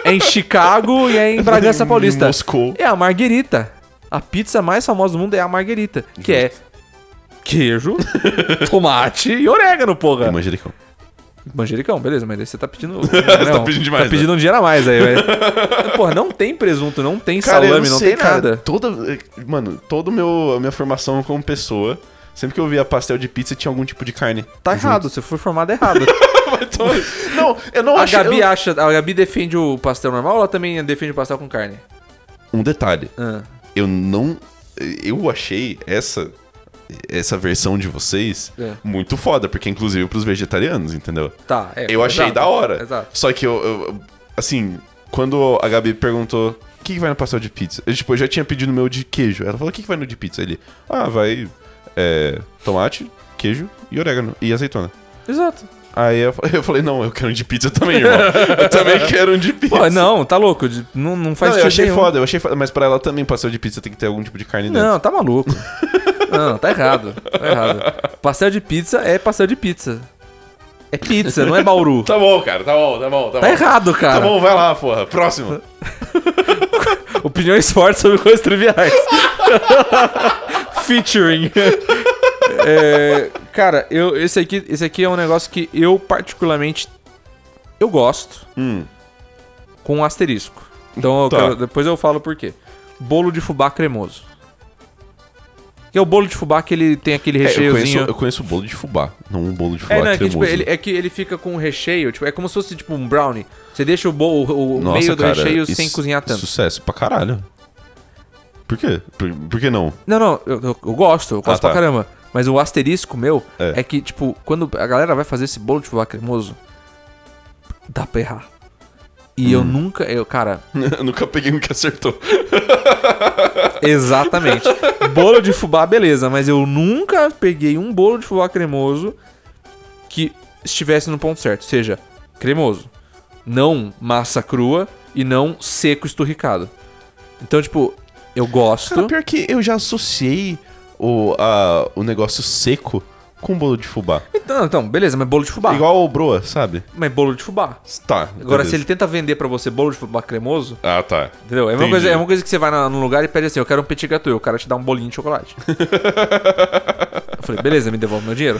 Speaker 1: é em Chicago e é em Bragança Paulista.
Speaker 2: Em Moscou.
Speaker 1: É a marguerita. A pizza mais famosa do mundo é a marguerita, que é queijo, tomate e orégano,
Speaker 2: E
Speaker 1: porra.
Speaker 2: manjericão.
Speaker 1: Manjericão, beleza, mas aí você tá pedindo. Não,
Speaker 2: pedindo demais,
Speaker 1: Tá pedindo um dinheiro a mais aí, velho. Porra, não tem presunto, não tem salame, não, tem
Speaker 2: cara.
Speaker 1: nada.
Speaker 2: né? Toda, mano, toda meu, a minha formação como pessoa, sempre que eu via pastel de pizza, tinha algum tipo de carne.
Speaker 1: Tá
Speaker 2: junto.
Speaker 1: errado, você foi formado errado.
Speaker 2: Então, não, eu não
Speaker 1: A
Speaker 2: acho...
Speaker 1: Gabi
Speaker 2: eu-
Speaker 1: acha. A Gabi defende o pastel normal ou ela também defende o pastel com carne?
Speaker 2: Um detalhe.
Speaker 1: Ah,
Speaker 2: eu não. Eu achei essa essa versão de vocês
Speaker 1: É.
Speaker 2: muito foda, porque é inclusive pros vegetarianos, entendeu?
Speaker 1: tá. é,
Speaker 2: eu achei
Speaker 1: exato,
Speaker 2: da hora.
Speaker 1: Exato.
Speaker 2: Só que eu, eu- Assim, quando a Gabi perguntou. O que, que vai no pastel de pizza? Eu, tipo, eu já tinha pedido o meu de queijo. Ela falou, o que, que vai no de pizza? Ele, ah, vai é, tomate, queijo e orégano e azeitona.
Speaker 1: Exato.
Speaker 2: Aí eu, fa- eu falei, não, eu quero um de pizza também, irmão. Eu também quero um de pizza.
Speaker 1: Pô, não, tá louco. de- Não, não faz
Speaker 2: não, eu
Speaker 1: sentido
Speaker 2: achei
Speaker 1: nenhum.
Speaker 2: foda, eu achei foda. Mas pra ela também, pastel de pizza tem que ter algum tipo de carne dentro.
Speaker 1: Não, tá maluco. não, tá errado. Tá errado. Pastel de pizza é pastel de pizza. É pizza, não é Bauru.
Speaker 2: Tá bom, cara, tá bom, tá bom, tá,
Speaker 1: Tá
Speaker 2: bom.
Speaker 1: errado,
Speaker 2: Tá
Speaker 1: cara.
Speaker 2: bom, vai lá, porra. Próximo.
Speaker 1: Opiniões fortes sobre coisas triviais. Featuring. É, cara, eu, esse, aqui, esse aqui é um negócio que eu particularmente eu gosto
Speaker 2: Hum.
Speaker 1: com um asterisco. Então eu
Speaker 2: Tá.
Speaker 1: quero- depois eu falo por quê. Bolo de fubá cremoso. Que é o bolo de fubá que ele tem aquele
Speaker 2: É, eu, conheço,
Speaker 1: recheiozinho.
Speaker 2: eu conheço o bolo de fubá, não um bolo de fubá
Speaker 1: É, não, é que,
Speaker 2: cremoso.
Speaker 1: tipo, ele, é que ele fica com um recheio, tipo, é como se fosse tipo um brownie. Você deixa o, bo- o- o
Speaker 2: Nossa,
Speaker 1: meio do
Speaker 2: cara,
Speaker 1: recheio sem
Speaker 2: isso-
Speaker 1: cozinhar tanto.
Speaker 2: Sucesso pra caralho. Por quê? Por, por que não?
Speaker 1: Não, não, eu, eu- eu gosto, eu gosto
Speaker 2: Ah, tá.
Speaker 1: pra caramba. Mas o asterisco meu
Speaker 2: É.
Speaker 1: é. que, tipo, quando a galera vai fazer esse bolo de fubá cremoso, dá pra errar. E
Speaker 2: Hum.
Speaker 1: eu nunca, eu, cara,
Speaker 2: Eu Nunca peguei um que acertou.
Speaker 1: exatamente. bolo de fubá, beleza, mas eu nunca peguei um bolo de fubá cremoso que estivesse no ponto certo. Seja cremoso, não massa crua e não seco esturricado. Então, tipo, eu
Speaker 2: Cara,
Speaker 1: gosto.
Speaker 2: pior que eu já associei o, a- o negócio seco com bolo de fubá.
Speaker 1: Então, então, beleza, mas bolo de fubá.
Speaker 2: Igual o broa, sabe?
Speaker 1: Mas bolo de fubá.
Speaker 2: Tá.
Speaker 1: Agora,
Speaker 2: beleza.
Speaker 1: se ele tenta vender pra você bolo de fubá cremoso,
Speaker 2: Ah, tá.
Speaker 1: entendeu? É uma,
Speaker 2: Entendi.
Speaker 1: coisa, é uma coisa que você vai na- num lugar e pede assim, eu quero um petit gâteau, e o cara te dá um bolinho de chocolate. eu falei, beleza, me devolve meu dinheiro.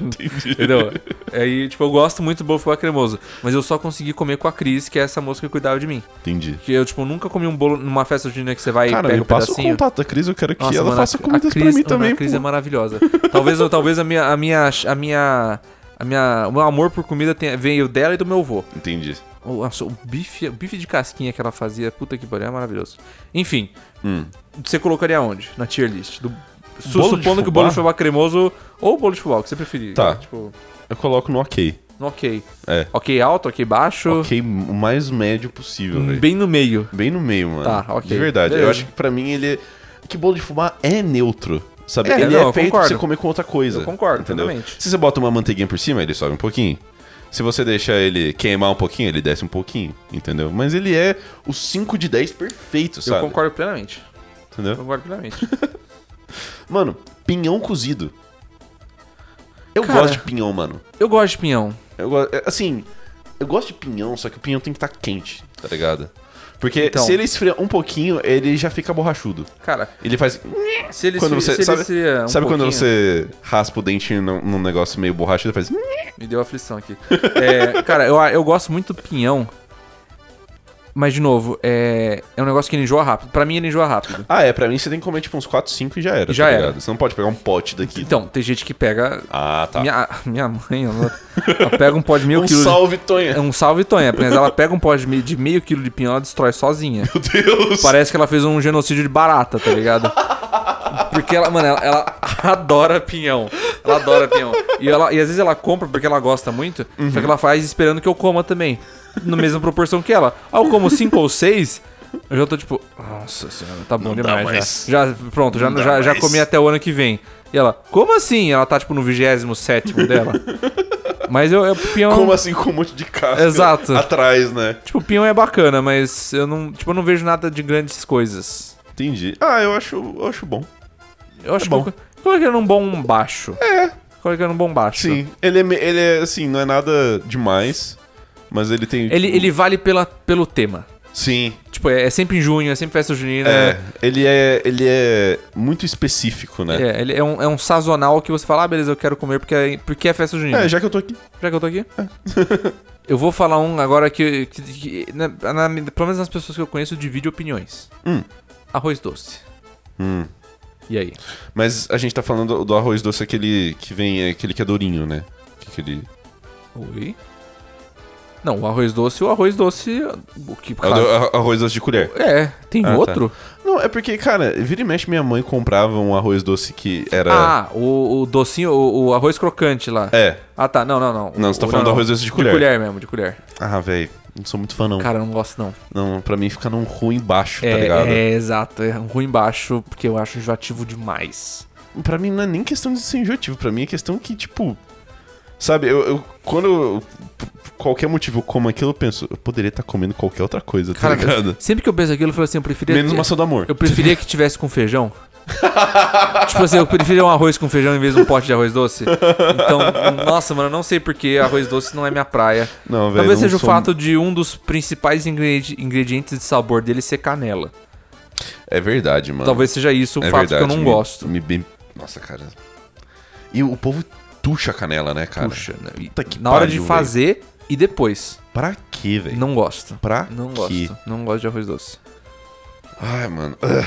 Speaker 2: Entendi.
Speaker 1: Entendeu? Aí, tipo, eu gosto muito do bolo de fubá cremoso, mas eu só consegui comer com a Cris, que é essa moça que cuidava de mim.
Speaker 2: Entendi.
Speaker 1: Que eu, tipo, nunca comi um bolo numa festa de junina que você vai e
Speaker 2: Cara,
Speaker 1: pega
Speaker 2: eu
Speaker 1: um
Speaker 2: passo o
Speaker 1: pedacinho.
Speaker 2: contato da Cris, eu quero que
Speaker 1: Nossa,
Speaker 2: ela
Speaker 1: mano,
Speaker 2: faça
Speaker 1: a-
Speaker 2: comidas
Speaker 1: a Cris,
Speaker 2: pra mim
Speaker 1: mano,
Speaker 2: também.
Speaker 1: A Cris
Speaker 2: pô.
Speaker 1: é maravilhosa. Talvez, eu- talvez a minha, a minha, a minha, a minha, o meu amor por comida tenha, veio dela e do meu avô.
Speaker 2: Entendi.
Speaker 1: O, nossa, o bife, o bife de casquinha que ela fazia, puta que pariu, é maravilhoso. Enfim,
Speaker 2: Hum.
Speaker 1: você colocaria onde? Na tier list? Do- su-
Speaker 2: Bolo de
Speaker 1: supondo que
Speaker 2: fubá?
Speaker 1: o bolo de fubá cremoso ou o bolo de fubá, o que você preferir.
Speaker 2: Tá.
Speaker 1: Tipo,
Speaker 2: Eu coloco no ok.
Speaker 1: no ok.
Speaker 2: É.
Speaker 1: Ok alto, ok baixo,
Speaker 2: Ok, o mais médio possível, velho.
Speaker 1: bem no meio.
Speaker 2: Bem no meio, mano.
Speaker 1: Tá, ok.
Speaker 2: De verdade. Eu
Speaker 1: Beleza.
Speaker 2: acho que pra mim ele. é, Que bolo de fubá é neutro. Sabe?
Speaker 1: É,
Speaker 2: ele
Speaker 1: não,
Speaker 2: é
Speaker 1: eu
Speaker 2: feito pra
Speaker 1: concordo.
Speaker 2: você comer com outra coisa.
Speaker 1: Eu concordo,
Speaker 2: entendeu?
Speaker 1: totalmente.
Speaker 2: Se você bota uma manteiguinha por cima, ele sobe um pouquinho. Se você deixa ele queimar um pouquinho, ele desce um pouquinho, entendeu? Mas ele é o 5 de 10 perfeito, sabe?
Speaker 1: Eu concordo plenamente. Eu
Speaker 2: Entendeu?
Speaker 1: concordo plenamente.
Speaker 2: Mano, pinhão cozido. Eu
Speaker 1: Cara.
Speaker 2: gosto de pinhão, mano.
Speaker 1: eu gosto de pinhão.
Speaker 2: Eu go- é, Assim, eu gosto de pinhão, só que o pinhão tem que estar quente, tá ligado? Porque
Speaker 1: Então.
Speaker 2: se ele esfriar um pouquinho, ele já fica borrachudo.
Speaker 1: Cara,
Speaker 2: Ele faz.
Speaker 1: se ele
Speaker 2: Quando
Speaker 1: se,
Speaker 2: você,
Speaker 1: se ele
Speaker 2: sabe
Speaker 1: se, um
Speaker 2: sabe quando
Speaker 1: pouquinho-
Speaker 2: você raspa o dente num, num negócio meio borrachudo e faz. "Hum?"
Speaker 1: Me deu aflição aqui. É, cara, eu, eu gosto muito do pinhão. Mas, de novo, é, é um negócio que ele enjoa rápido. Pra mim, ele enjoa rápido.
Speaker 2: Ah, é, pra mim você tem que comer tipo uns 4, 5 e já era.
Speaker 1: E já
Speaker 2: tá
Speaker 1: era.
Speaker 2: ligado? Você não pode pegar um pote daqui.
Speaker 1: Então, tem gente que pega.
Speaker 2: Ah, tá.
Speaker 1: Minha, minha mãe, ela, ela pega um pó de meio
Speaker 2: Um
Speaker 1: quilo. de-
Speaker 2: salve, Tonha.
Speaker 1: é um salve, Tonha. Mas ela pega um pó de meio, de meio quilo de pinhão, ela destrói sozinha.
Speaker 2: Meu Deus.
Speaker 1: Parece que ela fez um genocídio de barata, tá ligado? Porque ela, mano, ela, ela adora pinhão. Ela adora pinhão. E, ela, e às vezes ela compra porque ela gosta muito, só que ela faz esperando que eu coma também. Na mesma proporção que ela. Ah, eu como cinco ou seis, eu já tô tipo, nossa senhora, tá bom
Speaker 2: Não dá
Speaker 1: demais.
Speaker 2: mais.
Speaker 1: Já. já. Pronto, já,
Speaker 2: Não dá
Speaker 1: já, já
Speaker 2: mais.
Speaker 1: comi até o ano que vem. E ela, como assim? Ela tá tipo no 27 dela. Mas eu, eu pinhão.
Speaker 2: Como assim com um monte de casca
Speaker 1: é Exato.
Speaker 2: atrás, né?
Speaker 1: Tipo, pinhão é bacana, mas eu não, tipo, eu não vejo nada de grandes coisas.
Speaker 2: Entendi. Ah, eu acho, eu acho bom.
Speaker 1: Eu acho
Speaker 2: É bom.
Speaker 1: que. Eu coloquei num bom baixo. É. Coloquei num bom baixo.
Speaker 2: Sim. Ele é, me- ele é assim, não é nada demais. Mas ele tem. tipo,
Speaker 1: Ele, ele vale pela, pelo tema.
Speaker 2: Sim.
Speaker 1: Tipo, é, é sempre em junho, é sempre festa junina.
Speaker 2: É,
Speaker 1: É.
Speaker 2: ele é. Ele é muito específico, né?
Speaker 1: É, ele é um, é um sazonal que você fala, ah, beleza, eu quero comer porque é, porque é festa junina.
Speaker 2: é já É. que eu tô aqui.
Speaker 1: Já que eu tô aqui. eu vou falar um agora que, que- que- na- na- pelo menos nas pessoas que eu conheço, divide opiniões.
Speaker 2: Hum.
Speaker 1: Arroz doce.
Speaker 2: Hum.
Speaker 1: E aí?
Speaker 2: Mas a gente tá falando do, do arroz doce aquele que vem, é aquele que é durinho, né? Que Aquele...
Speaker 1: Oi? Não, o arroz doce, o arroz doce. O que,
Speaker 2: É o do- a- arroz doce de colher.
Speaker 1: É, tem
Speaker 2: Ah, tá.
Speaker 1: outro?
Speaker 2: Não, é porque, cara, vira e mexe minha mãe comprava um arroz doce que era...
Speaker 1: Ah, o, o docinho, o, o arroz crocante lá.
Speaker 2: É.
Speaker 1: Ah, tá, não, não, não.
Speaker 2: Não, você tá falando do arroz doce de colher.
Speaker 1: De colher mesmo, de colher.
Speaker 2: Ah, velho, não sou muito fã não.
Speaker 1: Cara, eu não gosto não.
Speaker 2: Não, pra mim fica num ruim baixo, tá
Speaker 1: é,
Speaker 2: ligado?
Speaker 1: é, exato, é um ruim baixo, porque eu acho enjoativo demais.
Speaker 2: Pra mim não é nem questão de ser enjoativo, pra mim é questão que, tipo... Sabe, eu, eu- quando eu, por qualquer motivo eu como aquilo, eu penso, eu poderia estar comendo qualquer outra coisa, tá
Speaker 1: Cara,
Speaker 2: ligado?
Speaker 1: sempre que eu penso aquilo, eu falo assim, eu preferia.
Speaker 2: Menos maçã do amor.
Speaker 1: Eu preferia que tivesse com feijão. tipo assim, eu preferia um arroz com feijão em vez de um pote de arroz doce. Então, nossa, mano, eu não sei porque arroz doce não é minha praia.
Speaker 2: Não, velho.
Speaker 1: Talvez
Speaker 2: não
Speaker 1: seja o
Speaker 2: sou-
Speaker 1: fato de um dos principais ingredi- ingredientes de sabor dele ser canela.
Speaker 2: É verdade, mano.
Speaker 1: Talvez seja isso o
Speaker 2: é
Speaker 1: fato
Speaker 2: verdade,
Speaker 1: que eu não
Speaker 2: me-
Speaker 1: gosto.
Speaker 2: Me, bem- Nossa, cara. E o povo tuxa a canela, né, cara?
Speaker 1: Puxa, né? E
Speaker 2: puta que
Speaker 1: na hora
Speaker 2: pariu,
Speaker 1: de fazer e depois.
Speaker 2: Pra quê, velho?
Speaker 1: Não gosto.
Speaker 2: Pra
Speaker 1: Não
Speaker 2: quê?
Speaker 1: gosto. Não gosto de arroz doce.
Speaker 2: Ai, mano. Ugh.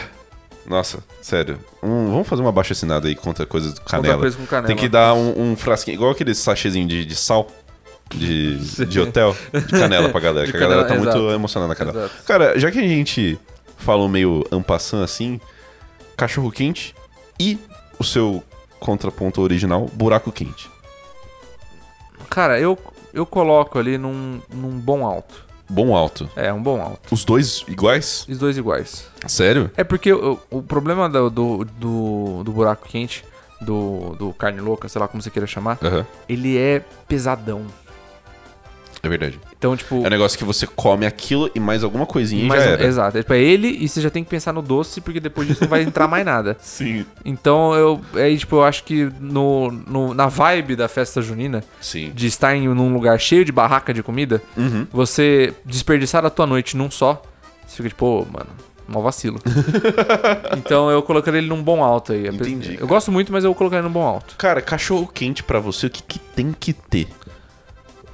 Speaker 2: Nossa, sério. Um- vamos fazer uma baixa assinada aí contra coisas do canela.
Speaker 1: Outra coisa com canela.
Speaker 2: Tem que dar um, um frasquinho, igual aquele sachêzinho de, de sal de, de hotel, de canela pra galera,
Speaker 1: De
Speaker 2: que a galera tá
Speaker 1: canela,
Speaker 2: muito
Speaker 1: exato.
Speaker 2: emocionada na canela.
Speaker 1: Exato.
Speaker 2: Cara, já que a gente falou meio ampassando assim, cachorro quente e o seu contraponto original, buraco quente.
Speaker 1: Cara, eu, eu coloco ali num, num bom alto.
Speaker 2: Bom alto.
Speaker 1: É, um bom alto.
Speaker 2: Os dois iguais?
Speaker 1: Os dois iguais.
Speaker 2: Sério?
Speaker 1: É porque o, o problema do, do, do, do buraco quente, do, do carne louca, sei lá como você queira chamar,
Speaker 2: Aham.
Speaker 1: ele é pesadão.
Speaker 2: É verdade.
Speaker 1: Então, tipo.
Speaker 2: É um negócio que você come aquilo e mais alguma coisinha e
Speaker 1: mais
Speaker 2: assim, já
Speaker 1: um-
Speaker 2: era.
Speaker 1: Exato. É, tipo, é ele e você já tem que pensar no doce, porque depois disso não vai entrar mais nada.
Speaker 2: Sim.
Speaker 1: Então, eu, é, tipo, eu acho que no, no- na vibe da festa junina,
Speaker 2: Sim.
Speaker 1: de estar em um lugar cheio de barraca de comida,
Speaker 2: Uhum.
Speaker 1: você desperdiçar a tua noite num só, você fica tipo, pô, mano, mó vacilo. então eu colocaria ele num bom alto aí. Ape-
Speaker 2: Entendi, cara.
Speaker 1: Eu gosto muito, mas eu colocaria num bom alto.
Speaker 2: Cara, cachorro quente pra você, o que, que tem que ter?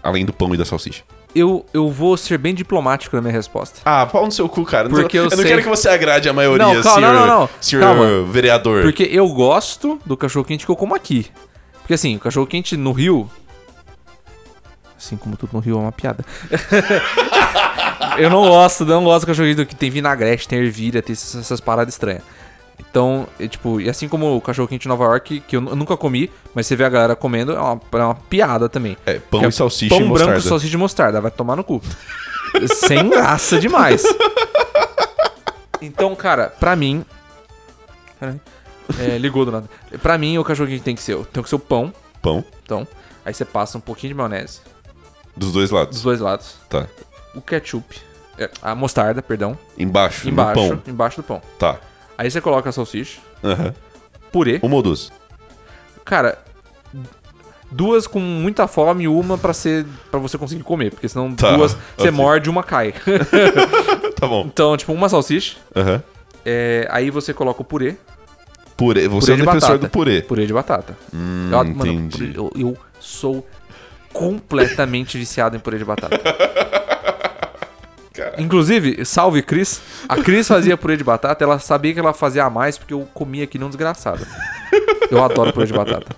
Speaker 2: Além do pão e da salsicha.
Speaker 1: Eu, eu vou ser bem diplomático na minha resposta.
Speaker 2: Ah, pau no seu cu, cara. Não
Speaker 1: Porque
Speaker 2: tô-
Speaker 1: eu
Speaker 2: eu não
Speaker 1: sei-
Speaker 2: quero que você agrade a maioria,
Speaker 1: Não, calma,
Speaker 2: senhor,
Speaker 1: não, não, não.
Speaker 2: senhor
Speaker 1: Calma.
Speaker 2: vereador.
Speaker 1: Porque eu gosto do cachorro quente que eu como aqui. Porque assim, o cachorro quente no Rio. Assim como tudo no Rio é uma piada. eu não gosto, não gosto do cachorro quente do que tem vinagrete, tem ervilha, tem essas, essas paradas estranhas. Então, é, tipo, e assim como o cachorro quente em Nova York, que eu nu- nunca comi, mas você vê a galera comendo, é uma, é uma piada também.
Speaker 2: É, pão
Speaker 1: Que
Speaker 2: e salsicha
Speaker 1: pão
Speaker 2: e
Speaker 1: branco,
Speaker 2: mostarda.
Speaker 1: salsicha e mostarda. Vai tomar no cu. Sem graça demais. Então, cara, pra mim... Caralho. É, ligou do nada. Pra mim, o cachorro quente tem que ser... o- Tem que ser o pão,
Speaker 2: Pão.
Speaker 1: então. Aí você passa um pouquinho de maionese.
Speaker 2: Dos dois
Speaker 1: Dos
Speaker 2: lados.
Speaker 1: dois lados.
Speaker 2: Tá.
Speaker 1: O ketchup. é, a mostarda, perdão.
Speaker 2: Embaixo.
Speaker 1: Embaixo.
Speaker 2: No pão.
Speaker 1: Embaixo do pão.
Speaker 2: Tá.
Speaker 1: Aí você coloca a salsicha.
Speaker 2: Aham.
Speaker 1: Purê.
Speaker 2: Uma ou duas.
Speaker 1: Cara... Duas com muita fome e uma pra ser para você conseguir comer, porque senão
Speaker 2: Tá,
Speaker 1: duas você
Speaker 2: ok.
Speaker 1: morde e uma cai.
Speaker 2: Tá bom.
Speaker 1: então, tipo, uma salsicha,
Speaker 2: Aham.
Speaker 1: É, aí você coloca o purê,
Speaker 2: Purê.
Speaker 1: Purê
Speaker 2: Você é o
Speaker 1: de
Speaker 2: defensor
Speaker 1: batata.
Speaker 2: do purê.
Speaker 1: purê de batata.
Speaker 2: Hum,
Speaker 1: eu,
Speaker 2: entendi.
Speaker 1: eu, eu sou completamente viciado em purê de batata. Inclusive, salve Cris. A Cris fazia purê de batata, ela sabia que ela fazia a mais porque eu comia aqui não desgraçado. Eu adoro purê de batata.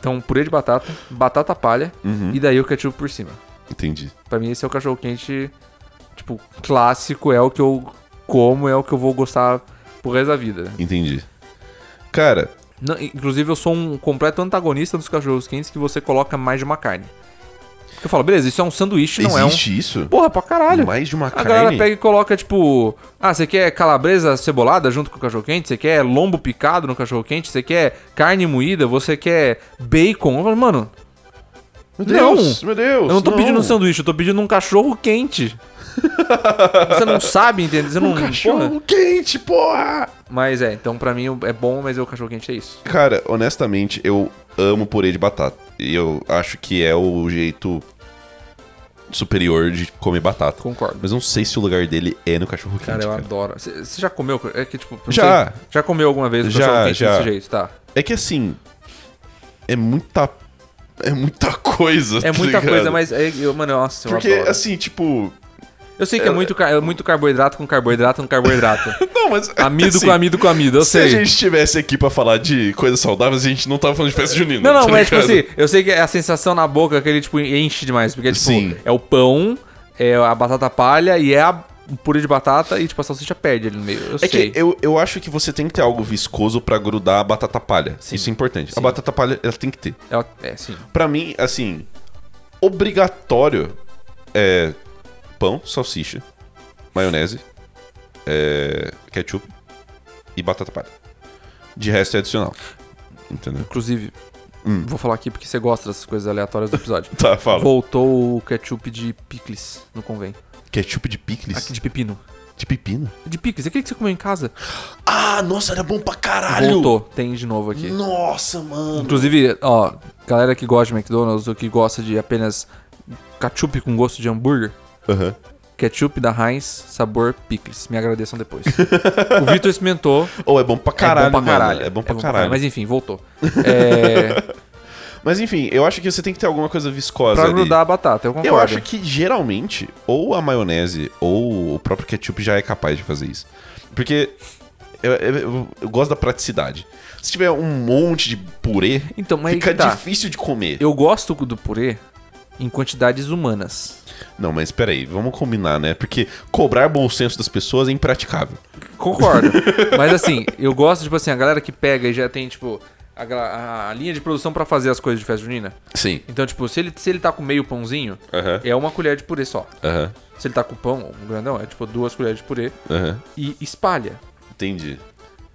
Speaker 1: Então, purê de batata, batata palha
Speaker 2: Uhum.
Speaker 1: e daí o ketchup por cima.
Speaker 2: Entendi.
Speaker 1: Pra mim, esse é o cachorro quente, tipo, clássico, é o que eu como, é o que eu vou gostar pro resto da vida.
Speaker 2: Entendi. Cara,
Speaker 1: Não, inclusive, eu sou um completo antagonista dos cachorros quentes que você coloca mais de uma carne. Eu falo, beleza, isso é um sanduíche, não é um.
Speaker 2: existe isso?
Speaker 1: Porra, pra caralho.
Speaker 2: Mais de uma
Speaker 1: A
Speaker 2: carne?
Speaker 1: galera pega e coloca, tipo, ah, você quer calabresa cebolada junto com o cachorro quente? Você quer lombo picado no cachorro quente? Você quer carne moída? Você quer bacon? Eu falo, mano,
Speaker 2: Meu
Speaker 1: Não.
Speaker 2: Deus, meu Deus.
Speaker 1: eu não tô pedindo um sanduíche, eu tô pedindo um cachorro quente. você não sabe, entende? Você não.
Speaker 2: Um
Speaker 1: porra.
Speaker 2: cachorro quente, porra!
Speaker 1: Mas é, então pra mim é bom, mas o cachorro quente é isso.
Speaker 2: Cara, honestamente, eu amo purê de batata. E eu acho que é o jeito superior de comer batata.
Speaker 1: Concordo.
Speaker 2: Mas eu não sei se o lugar dele é no cachorro quente.
Speaker 1: Cara, eu
Speaker 2: cara.
Speaker 1: adoro. Você já comeu? É que, tipo, eu não
Speaker 2: Já.
Speaker 1: sei- já comeu alguma vez o
Speaker 2: Já,
Speaker 1: cachorro quente
Speaker 2: já.
Speaker 1: desse jeito, tá?
Speaker 2: É que assim. É muita. É muita coisa.
Speaker 1: É
Speaker 2: tá
Speaker 1: muita
Speaker 2: ligado?
Speaker 1: coisa, mas. é- eu, mano, nossa, eu
Speaker 2: Porque,
Speaker 1: adoro.
Speaker 2: assim, tipo.
Speaker 1: eu sei que é muito, ca- é muito carboidrato com carboidrato com carboidrato.
Speaker 2: Não, mas.
Speaker 1: amido
Speaker 2: assim,
Speaker 1: com amido com amido, eu
Speaker 2: Se a
Speaker 1: sei.
Speaker 2: gente estivesse aqui pra falar de coisas saudáveis, a gente não tava falando de festa junina.
Speaker 1: Não, não,
Speaker 2: tá
Speaker 1: mas tipo
Speaker 2: ligado?
Speaker 1: assim, eu sei que é a sensação na boca que ele, tipo, enche demais. Porque, tipo,
Speaker 2: Sim.
Speaker 1: é o pão, é a batata palha e é a o purê de batata e, tipo, a salsicha perde ali no meio. Eu
Speaker 2: É
Speaker 1: sei.
Speaker 2: que eu, eu acho que você tem que ter algo viscoso pra grudar a batata palha. Isso é importante. A batata palha, ela tem que ter.
Speaker 1: Ela- É, sim.
Speaker 2: Pra mim, assim, obrigatório é pão, salsicha, maionese, é, ketchup e batata palha. De resto é adicional. Entendeu?
Speaker 1: Inclusive,
Speaker 2: Hum.
Speaker 1: Vou falar aqui porque você gosta dessas coisas aleatórias do episódio.
Speaker 2: Tá, fala.
Speaker 1: Voltou o ketchup de picles no convém.
Speaker 2: Ketchup de picles?
Speaker 1: Aqui de pepino.
Speaker 2: De pepino?
Speaker 1: De picles, aquele que você comeu em casa.
Speaker 2: Ah, nossa, era bom pra caralho.
Speaker 1: Voltou, tem de novo aqui.
Speaker 2: Nossa, mano.
Speaker 1: Inclusive, ó, galera que gosta de McDonald's ou que gosta de apenas ketchup com gosto de hambúrguer,
Speaker 2: Aham.
Speaker 1: ketchup da Heinz, sabor picles. Me agradeçam depois. o Vitor experimentou.
Speaker 2: Ou é bom pra caralho,
Speaker 1: é bom pra
Speaker 2: mano.
Speaker 1: caralho.
Speaker 2: É bom pra caralho.
Speaker 1: Mas enfim, voltou. É,
Speaker 2: Mas enfim, eu acho que você tem que ter alguma coisa viscosa
Speaker 1: pra
Speaker 2: ali.
Speaker 1: grudar a batata, eu concordo.
Speaker 2: Eu acho que geralmente, ou a maionese ou o próprio ketchup já é capaz de fazer isso. Porque eu, eu- eu gosto da praticidade. Se tiver um monte de purê,
Speaker 1: Então, mas aí
Speaker 2: fica
Speaker 1: que tá.
Speaker 2: difícil de comer.
Speaker 1: Eu gosto do purê em quantidades humanas.
Speaker 2: Não, mas peraí, vamos combinar, né? Porque cobrar bom senso das pessoas é impraticável.
Speaker 1: Concordo. Mas assim, eu gosto, tipo assim, a galera que pega e já tem, tipo, a, gra- a linha de produção pra fazer as coisas de festa junina.
Speaker 2: Sim.
Speaker 1: Então, tipo, se ele, se ele tá com meio pãozinho,
Speaker 2: Aham,
Speaker 1: é uma colher de purê só.
Speaker 2: aham,
Speaker 1: Se ele tá com pão, um grandão, é tipo duas colheres de purê
Speaker 2: aham.
Speaker 1: e espalha.
Speaker 2: Entendi.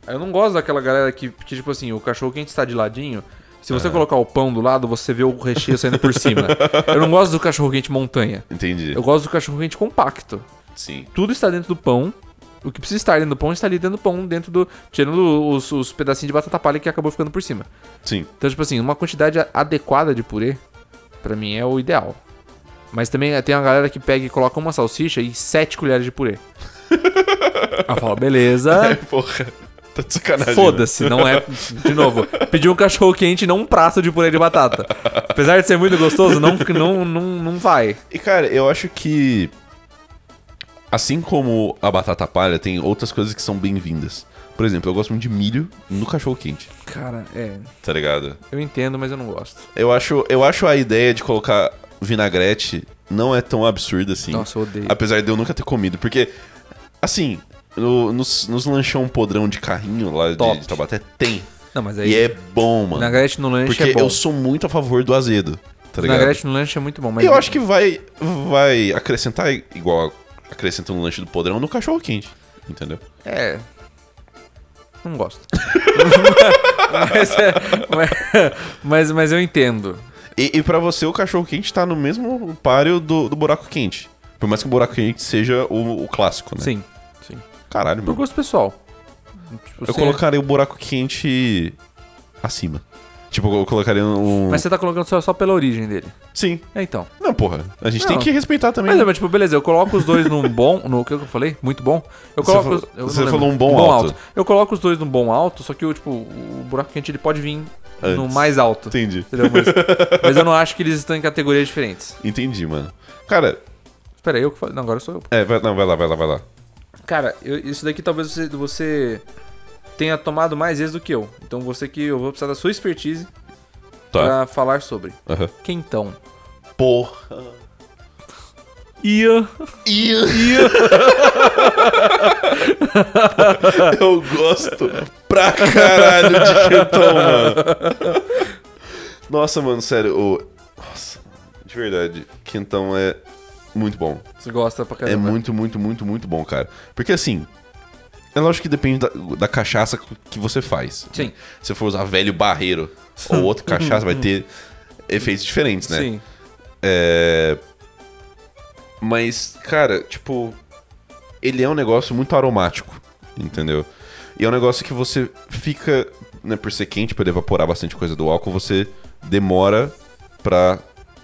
Speaker 1: Eu não gosto daquela galera que, que tipo assim, o cachorro quente está de ladinho. Se você colocar o pão do lado, você vê o recheio saindo por cima. Eu não gosto do cachorro quente montanha.
Speaker 2: Entendi.
Speaker 1: Eu gosto do cachorro quente compacto.
Speaker 2: Sim.
Speaker 1: Tudo está dentro do pão. O que precisa estar dentro do pão está ali dentro do pão, dentro do. tirando os, os pedacinhos de batata palha que acabou ficando por cima.
Speaker 2: Sim.
Speaker 1: Então, tipo assim, uma quantidade a- adequada de purê, pra mim, é o ideal. Mas também eh, tem uma galera que pega e coloca uma salsicha e sete colheres de purê. Ela fala, beleza,
Speaker 2: Porra, tá de sacanagem.
Speaker 1: foda-se, não é. De novo, pedir um cachorro quente e não um prato de purê de batata. Apesar de ser muito gostoso, não, não, não, não vai.
Speaker 2: E cara, eu acho que assim como a batata palha, tem outras coisas que são bem-vindas. Por exemplo, eu gosto muito de milho no cachorro quente,
Speaker 1: Cara, é.
Speaker 2: tá ligado?
Speaker 1: Eu entendo, mas eu não gosto.
Speaker 2: Eu acho, eu acho a ideia de colocar vinagrete não é tão absurda assim.
Speaker 1: Nossa, eu odeio.
Speaker 2: Apesar de eu nunca ter comido, porque assim, no- nos, nos lanchão podrão de carrinho lá de,
Speaker 1: Top.
Speaker 2: de Taubaté tem.
Speaker 1: Não, mas aí.
Speaker 2: E é bom, mano.
Speaker 1: Vinagrete no lanche
Speaker 2: porque
Speaker 1: é bom.
Speaker 2: eu sou muito a favor do azedo, tá ligado?
Speaker 1: Vinagrete no lanche é muito bom, mas.
Speaker 2: E eu acho que vai, vai acrescentar igual acrescenta no lanche do podrão no cachorro quente. Entendeu?
Speaker 1: É. Não gosto. mas, é, mas, mas, mas eu entendo.
Speaker 2: E, e para você, o cachorro quente tá no mesmo páreo do, do buraco quente. Por mais que o buraco quente seja o, o clássico, né?
Speaker 1: Sim. Sim.
Speaker 2: Caralho,
Speaker 1: Por
Speaker 2: mano.
Speaker 1: gosto pessoal. Tipo,
Speaker 2: Eu
Speaker 1: você-
Speaker 2: colocaria o buraco quente acima. Tipo, eu colocaria um.
Speaker 1: Mas você tá colocando só, só pela origem dele.
Speaker 2: Sim.
Speaker 1: É então.
Speaker 2: Não, porra. A gente tem
Speaker 1: Não.
Speaker 2: que respeitar também. né?
Speaker 1: Mas, é, mas, tipo, beleza, eu coloco os dois num bom. No que eu falei? Muito bom? Eu
Speaker 2: Você
Speaker 1: coloco.
Speaker 2: falou-
Speaker 1: os- eu não
Speaker 2: você
Speaker 1: lembro.
Speaker 2: falou um bom alto.
Speaker 1: Eu coloco os dois num bom alto, só que o, tipo, o buraco quente ele pode vir no
Speaker 2: Antes.
Speaker 1: mais alto.
Speaker 2: Entendi.
Speaker 1: Entendeu? Mas, mas eu não acho que eles estão em categorias diferentes.
Speaker 2: Entendi, mano. Cara,
Speaker 1: Espera aí, eu que falei. Não, agora sou eu.
Speaker 2: é, vai, não, vai lá, vai lá, vai lá.
Speaker 1: Cara, eu- isso daqui talvez você, você tenha tomado mais vezes do que eu. Então você que eu vou precisar da sua expertise
Speaker 2: Tá.
Speaker 1: pra falar sobre.
Speaker 2: Aham.
Speaker 1: Quentão.
Speaker 2: Porra.
Speaker 1: Ia.
Speaker 2: Ia. Eu gosto pra caralho de quentão, mano. Nossa, mano, sério. o- Nossa, de verdade, quentão é muito bom.
Speaker 1: Você gosta pra
Speaker 2: É
Speaker 1: caramba.
Speaker 2: muito, muito, muito, muito bom, cara. Porque assim, é lógico que depende da, da cachaça que você faz. né?
Speaker 1: Sim.
Speaker 2: Se você for usar velho barreiro ou outro cachaça, vai ter efeitos diferentes, né?
Speaker 1: Sim.
Speaker 2: É... Mas, cara, tipo. Ele é um negócio muito aromático, entendeu? E é um negócio que você fica. Né, por ser quente, por evaporar bastante coisa do álcool, você demora pra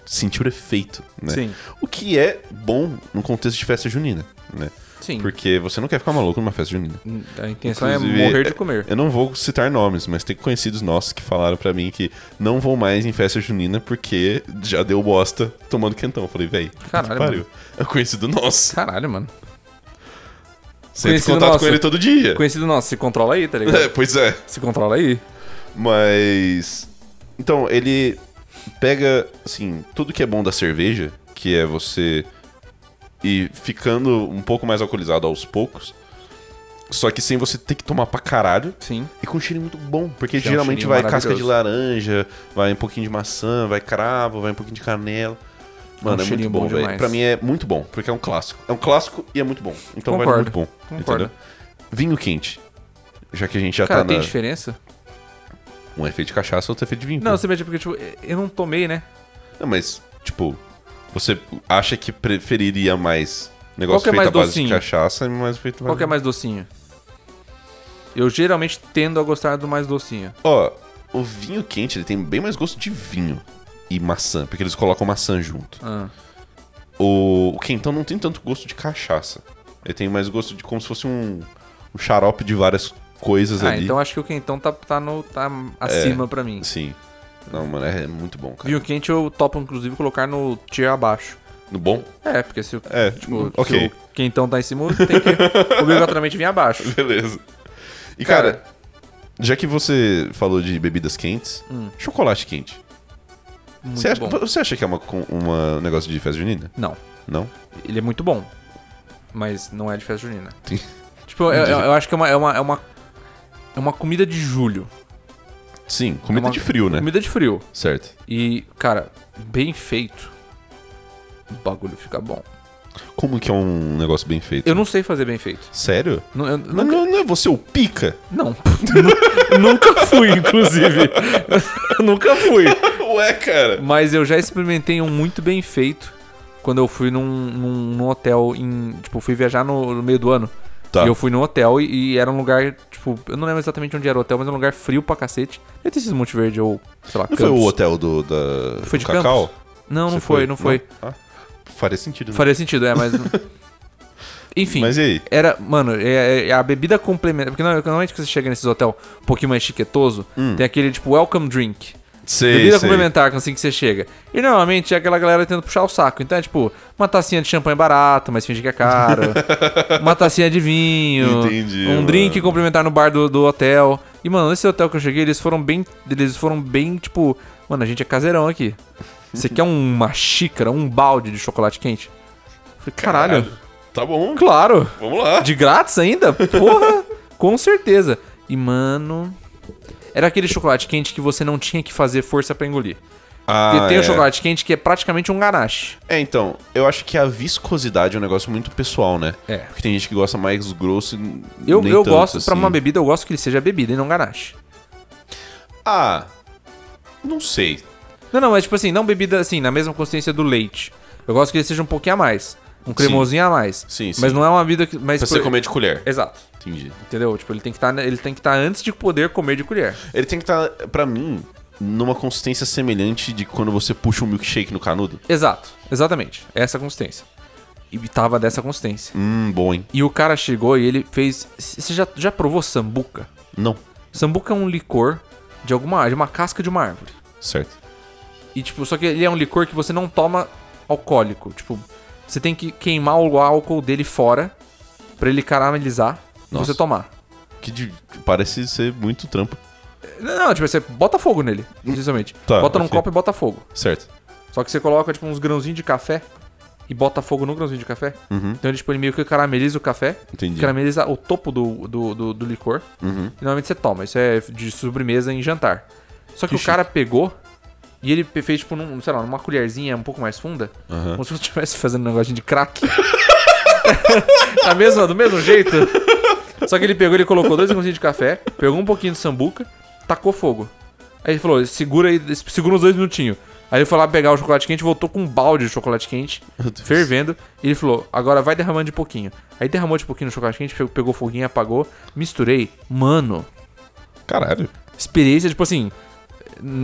Speaker 2: sentir o efeito, né?
Speaker 1: Sim.
Speaker 2: O que é bom no contexto de festa junina, né?
Speaker 1: Sim.
Speaker 2: Porque você não quer ficar maluco numa festa junina.
Speaker 1: A intenção é
Speaker 2: Inclusive,
Speaker 1: morrer de
Speaker 2: é-
Speaker 1: comer.
Speaker 2: Eu não vou citar nomes, mas tem conhecidos nossos que falaram pra mim que não vou mais em festa junina porque já deu bosta tomando quentão. Eu falei, véi, puta
Speaker 1: Caralho,
Speaker 2: que pariu. É um conhecido nosso.
Speaker 1: Caralho, mano.
Speaker 2: Você entra em
Speaker 1: conhecido
Speaker 2: contato
Speaker 1: nosso.
Speaker 2: com ele todo dia.
Speaker 1: Conhecido nosso, se controla aí, tá ligado?
Speaker 2: É, pois é.
Speaker 1: se controla aí.
Speaker 2: Mas. Então, ele pega, assim, tudo que é bom da cerveja, que é você ir ficando um pouco mais alcoolizado aos poucos. Só que sem você ter que tomar pra caralho.
Speaker 1: Sim.
Speaker 2: E com um cheirinho muito bom, porque
Speaker 1: Que é um
Speaker 2: geralmente
Speaker 1: cheirinho
Speaker 2: vai casca de
Speaker 1: maravilhoso.
Speaker 2: laranja, vai um pouquinho de maçã, vai cravo, vai um pouquinho de canela. Mano, é, muito
Speaker 1: um cheirinho
Speaker 2: bom,
Speaker 1: bom
Speaker 2: velho.
Speaker 1: demais.
Speaker 2: Pra mim é muito bom, porque é um clássico. É um clássico e é muito bom. Então vale
Speaker 1: Concordo,
Speaker 2: muito bom.
Speaker 1: concordo.
Speaker 2: Entendeu? Vinho quente. Já que a gente já
Speaker 1: Cara,
Speaker 2: tá
Speaker 1: tem
Speaker 2: na.
Speaker 1: diferença?
Speaker 2: Um é feito de cachaça, outro é feito de vinho.
Speaker 1: Não,
Speaker 2: pô.
Speaker 1: você mete porque, tipo, eu não tomei, né?
Speaker 2: Não, mas, tipo, você acha que preferiria mais
Speaker 1: Qual
Speaker 2: negócio
Speaker 1: que é
Speaker 2: feito
Speaker 1: mais
Speaker 2: à base
Speaker 1: docinho?
Speaker 2: de cachaça e mais feito
Speaker 1: Qual que é mais docinho? Eu geralmente tendo a gostar do mais docinho.
Speaker 2: Ó, o vinho quente ele tem bem mais gosto de vinho e maçã, porque eles colocam maçã junto.
Speaker 1: Ah.
Speaker 2: O, o quentão não tem tanto gosto de cachaça. Ele tem mais gosto de como se fosse um, um xarope de várias coisas
Speaker 1: Ah,
Speaker 2: ali. É.
Speaker 1: então é acho que o quentão tá, tá, no, tá acima pra mim.
Speaker 2: Sim. Não, mano, é, é muito bom, cara.
Speaker 1: Vinho quente eu topo, inclusive, colocar no tier abaixo.
Speaker 2: No bom?
Speaker 1: É, porque se, o-
Speaker 2: É,
Speaker 1: tipo,
Speaker 2: ok.
Speaker 1: se o quentão tá em cima, tem que obrigatoriamente vir abaixo.
Speaker 2: Beleza. E
Speaker 1: Cara-
Speaker 2: cara, já que você falou de bebidas quentes, chocolate quente.
Speaker 1: Muito
Speaker 2: Você acha,
Speaker 1: Hum. bom.
Speaker 2: você acha que é uma, com- uma um negócio de festa junina?
Speaker 1: Não,
Speaker 2: Não?
Speaker 1: ele é muito bom, mas não é de festa junina.
Speaker 2: Tem-
Speaker 1: Tipo, eu, eu- eu acho que é uma, é, uma, é, uma, é uma comida de julho.
Speaker 2: Sim, comida
Speaker 1: É uma-
Speaker 2: de frio, né?
Speaker 1: Comida de frio.
Speaker 2: Certo.
Speaker 1: E, cara, bem feito, o bagulho fica bom.
Speaker 2: Como que é um negócio bem feito?
Speaker 1: Eu não sei fazer bem feito.
Speaker 2: Sério?
Speaker 1: Não, eu-
Speaker 2: Não,
Speaker 1: nunca-
Speaker 2: não, não é você o pica?
Speaker 1: não. nunca fui, inclusive. nunca fui.
Speaker 2: Ué, cara.
Speaker 1: Mas eu já experimentei um muito bem feito quando eu fui num, num, num hotel em. Tipo, fui viajar no, no meio do ano.
Speaker 2: Tá.
Speaker 1: E eu fui num hotel e, e era um lugar, tipo, eu não lembro exatamente onde era o hotel, mas era um lugar frio pra cacete. Deve ter sido Monte Verde ou, sei lá,
Speaker 2: Não foi o
Speaker 1: Campos.
Speaker 2: hotel do, da,
Speaker 1: Foi
Speaker 2: do
Speaker 1: de
Speaker 2: Cacau?
Speaker 1: Não,
Speaker 2: Você
Speaker 1: não foi, não foi.
Speaker 2: Ah, faria sentido, né?
Speaker 1: Faria sentido, é, mas. Enfim.
Speaker 2: Mas e aí?
Speaker 1: Era, mano, é, é a bebida complementar. Porque não- normalmente quando você chega nesses hotel um pouquinho mais chiquetoso,
Speaker 2: Hum.
Speaker 1: tem aquele tipo welcome drink.
Speaker 2: Sei,
Speaker 1: Bebida
Speaker 2: sei.
Speaker 1: complementar, assim que você chega. E normalmente é aquela galera tentando puxar o saco. Então é tipo, uma tacinha de champanhe barato, mas finge que é caro. uma tacinha de vinho.
Speaker 2: Entendi,
Speaker 1: Um
Speaker 2: mano.
Speaker 1: drink complementar no bar do, do hotel. E, mano, nesse hotel que eu cheguei, eles foram bem. Eles foram bem, tipo, mano, a gente é caseirão aqui. Você quer uma xícara, um balde de chocolate quente? Eu Falei, caralho.
Speaker 2: Tá bom,
Speaker 1: Claro!
Speaker 2: vamos lá.
Speaker 1: De grátis ainda? Porra! com certeza. E, mano. Era aquele chocolate quente que você não tinha que fazer força pra engolir. Porque
Speaker 2: Ah,
Speaker 1: tem
Speaker 2: é.
Speaker 1: o chocolate quente que é praticamente um ganache.
Speaker 2: É, então, eu acho que a viscosidade é um negócio muito pessoal, né?
Speaker 1: É.
Speaker 2: Porque tem gente que gosta mais grosso e
Speaker 1: Eu,
Speaker 2: nem
Speaker 1: eu
Speaker 2: tanto,
Speaker 1: gosto, pra
Speaker 2: assim.
Speaker 1: uma bebida, eu gosto que ele seja bebida e não ganache.
Speaker 2: Ah, não sei.
Speaker 1: Não, não, mas tipo assim, não bebida assim, na mesma consistência do leite. Eu gosto que ele seja um pouquinho a mais. Um cremosinho a mais.
Speaker 2: Sim, sim.
Speaker 1: Mas não é uma bebida que. Mas
Speaker 2: Pra você
Speaker 1: por-
Speaker 2: comer de colher.
Speaker 1: Exato.
Speaker 2: Entendi.
Speaker 1: Entendeu? Tipo, ele tem que tá, estar antes de poder comer de colher.
Speaker 2: Ele tem que estar, tá, pra mim, numa consistência semelhante de quando você puxa um milkshake no canudo.
Speaker 1: Exato. Exatamente. É Essa consistência. E tava dessa consistência.
Speaker 2: Hum, bom, hein?
Speaker 1: E o cara chegou e ele fez. Você já, já provou sambuca?
Speaker 2: Não.
Speaker 1: Sambuca é um licor de alguma de uma casca de uma árvore.
Speaker 2: Certo.
Speaker 1: E tipo, só que ele é um licor que você não toma alcoólico. Tipo, você tem que queimar o álcool dele fora pra ele caramelizar e você
Speaker 2: Nossa.
Speaker 1: tomar.
Speaker 2: Que de- parece ser muito trampo.
Speaker 1: Não, não, tipo, você bota fogo nele, precisamente.
Speaker 2: Tá,
Speaker 1: bota num
Speaker 2: ok.
Speaker 1: copo e bota fogo.
Speaker 2: Certo.
Speaker 1: Só que você coloca, tipo, uns grãozinhos de café e bota fogo no grãozinho de café. Então ele, tipo, ele meio que carameliza o café.
Speaker 2: Entendi. Uhum.
Speaker 1: Carameliza o topo do, do, do, do licor. E normalmente você toma. Isso é de sobremesa em jantar. Só que, o
Speaker 2: chique.
Speaker 1: cara pegou e ele pe- fez, tipo, num, sei lá, numa colherzinha um pouco mais funda. Como se você estivesse fazendo um negocinho de crack. da mesma, do mesmo jeito. Só que ele pegou, ele colocou dois grãozinhos de café, pegou um pouquinho de sambuca, tacou fogo. Aí ele falou, segura aí, segura uns dois minutinhos. Aí ele foi lá pegar o chocolate quente, voltou com um balde de chocolate quente,
Speaker 2: Deus.
Speaker 1: fervendo. E ele falou, agora vai derramando de pouquinho. Aí derramou de pouquinho no chocolate quente, pegou, pegou foguinho, apagou, misturei. Mano,
Speaker 2: Caralho.
Speaker 1: experiência, tipo assim,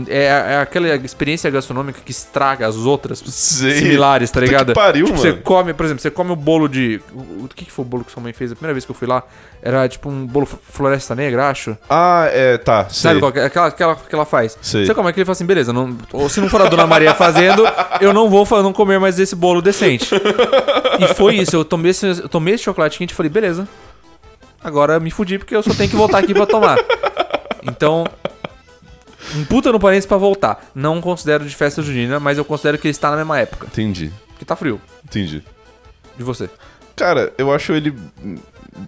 Speaker 1: é, é aquela experiência gastronômica que estraga as outras
Speaker 2: Sei.
Speaker 1: similares, tá
Speaker 2: Puta que
Speaker 1: ligado?
Speaker 2: pariu,
Speaker 1: tipo, Você
Speaker 2: mano.
Speaker 1: come, por exemplo, você come o bolo de. O, o que, que foi o bolo que sua mãe fez a primeira vez que eu fui lá? Era tipo um bolo f- floresta negra, acho.
Speaker 2: Ah, é, tá.
Speaker 1: Sabe
Speaker 2: sei.
Speaker 1: qual que é? Aquela, aquela que ela faz.
Speaker 2: Sei.
Speaker 1: Você come aquilo e fala assim, beleza, não- ou se não for a Dona Maria fazendo, eu não vou fa- não comer mais esse bolo decente. e foi isso, eu tomei esse, eu tomei esse chocolate quente e falei, beleza, agora me fudi porque eu só tenho que voltar aqui pra tomar. Então, um puta no parênteses pra voltar. Não considero de festa junina, mas eu considero que é? ele está na mesma época.
Speaker 2: Entendi.
Speaker 1: Porque tá frio,
Speaker 2: Entendi.
Speaker 1: de você.
Speaker 2: Cara, eu acho ele.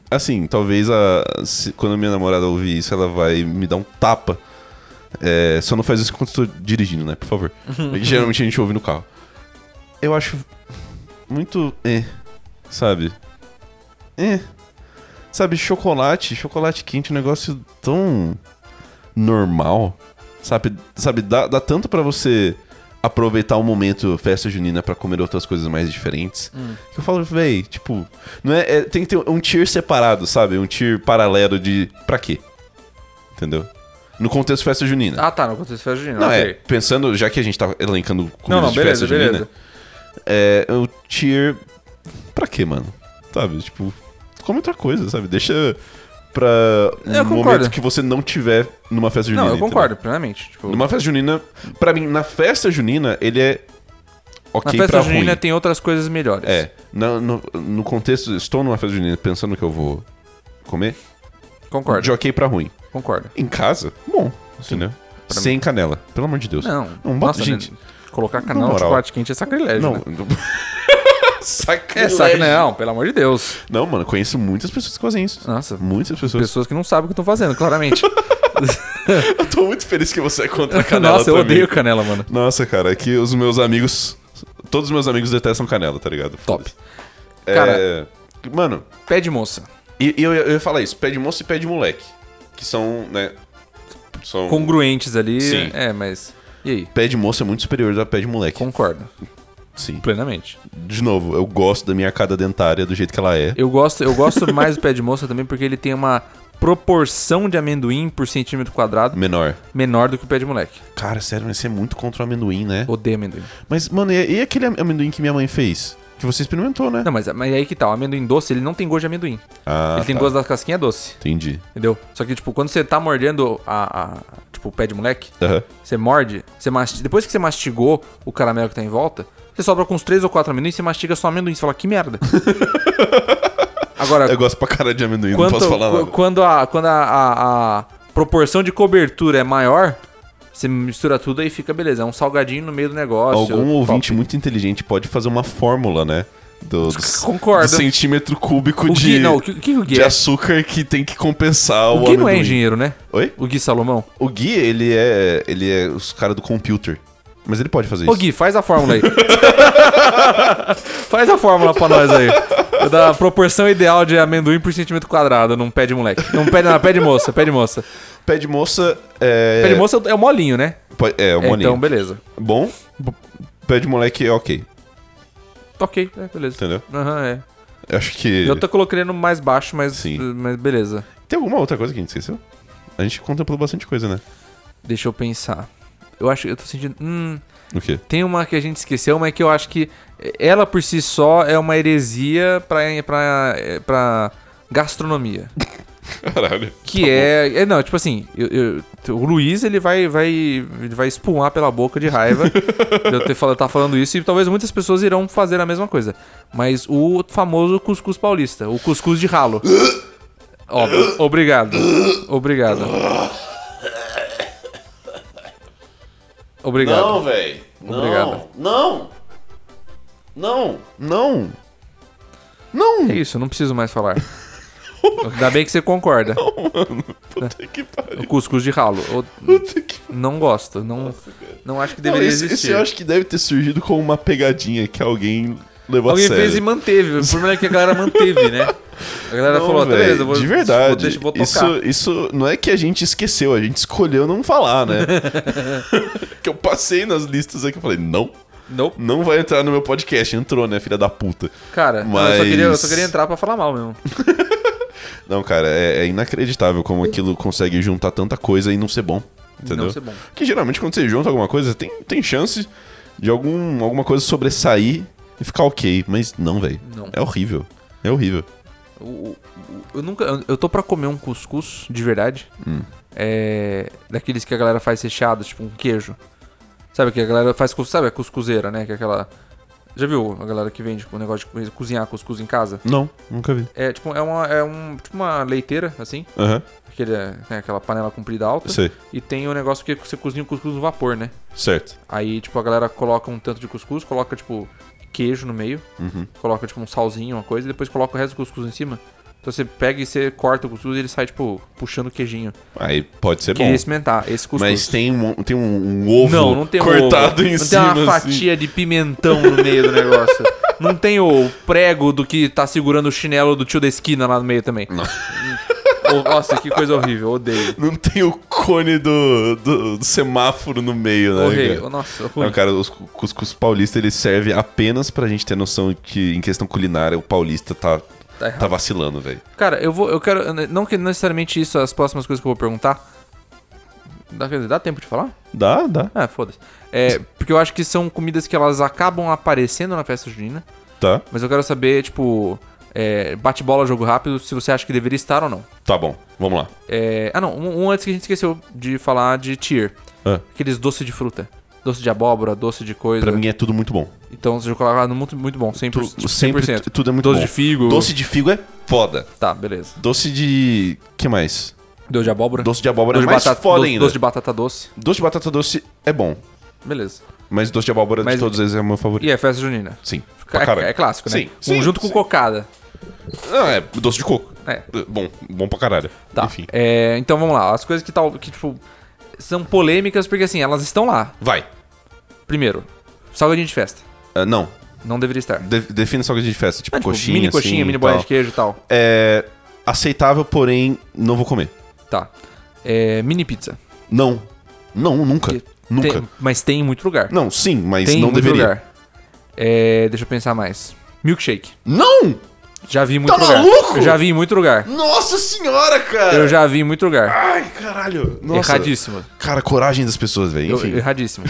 Speaker 2: Assim, talvez a. se- quando minha namorada ouvir isso, ela vai me dar um tapa. É, só não faz isso enquanto eu tô dirigindo, né? Por favor. É que Geralmente a gente ouve no carro. Eu acho. Muito. É. Sabe? Eh, É. Sabe, chocolate, chocolate quente, um negócio tão. normal, sabe? Sabe, dá, dá tanto pra você aproveitar o momento festa junina pra comer outras coisas mais diferentes. Que eu falo, véi, tipo, não é, é- tem que ter um tier separado, sabe? Um tier paralelo de pra quê? Entendeu? No contexto festa junina.
Speaker 1: Ah, tá, não aconteceu festa junina.
Speaker 2: É. Não,
Speaker 1: ok.
Speaker 2: é, pensando, já que a gente tá elencando comidas
Speaker 1: Não, não,
Speaker 2: de
Speaker 1: beleza,
Speaker 2: festa junina,
Speaker 1: beleza.
Speaker 2: é o tier pra quê, mano? Sabe, tipo, come outra coisa, sabe? Deixa pra um
Speaker 1: Eu concordo.
Speaker 2: momento que você não tiver numa festa junina.
Speaker 1: Não, eu
Speaker 2: entendeu?
Speaker 1: concordo, plenamente. Tipo,
Speaker 2: Numa festa junina, pra mim, na festa junina, ele é
Speaker 1: na
Speaker 2: ok pra
Speaker 1: festa
Speaker 2: ruim.
Speaker 1: junina tem outras coisas melhores.
Speaker 2: É, na- no, no contexto, estou numa festa junina pensando que eu vou comer,
Speaker 1: Concordo,
Speaker 2: de ok pra ruim.
Speaker 1: concordo.
Speaker 2: Em casa, bom, entendeu? Sem canela, pelo amor de Deus.
Speaker 1: Não,
Speaker 2: não bota,
Speaker 1: nossa,
Speaker 2: gente.
Speaker 1: né, colocar canal de
Speaker 2: moral.
Speaker 1: chocolate quente é sacrilégio,
Speaker 2: Não.
Speaker 1: né? É
Speaker 2: Sacrilégio.
Speaker 1: sacrilégio, não, pelo amor de Deus.
Speaker 2: Não, mano, conheço muitas pessoas que fazem isso.
Speaker 1: Nossa,
Speaker 2: Muitas pessoas.
Speaker 1: pessoas que não sabem o que estão fazendo, claramente.
Speaker 2: Eu tô muito feliz que você é contra a canela
Speaker 1: Nossa, eu
Speaker 2: também.
Speaker 1: odeio canela, mano.
Speaker 2: Nossa, cara, é que os meus amigos. Todos os meus amigos detestam canela, tá ligado?
Speaker 1: Top.
Speaker 2: É,
Speaker 1: Cara-
Speaker 2: Mano,
Speaker 1: Pé de moça.
Speaker 2: e e eu, eu ia falar isso: pé de moço e pé de moleque. Que são, né? São.
Speaker 1: Congruentes ali.
Speaker 2: Sim.
Speaker 1: É, mas. E aí?
Speaker 2: Pé de moço é muito superior a pé de moleque.
Speaker 1: Concordo,
Speaker 2: Sim.
Speaker 1: plenamente.
Speaker 2: De novo, eu gosto da minha arcada dentária do jeito que ela é.
Speaker 1: Eu gosto, eu gosto mais do pé de moça também porque ele tem uma proporção de amendoim por centímetro quadrado
Speaker 2: Menor.
Speaker 1: menor do que o pé de moleque.
Speaker 2: Cara, sério, mas você é muito contra o amendoim, né?
Speaker 1: Odeio amendoim.
Speaker 2: Mas, mano, e, e aquele amendoim que minha mãe fez? Que você experimentou, né?
Speaker 1: Não, mas, mas aí que tá, o amendoim doce, ele não tem gosto de amendoim.
Speaker 2: Ah,
Speaker 1: ele tem
Speaker 2: tá.
Speaker 1: gosto das casquinhas doce,
Speaker 2: Entendi.
Speaker 1: entendeu? Só que, tipo, quando você tá mordendo a, a- tipo, o pé de moleque,
Speaker 2: Aham.
Speaker 1: você morde, você masti- depois que você mastigou o caramelo que tá em volta, você sobra com uns três ou quatro amendoins e você mastiga só amendoim. Você fala, que merda. Agora,
Speaker 2: É, Eu gosto pra cara de amendoim,
Speaker 1: quanto-
Speaker 2: não posso falar
Speaker 1: qu-
Speaker 2: nada.
Speaker 1: quando a quando a, a- a proporção de cobertura é maior, você mistura tudo aí fica beleza. É um salgadinho no meio do negócio.
Speaker 2: Algum
Speaker 1: top.
Speaker 2: ouvinte muito inteligente pode fazer uma fórmula, né? Do, do,
Speaker 1: Concordo.
Speaker 2: do centímetro cúbico
Speaker 1: O
Speaker 2: de,
Speaker 1: Gui, não, o que o, que o Gui
Speaker 2: de
Speaker 1: é?
Speaker 2: açúcar que tem que compensar o,
Speaker 1: O Gui não é
Speaker 2: amendoim.
Speaker 1: engenheiro, né?
Speaker 2: Oi?
Speaker 1: O Gui Salomão.
Speaker 2: O Gui, ele é, ele é os caras do computer. Mas ele pode fazer
Speaker 1: Ô
Speaker 2: isso.
Speaker 1: Gui, faz a fórmula aí. faz a fórmula pra nós aí. Da proporção ideal de amendoim por centímetro quadrado num pé de moleque. Num pé, não, pé de moça, pé de moça.
Speaker 2: Pé de moça é...
Speaker 1: Pé de moça é o molinho, né?
Speaker 2: pode- É, o
Speaker 1: É,
Speaker 2: molinho.
Speaker 1: então, beleza.
Speaker 2: Bom, pé de moleque é ok,
Speaker 1: Ok, é, beleza.
Speaker 2: entendeu?
Speaker 1: Aham, é.
Speaker 2: Eu acho que...
Speaker 1: Eu tô colocando no mais baixo, mas,
Speaker 2: Sim.
Speaker 1: mas beleza.
Speaker 2: Tem alguma outra coisa que a gente esqueceu? A gente contemplou bastante coisa, né?
Speaker 1: Deixa eu pensar. Eu acho que eu tô sentindo. Hum,
Speaker 2: O quê?
Speaker 1: tem uma que a gente esqueceu, mas que eu acho que ela por si só é uma heresia pra, pra, é, pra gastronomia.
Speaker 2: Caralho.
Speaker 1: Que é, é. Não, tipo assim, eu- eu- o Luiz ele vai, vai, ele vai espumar pela boca de raiva de eu ter falado, tá falando isso, e talvez muitas pessoas irão fazer a mesma coisa. Mas o famoso cuscuz paulista, o cuscuz de ralo. Ó, obrigado. Obrigado. Obrigado.
Speaker 2: Não, velho.
Speaker 1: Obrigado.
Speaker 2: Não. Não. Não. Não. Não.
Speaker 1: É isso, eu não preciso mais falar. Ainda bem que você concorda.
Speaker 2: Puta que pariu.
Speaker 1: O cuscuz de ralo. Eu
Speaker 2: Puta que
Speaker 1: não gosto. Não, não acho que
Speaker 2: Não,
Speaker 1: deveria
Speaker 2: esse, esse
Speaker 1: existir.
Speaker 2: eu acho que deve ter surgido como uma pegadinha que alguém levou
Speaker 1: Alguém
Speaker 2: a sério.
Speaker 1: fez e manteve. O problema é que a galera manteve, né? A galera
Speaker 2: Não,
Speaker 1: falou, "Ah,
Speaker 2: véi,
Speaker 1: beleza, eu vou,
Speaker 2: de verdade.
Speaker 1: vou, deixa, vou tocar.
Speaker 2: Isso, isso não é que a gente esqueceu, a gente escolheu não falar, né? que eu passei nas listas aqui e falei, não,
Speaker 1: Nope.
Speaker 2: não vai entrar no meu podcast. Entrou, né, filha da puta.
Speaker 1: Cara, não, eu, só queria, eu só
Speaker 2: Mas-
Speaker 1: queria entrar pra falar mal mesmo.
Speaker 2: Não, cara, é, é inacreditável como aquilo consegue juntar tanta coisa e não ser bom. Entendeu?
Speaker 1: Não ser bom.
Speaker 2: Que geralmente quando você junta alguma coisa, tem, tem chance de algum, alguma coisa sobressair e ficar ok. Mas não, velho.
Speaker 1: Não.
Speaker 2: É horrível. É horrível.
Speaker 1: O- o- o- Eu, nunca. Eu, eu tô pra comer um cuscuz de verdade.
Speaker 2: Hum.
Speaker 1: É. Daqueles que a galera faz recheado, tipo um queijo. Sabe que a galera faz cuscuz. Sabe a cuscuzeira, né? Que é aquela. Já viu a galera que vende o negócio de cozinhar cuscuz em casa?
Speaker 2: Não, nunca vi.
Speaker 1: É tipo, é uma, é um, tipo uma leiteira, assim.
Speaker 2: Aham,
Speaker 1: Aquele, né, aquela panela comprida alta.
Speaker 2: sei.
Speaker 1: E tem o negócio que você cozinha o cuscuz no vapor, né?
Speaker 2: Certo.
Speaker 1: Aí, tipo, a galera coloca um tanto de cuscuz, coloca, tipo, queijo no meio,
Speaker 2: Uhum.
Speaker 1: coloca, tipo, um salzinho, uma coisa, e depois coloca o resto do cuscuz em cima. Então você pega e você corta o cuscuz e ele sai, tipo, puxando o queijinho.
Speaker 2: Aí pode ser É bom.
Speaker 1: Queria experimentar esse cuscuz.
Speaker 2: Mas tem um, tem um, um ovo
Speaker 1: não, não tem
Speaker 2: cortado
Speaker 1: ovo. não
Speaker 2: em
Speaker 1: tem
Speaker 2: cima.
Speaker 1: uma
Speaker 2: assim.
Speaker 1: fatia de pimentão no meio do negócio. Não tem o prego do que tá segurando o Hum. chinelo do tio da esquina lá no meio também. Nossa, que coisa horrível, odeio.
Speaker 2: Não tem o cone do, do- do semáforo no meio, né?
Speaker 1: Ô, rei,
Speaker 2: cara?
Speaker 1: ô, nossa, ruim.
Speaker 2: Não, cara, os cu- cuscuz paulista ele serve apenas pra gente ter noção que em questão culinária o paulista tá,
Speaker 1: Tá errado.
Speaker 2: tá vacilando, velho.
Speaker 1: Cara, eu vou. Eu quero. Não que necessariamente isso, as próximas coisas que eu vou perguntar. Dá, quer dizer, dá tempo de falar?
Speaker 2: Dá, dá.
Speaker 1: Ah, foda-se. É, porque eu acho que são comidas que elas acabam aparecendo na festa junina.
Speaker 2: Tá,
Speaker 1: Mas eu quero saber, tipo. é, bate-bola, jogo rápido, se você acha que deveria estar ou não.
Speaker 2: tá bom. Vamos lá.
Speaker 1: É, ah, não. Um, um antes que a gente esqueceu de falar de tier.
Speaker 2: Ah,
Speaker 1: Aqueles doces de fruta. Doce de abóbora, doce de coisa.
Speaker 2: pra mim é tudo muito bom.
Speaker 1: Então você colocar no muito, muito bom. 100%.
Speaker 2: Tu-
Speaker 1: tipo,
Speaker 2: sempre
Speaker 1: 100%.
Speaker 2: tu- tudo é muito
Speaker 1: Doce
Speaker 2: bom.
Speaker 1: de figo.
Speaker 2: Doce de figo é foda.
Speaker 1: Tá, beleza.
Speaker 2: Doce de. que mais?
Speaker 1: Doce de abóbora.
Speaker 2: Doce de abóbora
Speaker 1: Doce
Speaker 2: é mais foda
Speaker 1: doce,
Speaker 2: ainda.
Speaker 1: doce de batata doce.
Speaker 2: Doce de batata doce é bom.
Speaker 1: Beleza.
Speaker 2: Mas doce de abóbora
Speaker 1: Mas-
Speaker 2: de todos eles é o meu favorito.
Speaker 1: E é festa junina.
Speaker 2: Sim. pra caralho.
Speaker 1: É, é clássico, né?
Speaker 2: Sim, sim,
Speaker 1: um junto com
Speaker 2: sim.
Speaker 1: cocada.
Speaker 2: Ah, é doce de coco.
Speaker 1: É.
Speaker 2: Bom, bom pra caralho.
Speaker 1: Tá.
Speaker 2: Enfim.
Speaker 1: É, então vamos lá. As coisas que tal. que, tipo. São polêmicas porque assim, elas estão lá.
Speaker 2: Vai.
Speaker 1: Primeiro, salgadinho de festa.
Speaker 2: Ah, não.
Speaker 1: Não deveria estar.
Speaker 2: De define salgadinho de festa. Tipo,
Speaker 1: Ah, tipo,
Speaker 2: coxinha,
Speaker 1: mini coxinha,
Speaker 2: assim,
Speaker 1: mini boia
Speaker 2: tal.
Speaker 1: de queijo e tal.
Speaker 2: É aceitável, porém, não vou comer.
Speaker 1: Tá. É, mini pizza.
Speaker 2: Não. Não, nunca.
Speaker 1: Que
Speaker 2: Nunca.
Speaker 1: Tem- mas tem em muito lugar.
Speaker 2: Não, sim, mas
Speaker 1: tem em
Speaker 2: não
Speaker 1: muito
Speaker 2: deveria.
Speaker 1: lugar. É, deixa eu pensar mais. Milkshake.
Speaker 2: Não!
Speaker 1: Já vi em muito
Speaker 2: Tá
Speaker 1: lugar.
Speaker 2: maluco?
Speaker 1: Eu já vi em muito lugar.
Speaker 2: Nossa senhora, cara!
Speaker 1: Eu já vi em muito lugar.
Speaker 2: Ai, caralho. Nossa.
Speaker 1: Erradíssimo.
Speaker 2: Cara, coragem das pessoas, velho.
Speaker 1: Eu-
Speaker 2: Enfim.
Speaker 1: erradíssimo.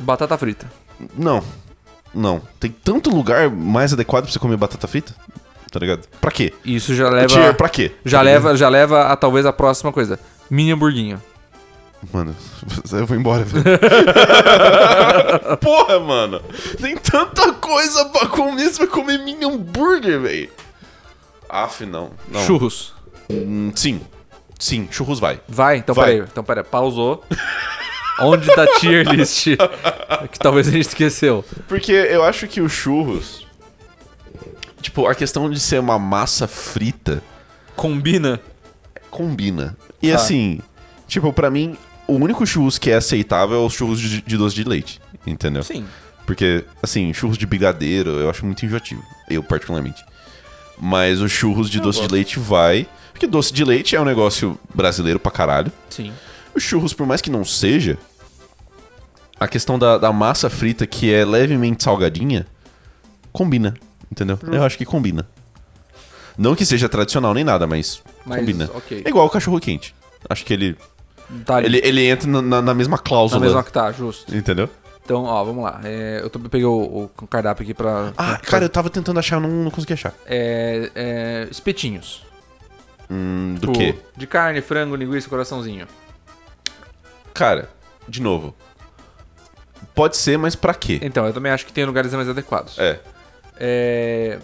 Speaker 1: Batata frita.
Speaker 2: Não. Não. Tem tanto lugar mais adequado pra você comer batata frita? Tá ligado? Pra quê?
Speaker 1: Isso já leva.
Speaker 2: Tier, pra quê?
Speaker 1: Já leva, já leva a talvez a próxima coisa. Mini hamburguinho.
Speaker 2: Mano, eu vou embora, velho. Porra, mano. Tem tanta coisa pra comer, você vai comer mini hambúrguer, velho. Aff, não. não.
Speaker 1: Churros.
Speaker 2: Hum, Sim. Sim, churros vai.
Speaker 1: Vai, então
Speaker 2: Vai.
Speaker 1: peraí. Então peraí, pausou. Onde tá a tier list? que talvez a gente esqueceu.
Speaker 2: Porque eu acho que os churros... Tipo, a questão de ser uma massa frita
Speaker 1: Combina.
Speaker 2: combina. E
Speaker 1: Tá.
Speaker 2: assim, tipo, pra mim, o único churros que é aceitável é os churros de, de doce de leite, entendeu?
Speaker 1: Sim.
Speaker 2: Porque, assim, churros de brigadeiro eu acho muito enjoativo. Eu, particularmente. Mas os churros de doce de leite vai. Porque doce de leite é um negócio brasileiro pra caralho.
Speaker 1: Sim.
Speaker 2: Os churros, por mais que não seja, a questão da, da massa frita, que é levemente salgadinha, combina. Entendeu? Eu acho que combina. Não que seja tradicional nem nada, mas,
Speaker 1: Mas,
Speaker 2: combina.
Speaker 1: ok.
Speaker 2: É igual o cachorro quente. Acho que ele,
Speaker 1: Tá ali.
Speaker 2: ele, né? ele entra na- na, na mesma
Speaker 1: Na
Speaker 2: cláusula.
Speaker 1: mesma que tá, justo.
Speaker 2: Entendeu?
Speaker 1: Então, ó, vamos lá. É, eu tô, peguei o, o cardápio aqui pra.
Speaker 2: Ah,
Speaker 1: pra-
Speaker 2: cara, eu tava tentando achar, não, não consegui achar.
Speaker 1: É, é, espetinhos.
Speaker 2: Hum, do
Speaker 1: Tipo,
Speaker 2: quê?
Speaker 1: De carne, frango, linguiça, coraçãozinho.
Speaker 2: Cara, de novo. Pode ser, mas pra quê?
Speaker 1: Então, eu também acho que tem lugares mais adequados.
Speaker 2: É.
Speaker 1: É.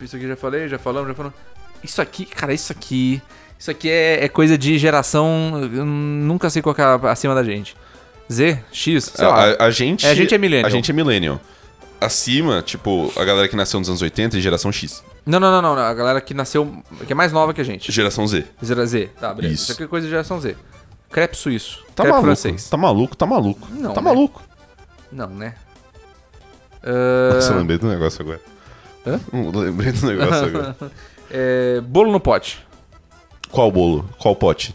Speaker 1: Isso aqui já falei, já falamos, já falamos. Isso aqui, cara, isso aqui. Isso aqui é, é coisa de geração. eu nunca sei qual que é a- acima da gente. Z, X, sei
Speaker 2: Ah, a,
Speaker 1: lá.
Speaker 2: a- a gente.
Speaker 1: É, a gente é millennial.
Speaker 2: A gente é millennial. Acima, tipo, a galera que nasceu nos anos 80 é geração X.
Speaker 1: Não, não, não, não, não. A galera que nasceu. que é mais nova que a gente.
Speaker 2: Geração Z.
Speaker 1: Zera- Z, tá, beleza.
Speaker 2: Isso.
Speaker 1: Isso, aqui é coisa de geração Z. Crepe suíço.
Speaker 2: Tá
Speaker 1: crepe
Speaker 2: maluco.
Speaker 1: É francês.
Speaker 2: Tá maluco, tá maluco.
Speaker 1: Não,
Speaker 2: tá
Speaker 1: né?
Speaker 2: maluco.
Speaker 1: Não, né? Ah,
Speaker 2: Nossa, eu lembrei do negócio agora.
Speaker 1: Hã?
Speaker 2: Hum, Lembrei do negócio agora.
Speaker 1: é, bolo no pote.
Speaker 2: Qual bolo? Qual pote?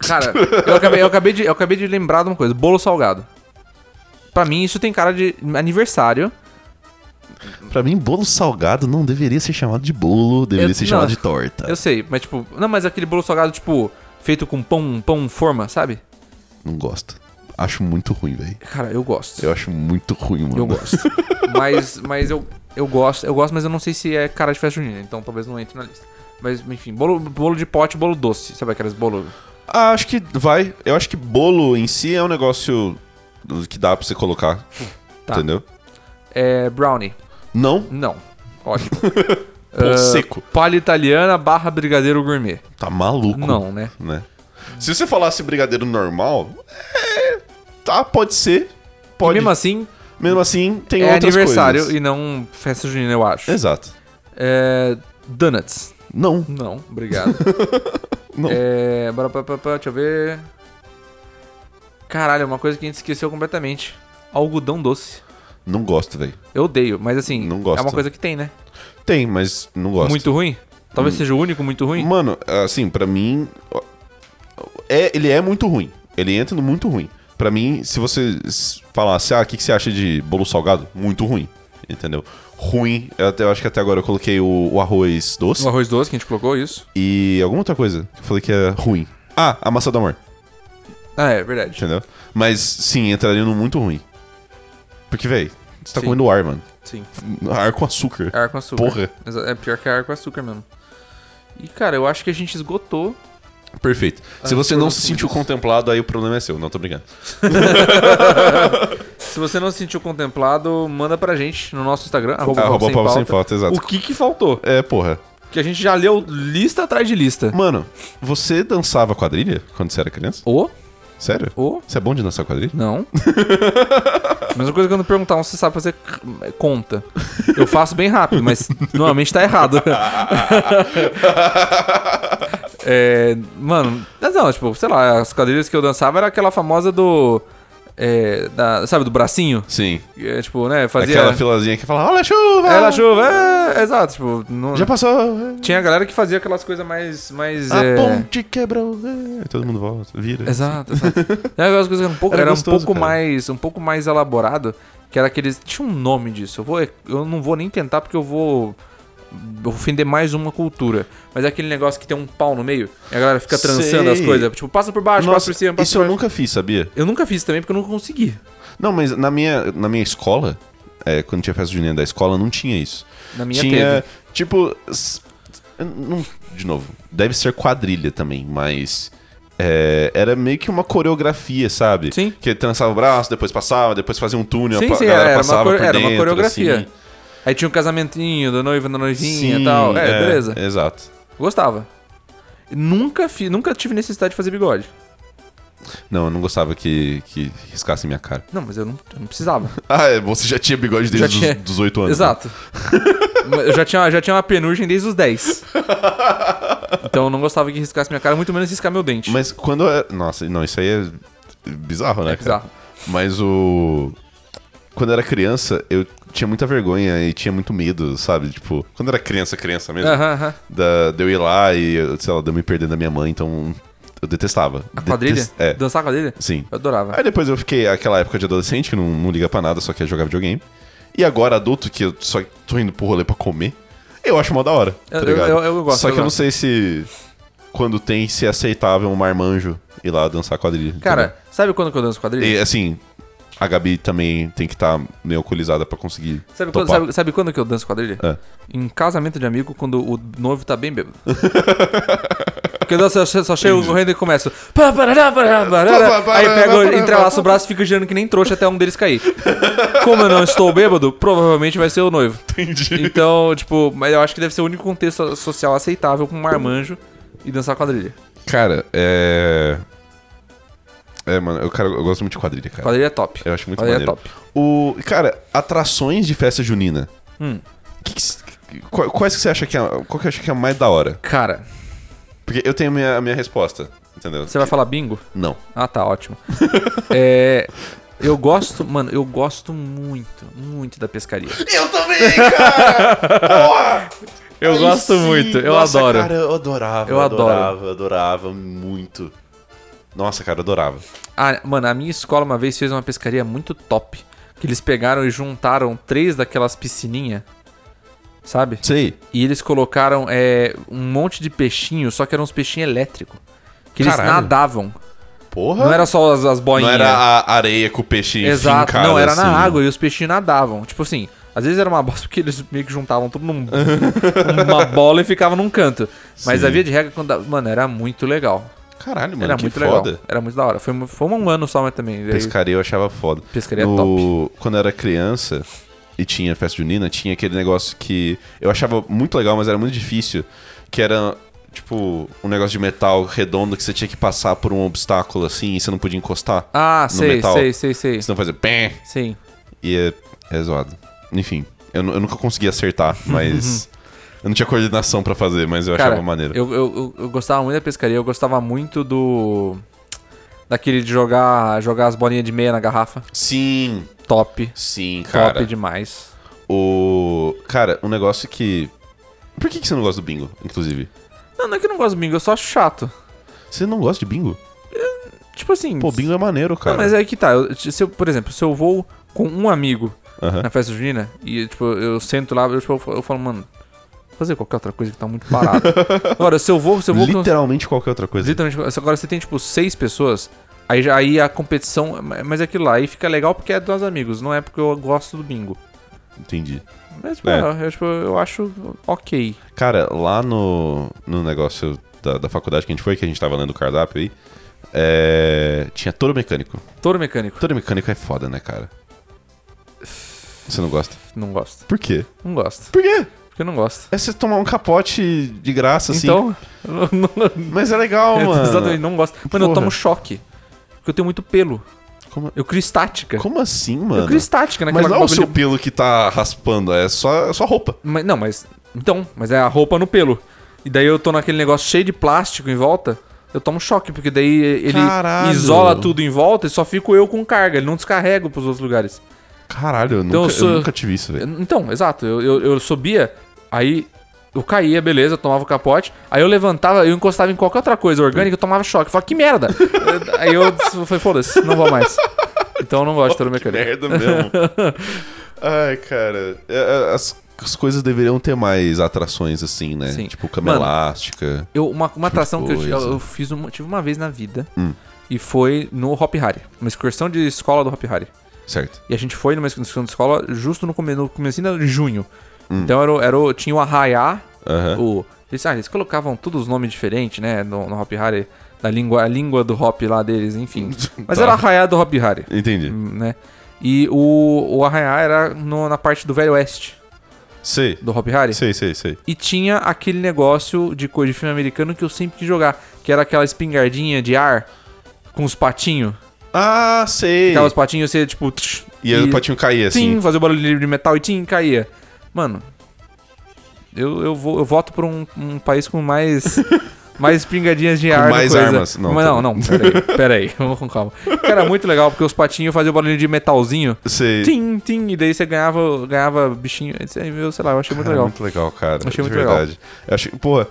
Speaker 1: Cara, eu acabei, eu, acabei de, eu acabei de lembrar de uma coisa. Bolo salgado. Pra mim, isso tem cara de aniversário.
Speaker 2: Pra mim, bolo salgado não deveria ser chamado de bolo, deveria
Speaker 1: Eu-
Speaker 2: ser
Speaker 1: não.
Speaker 2: chamado de torta.
Speaker 1: Eu sei, mas tipo... Não, mas aquele bolo salgado, tipo... Feito com pão, pão forma, sabe?
Speaker 2: Não gosto. Acho muito ruim, velho.
Speaker 1: Cara, eu gosto. Eu,
Speaker 2: Eu acho muito ruim, mano.
Speaker 1: gosto. mas mas eu, eu gosto, eu gosto, mas eu não sei se é cara de festa junina. Então talvez não entre na lista. Mas, enfim, bolo, bolo de pote, bolo doce. Sabe aqueles bolo...
Speaker 2: Ah, acho que vai. Eu acho que bolo em si é um negócio que dá pra você colocar.
Speaker 1: Tá.
Speaker 2: Entendeu?
Speaker 1: É, brownie.
Speaker 2: Não,
Speaker 1: Não. Ótimo.
Speaker 2: pão
Speaker 1: Ah,
Speaker 2: seco.
Speaker 1: Palha italiana barra brigadeiro gourmet.
Speaker 2: Tá maluco.
Speaker 1: Não, né?
Speaker 2: Né? Se você falasse brigadeiro normal, é. Tá, pode ser.
Speaker 1: E
Speaker 2: Pode.
Speaker 1: mesmo
Speaker 2: Mesmo,
Speaker 1: assim,
Speaker 2: assim, tem
Speaker 1: é
Speaker 2: outras
Speaker 1: aniversário
Speaker 2: coisas.
Speaker 1: e não festa junina, eu acho.
Speaker 2: Exato.
Speaker 1: É, donuts.
Speaker 2: Não,
Speaker 1: Não, obrigado.
Speaker 2: não.
Speaker 1: é, bora, pá, pá, pá, deixa eu ver. Caralho, é uma coisa que a gente esqueceu completamente. Algodão doce.
Speaker 2: Não gosto, velho.
Speaker 1: Eu odeio, mas assim,
Speaker 2: Não gosto.
Speaker 1: é uma coisa que tem, né?
Speaker 2: Tem, mas não gosto. Hum.
Speaker 1: Muito ruim. Talvez seja o único muito ruim.
Speaker 2: Mano, assim, pra mim. ó, é, ele é muito ruim. Ele entra no muito ruim. Pra mim, se você s- falasse, ah, o que, que você acha de bolo salgado? Muito ruim. Entendeu? Ruim, eu, até, eu acho que até agora eu coloquei o, o arroz doce
Speaker 1: O arroz doce que a gente colocou, isso.
Speaker 2: e alguma outra coisa que eu falei que é ruim. Ah, a massa do amor,
Speaker 1: Ah, é verdade.
Speaker 2: entendeu? Mas sim, entraria no muito ruim. Porque, véi, você tá
Speaker 1: Sim.
Speaker 2: comendo ar, mano.
Speaker 1: Sim.
Speaker 2: Ar com açúcar.
Speaker 1: Ar com açúcar.
Speaker 2: Porra.
Speaker 1: Exa- É pior que ar com açúcar mesmo. E, cara, eu acho que a gente esgotou.
Speaker 2: Perfeito. Se
Speaker 1: Ah,
Speaker 2: você
Speaker 1: por
Speaker 2: não
Speaker 1: um
Speaker 2: se sentiu
Speaker 1: simples.
Speaker 2: contemplado, aí o problema é seu. Não, tô brincando.
Speaker 1: Se você não se sentiu contemplado, manda pra gente no nosso Instagram,
Speaker 2: Arroba
Speaker 1: Papo
Speaker 2: Papo Sem
Speaker 1: Sem
Speaker 2: Pauta, exato.
Speaker 1: O que que faltou?
Speaker 2: É, porra.
Speaker 1: Que a gente já leu lista atrás de lista.
Speaker 2: Mano, você dançava quadrilha quando você era criança?
Speaker 1: Ô,
Speaker 2: Sério?
Speaker 1: ô,
Speaker 2: Você é bom de dançar quadrilha?
Speaker 1: não. Mesma coisa que quando perguntavam se sabe fazer c- é, conta. Eu faço bem rápido, mas normalmente tá errado. É, mano, mas não, tipo, sei lá, as quadrilhas que eu dançava era aquela famosa do. é, da- sabe, do bracinho?
Speaker 2: Sim.
Speaker 1: É, tipo, né? Fazia.
Speaker 2: Aquela filazinha que fala, olha a chuva!
Speaker 1: Ela é chuva, é, exato, tipo, não-
Speaker 2: Já Ah, passou! é.
Speaker 1: tinha a galera que fazia aquelas coisas mais. mais
Speaker 2: A
Speaker 1: é,
Speaker 2: ponte quebrou! é. Aí Todo mundo volta, vira.
Speaker 1: Exato, exato. Era aquelas coisas que um pouco,
Speaker 2: assim. Era
Speaker 1: era,
Speaker 2: gostoso,
Speaker 1: um pouco
Speaker 2: cara.
Speaker 1: mais, um pouco mais elaborado, que era aqueles, tinha um nome disso. Eu vou eu não vou nem tentar porque eu vou ofender mais uma cultura. Mas é aquele negócio que tem um pau no meio, e a galera fica trançando
Speaker 2: Sei.
Speaker 1: as coisas, tipo, passa por baixo, passa
Speaker 2: Nossa,
Speaker 1: por cima, passa
Speaker 2: isso
Speaker 1: por
Speaker 2: eu nunca fiz, sabia?
Speaker 1: Eu nunca fiz também porque eu nunca consegui.
Speaker 2: Não, mas na minha, na minha escola, é, quando tinha festa junina da escola, não tinha isso.
Speaker 1: Na minha
Speaker 2: tinha,
Speaker 1: teve.
Speaker 2: tipo. s- eu não- de novo, deve ser quadrilha também, mas. é, era meio que uma coreografia, sabe?
Speaker 1: Sim.
Speaker 2: Que trançava o braço, depois passava, depois fazia um túnel,
Speaker 1: Sim,
Speaker 2: a
Speaker 1: sim,
Speaker 2: pa-
Speaker 1: era,
Speaker 2: galera
Speaker 1: era, uma,
Speaker 2: passava
Speaker 1: core-
Speaker 2: por
Speaker 1: era uma
Speaker 2: dentro,
Speaker 1: coreografia.
Speaker 2: assim.
Speaker 1: Aí tinha o casamentinho do noivo, da noivinha
Speaker 2: Sim,
Speaker 1: e tal. É, beleza.
Speaker 2: Exato.
Speaker 1: Gostava. Nunca fiz, nunca tive necessidade de fazer bigode.
Speaker 2: Não, eu não gostava que, que riscasse minha cara.
Speaker 1: Não, mas eu não, eu não precisava.
Speaker 2: Ah, é, você já tinha bigode
Speaker 1: Já
Speaker 2: desde
Speaker 1: tinha.
Speaker 2: os 18 anos. né?
Speaker 1: Exato. Mas eu já tinha, já tinha uma penugem desde os 10. Então eu não gostava que riscasse minha cara, muito menos riscar meu dente.
Speaker 2: Mas quando é. Nossa, não, isso aí é bizarro, né?
Speaker 1: É bizarro.
Speaker 2: Cara? Mas o. Quando eu era criança, eu tinha muita vergonha e tinha muito medo, sabe? Tipo, quando eu era criança, criança mesmo,
Speaker 1: Aham, aham.
Speaker 2: da, de eu ir lá e, eu, sei lá, de eu me perder da minha mãe, então eu detestava.
Speaker 1: A quadrilha?
Speaker 2: Detest- É,
Speaker 1: Dançar quadrilha?
Speaker 2: sim.
Speaker 1: Eu adorava.
Speaker 2: Aí depois eu fiquei aquela época de adolescente que não, não liga pra nada, só quer jogar videogame. E agora, adulto, que eu só tô indo pro rolê pra comer, eu acho mó da hora. Tá
Speaker 1: Eu- eu-
Speaker 2: ligado?
Speaker 1: eu- eu gosto,
Speaker 2: Só que
Speaker 1: eu
Speaker 2: eu, não
Speaker 1: gosto.
Speaker 2: sei se. Quando tem, se é aceitável um marmanjo ir lá dançar quadrilha.
Speaker 1: Cara, sabe quando que eu danço
Speaker 2: entendeu?
Speaker 1: quadrilha?
Speaker 2: E assim, a Gabi também tem que estar meio alcoolizada pra conseguir.
Speaker 1: Sabe
Speaker 2: topar.
Speaker 1: quando, sabe, sabe quando que eu danço quadrilha?
Speaker 2: É.
Speaker 1: Em casamento de amigo, quando o noivo tá bem bêbado. Porque eu danço, eu só chego correndo e começo. "Pá, parará, parará, parará". Aí pego, entrelaço o braço e fico girando que nem trouxa até um deles cair. Como eu não estou bêbado, provavelmente vai ser o noivo.
Speaker 2: Entendi.
Speaker 1: Então, tipo, mas eu acho que deve ser o único contexto social aceitável com um marmanjo e dançar quadrilha.
Speaker 2: Cara, é. É, mano, eu, cara, eu gosto muito de quadrilha, cara.
Speaker 1: Quadrilha é top.
Speaker 2: Eu acho muito
Speaker 1: Quadrilha
Speaker 2: maneiro.
Speaker 1: é top.
Speaker 2: O, cara, atrações de festa junina.
Speaker 1: Hum.
Speaker 2: Que que c- qu- quais que você acha que é, qual que eu acho que é a mais da hora?
Speaker 1: Cara,
Speaker 2: Porque eu tenho a minha, a minha resposta, entendeu?
Speaker 1: você vai falar bingo?
Speaker 2: Não.
Speaker 1: Ah, tá, ótimo. é, eu gosto, mano, eu gosto muito, muito da pescaria.
Speaker 2: Eu também, cara! Porra!
Speaker 1: Eu gosto muito, eu
Speaker 2: Nossa,
Speaker 1: adoro.
Speaker 2: Cara, eu adorava,
Speaker 1: Eu
Speaker 2: eu
Speaker 1: adoro.
Speaker 2: adorava, eu adorava muito. Nossa, cara, eu adorava.
Speaker 1: Ah, mano, a minha escola uma vez fez uma pescaria muito top. Que eles pegaram e juntaram três daquelas piscininhas, sabe?
Speaker 2: Sei.
Speaker 1: E eles colocaram é, um monte de peixinho, só que eram uns peixinhos elétricos. Que eles
Speaker 2: Caralho.
Speaker 1: nadavam.
Speaker 2: Porra.
Speaker 1: Não era só as, as
Speaker 2: Não
Speaker 1: boinhas.
Speaker 2: era a areia com o peixe
Speaker 1: Exato.
Speaker 2: enfincado,
Speaker 1: não, era
Speaker 2: assim.
Speaker 1: na água e os peixinhos nadavam. Tipo assim, às vezes era uma bosta porque eles meio que juntavam tudo num, numa bola e ficavam num canto. Mas
Speaker 2: Sim.
Speaker 1: havia de regra quando. dava- Mano, era muito legal.
Speaker 2: Caralho, mano,
Speaker 1: Era
Speaker 2: que
Speaker 1: muito
Speaker 2: foda.
Speaker 1: legal. Era muito da hora. Foi, foi um ano só, mas também. daí-
Speaker 2: Pescaria eu achava foda.
Speaker 1: Pescaria é
Speaker 2: top. Quando eu era criança e tinha festa junina, tinha aquele negócio que eu achava muito legal, mas era muito difícil, que era tipo um negócio de metal redondo que você tinha que passar por um obstáculo assim e você não podia encostar.
Speaker 1: Ah,
Speaker 2: No
Speaker 1: sei,
Speaker 2: metal.
Speaker 1: sei, sei, sei.
Speaker 2: Senão fazia pé
Speaker 1: Sim.
Speaker 2: e é, é zoado. Enfim, eu, nu- eu nunca consegui acertar, mas eu não tinha coordenação pra fazer, mas eu
Speaker 1: Cara,
Speaker 2: achava maneiro.
Speaker 1: Eu, eu, eu- eu gostava muito da pescaria, eu gostava muito do. Daquele de jogar, jogar as bolinhas de meia na garrafa.
Speaker 2: Sim,
Speaker 1: Top.
Speaker 2: sim, cara.
Speaker 1: Top demais.
Speaker 2: O cara, um negócio que Por que que você não gosta do bingo, inclusive?
Speaker 1: Não, não é que eu não gosto do bingo, eu só acho chato.
Speaker 2: Você não gosta de bingo?
Speaker 1: Tipo assim.
Speaker 2: Pô, bingo é maneiro, cara.
Speaker 1: Não, mas é que tá. eu- se eu- por exemplo, se eu vou com um amigo
Speaker 2: Aham.
Speaker 1: na festa junina e, tipo, eu sento lá, eu, tipo, eu falo- eu falo, mano, vou fazer qualquer outra coisa que tá muito parado. Agora, se eu vou, se eu vou. com-
Speaker 2: Literalmente qualquer outra coisa.
Speaker 1: Literalmente. Agora você tem, tipo, seis pessoas. Aí, já- aí a competição. Mas é aquilo lá. Aí fica legal porque é dos amigos, não é porque eu gosto do bingo.
Speaker 2: Entendi.
Speaker 1: Mas, pô,
Speaker 2: É.
Speaker 1: eu, tipo, eu acho ok.
Speaker 2: Cara, lá no, no negócio da, da faculdade que a gente foi, que a gente tava lendo o cardápio aí, é, tinha touro mecânico.
Speaker 1: Touro mecânico.
Speaker 2: Touro mecânico é foda, né, cara? Você não gosta?
Speaker 1: Não gosto.
Speaker 2: Por quê?
Speaker 1: Não gosto.
Speaker 2: Por quê?
Speaker 1: Porque eu não gosto.
Speaker 2: É você tomar um capote de graça, assim.
Speaker 1: Então, eu não, não,
Speaker 2: Mas é legal, mano.
Speaker 1: exatamente, não gosto. Mano, eu
Speaker 2: Porra.
Speaker 1: tomo choque. Porque eu tenho muito pelo.
Speaker 2: Como,
Speaker 1: Eu crio estática.
Speaker 2: como assim,
Speaker 1: eu
Speaker 2: mano?
Speaker 1: crio estática naquela
Speaker 2: Mas não é o
Speaker 1: bagulho-
Speaker 2: seu pelo que tá raspando, é só, é só roupa.
Speaker 1: Mas, não, mas. Então, mas é a roupa no pelo. E daí eu tô naquele negócio cheio de plástico em volta. Eu tomo choque, porque daí ele
Speaker 2: Caralho.
Speaker 1: isola tudo em volta e só fico eu com carga. Ele não descarrega pros outros lugares.
Speaker 2: Caralho, eu,
Speaker 1: Então
Speaker 2: nunca,
Speaker 1: eu sou-
Speaker 2: eu nunca tive isso, velho.
Speaker 1: Então, exato. Eu, eu, eu subia, aí eu caía, beleza, eu tomava o capote. Aí eu levantava, eu encostava em qualquer outra coisa orgânica, eu tomava choque. Eu Falava, que merda! aí eu falei, foda-se, não vou mais. Então eu não gosto de touro
Speaker 2: Que
Speaker 1: mecânico.
Speaker 2: merda mesmo. Ai, cara. é, é, As, as coisas deveriam ter mais atrações assim, né?
Speaker 1: Sim.
Speaker 2: Tipo cama
Speaker 1: Mano.
Speaker 2: elástica.
Speaker 1: Eu, uma, uma atração que eu,
Speaker 2: coisa. Hum.
Speaker 1: eu, eu fiz uma, tive uma vez na vida. E foi no Hop Harry. Uma excursão de escola do Hop Harry.
Speaker 2: Certo.
Speaker 1: E a gente foi numa excursão de escola justo no, come, no comecinho de junho.
Speaker 2: Hum.
Speaker 1: Então era, o- era, o- tinha o Arraiá,
Speaker 2: Aham.
Speaker 1: o. Eles, ah, eles colocavam todos os nomes diferentes, né? No, no Hop Harry, da língua, a língua do Hop lá deles, enfim. Mas
Speaker 2: Tá.
Speaker 1: era Arraiá do Hop Harry,
Speaker 2: Entendi.
Speaker 1: né? E o, o Arraiá era no- na parte do Velho Oeste
Speaker 2: Sei.
Speaker 1: do Hop Harry.
Speaker 2: Sei, sei, sei.
Speaker 1: E tinha aquele negócio de coisa de filme americano que eu sempre quis jogar, que era aquela espingardinha de ar com os patinhos.
Speaker 2: Ah, sei.
Speaker 1: Ficava os patinhos, você, tipo... tsh,
Speaker 2: E aí o patinho caía assim.
Speaker 1: Tim, fazer o barulho de metal e tim, caía. Mano, eu, eu, vou, eu voto por um, um país com mais. mais pingadinhas de ar.
Speaker 2: mais
Speaker 1: coisa.
Speaker 2: armas.
Speaker 1: Não,
Speaker 2: Não,
Speaker 1: Mas
Speaker 2: tá
Speaker 1: não,
Speaker 2: bom.
Speaker 1: não, peraí, peraí, vamos com calma. Cara, muito legal, porque os patinhos faziam barulho de metalzinho.
Speaker 2: Sei.
Speaker 1: Tim, tim, e daí você ganhava, ganhava bichinho. Aí você viu, sei lá, eu achei muito
Speaker 2: Cara,
Speaker 1: legal.
Speaker 2: Ah, muito legal, cara.
Speaker 1: Achei
Speaker 2: de
Speaker 1: muito legal.
Speaker 2: verdade. Eu achei, porra.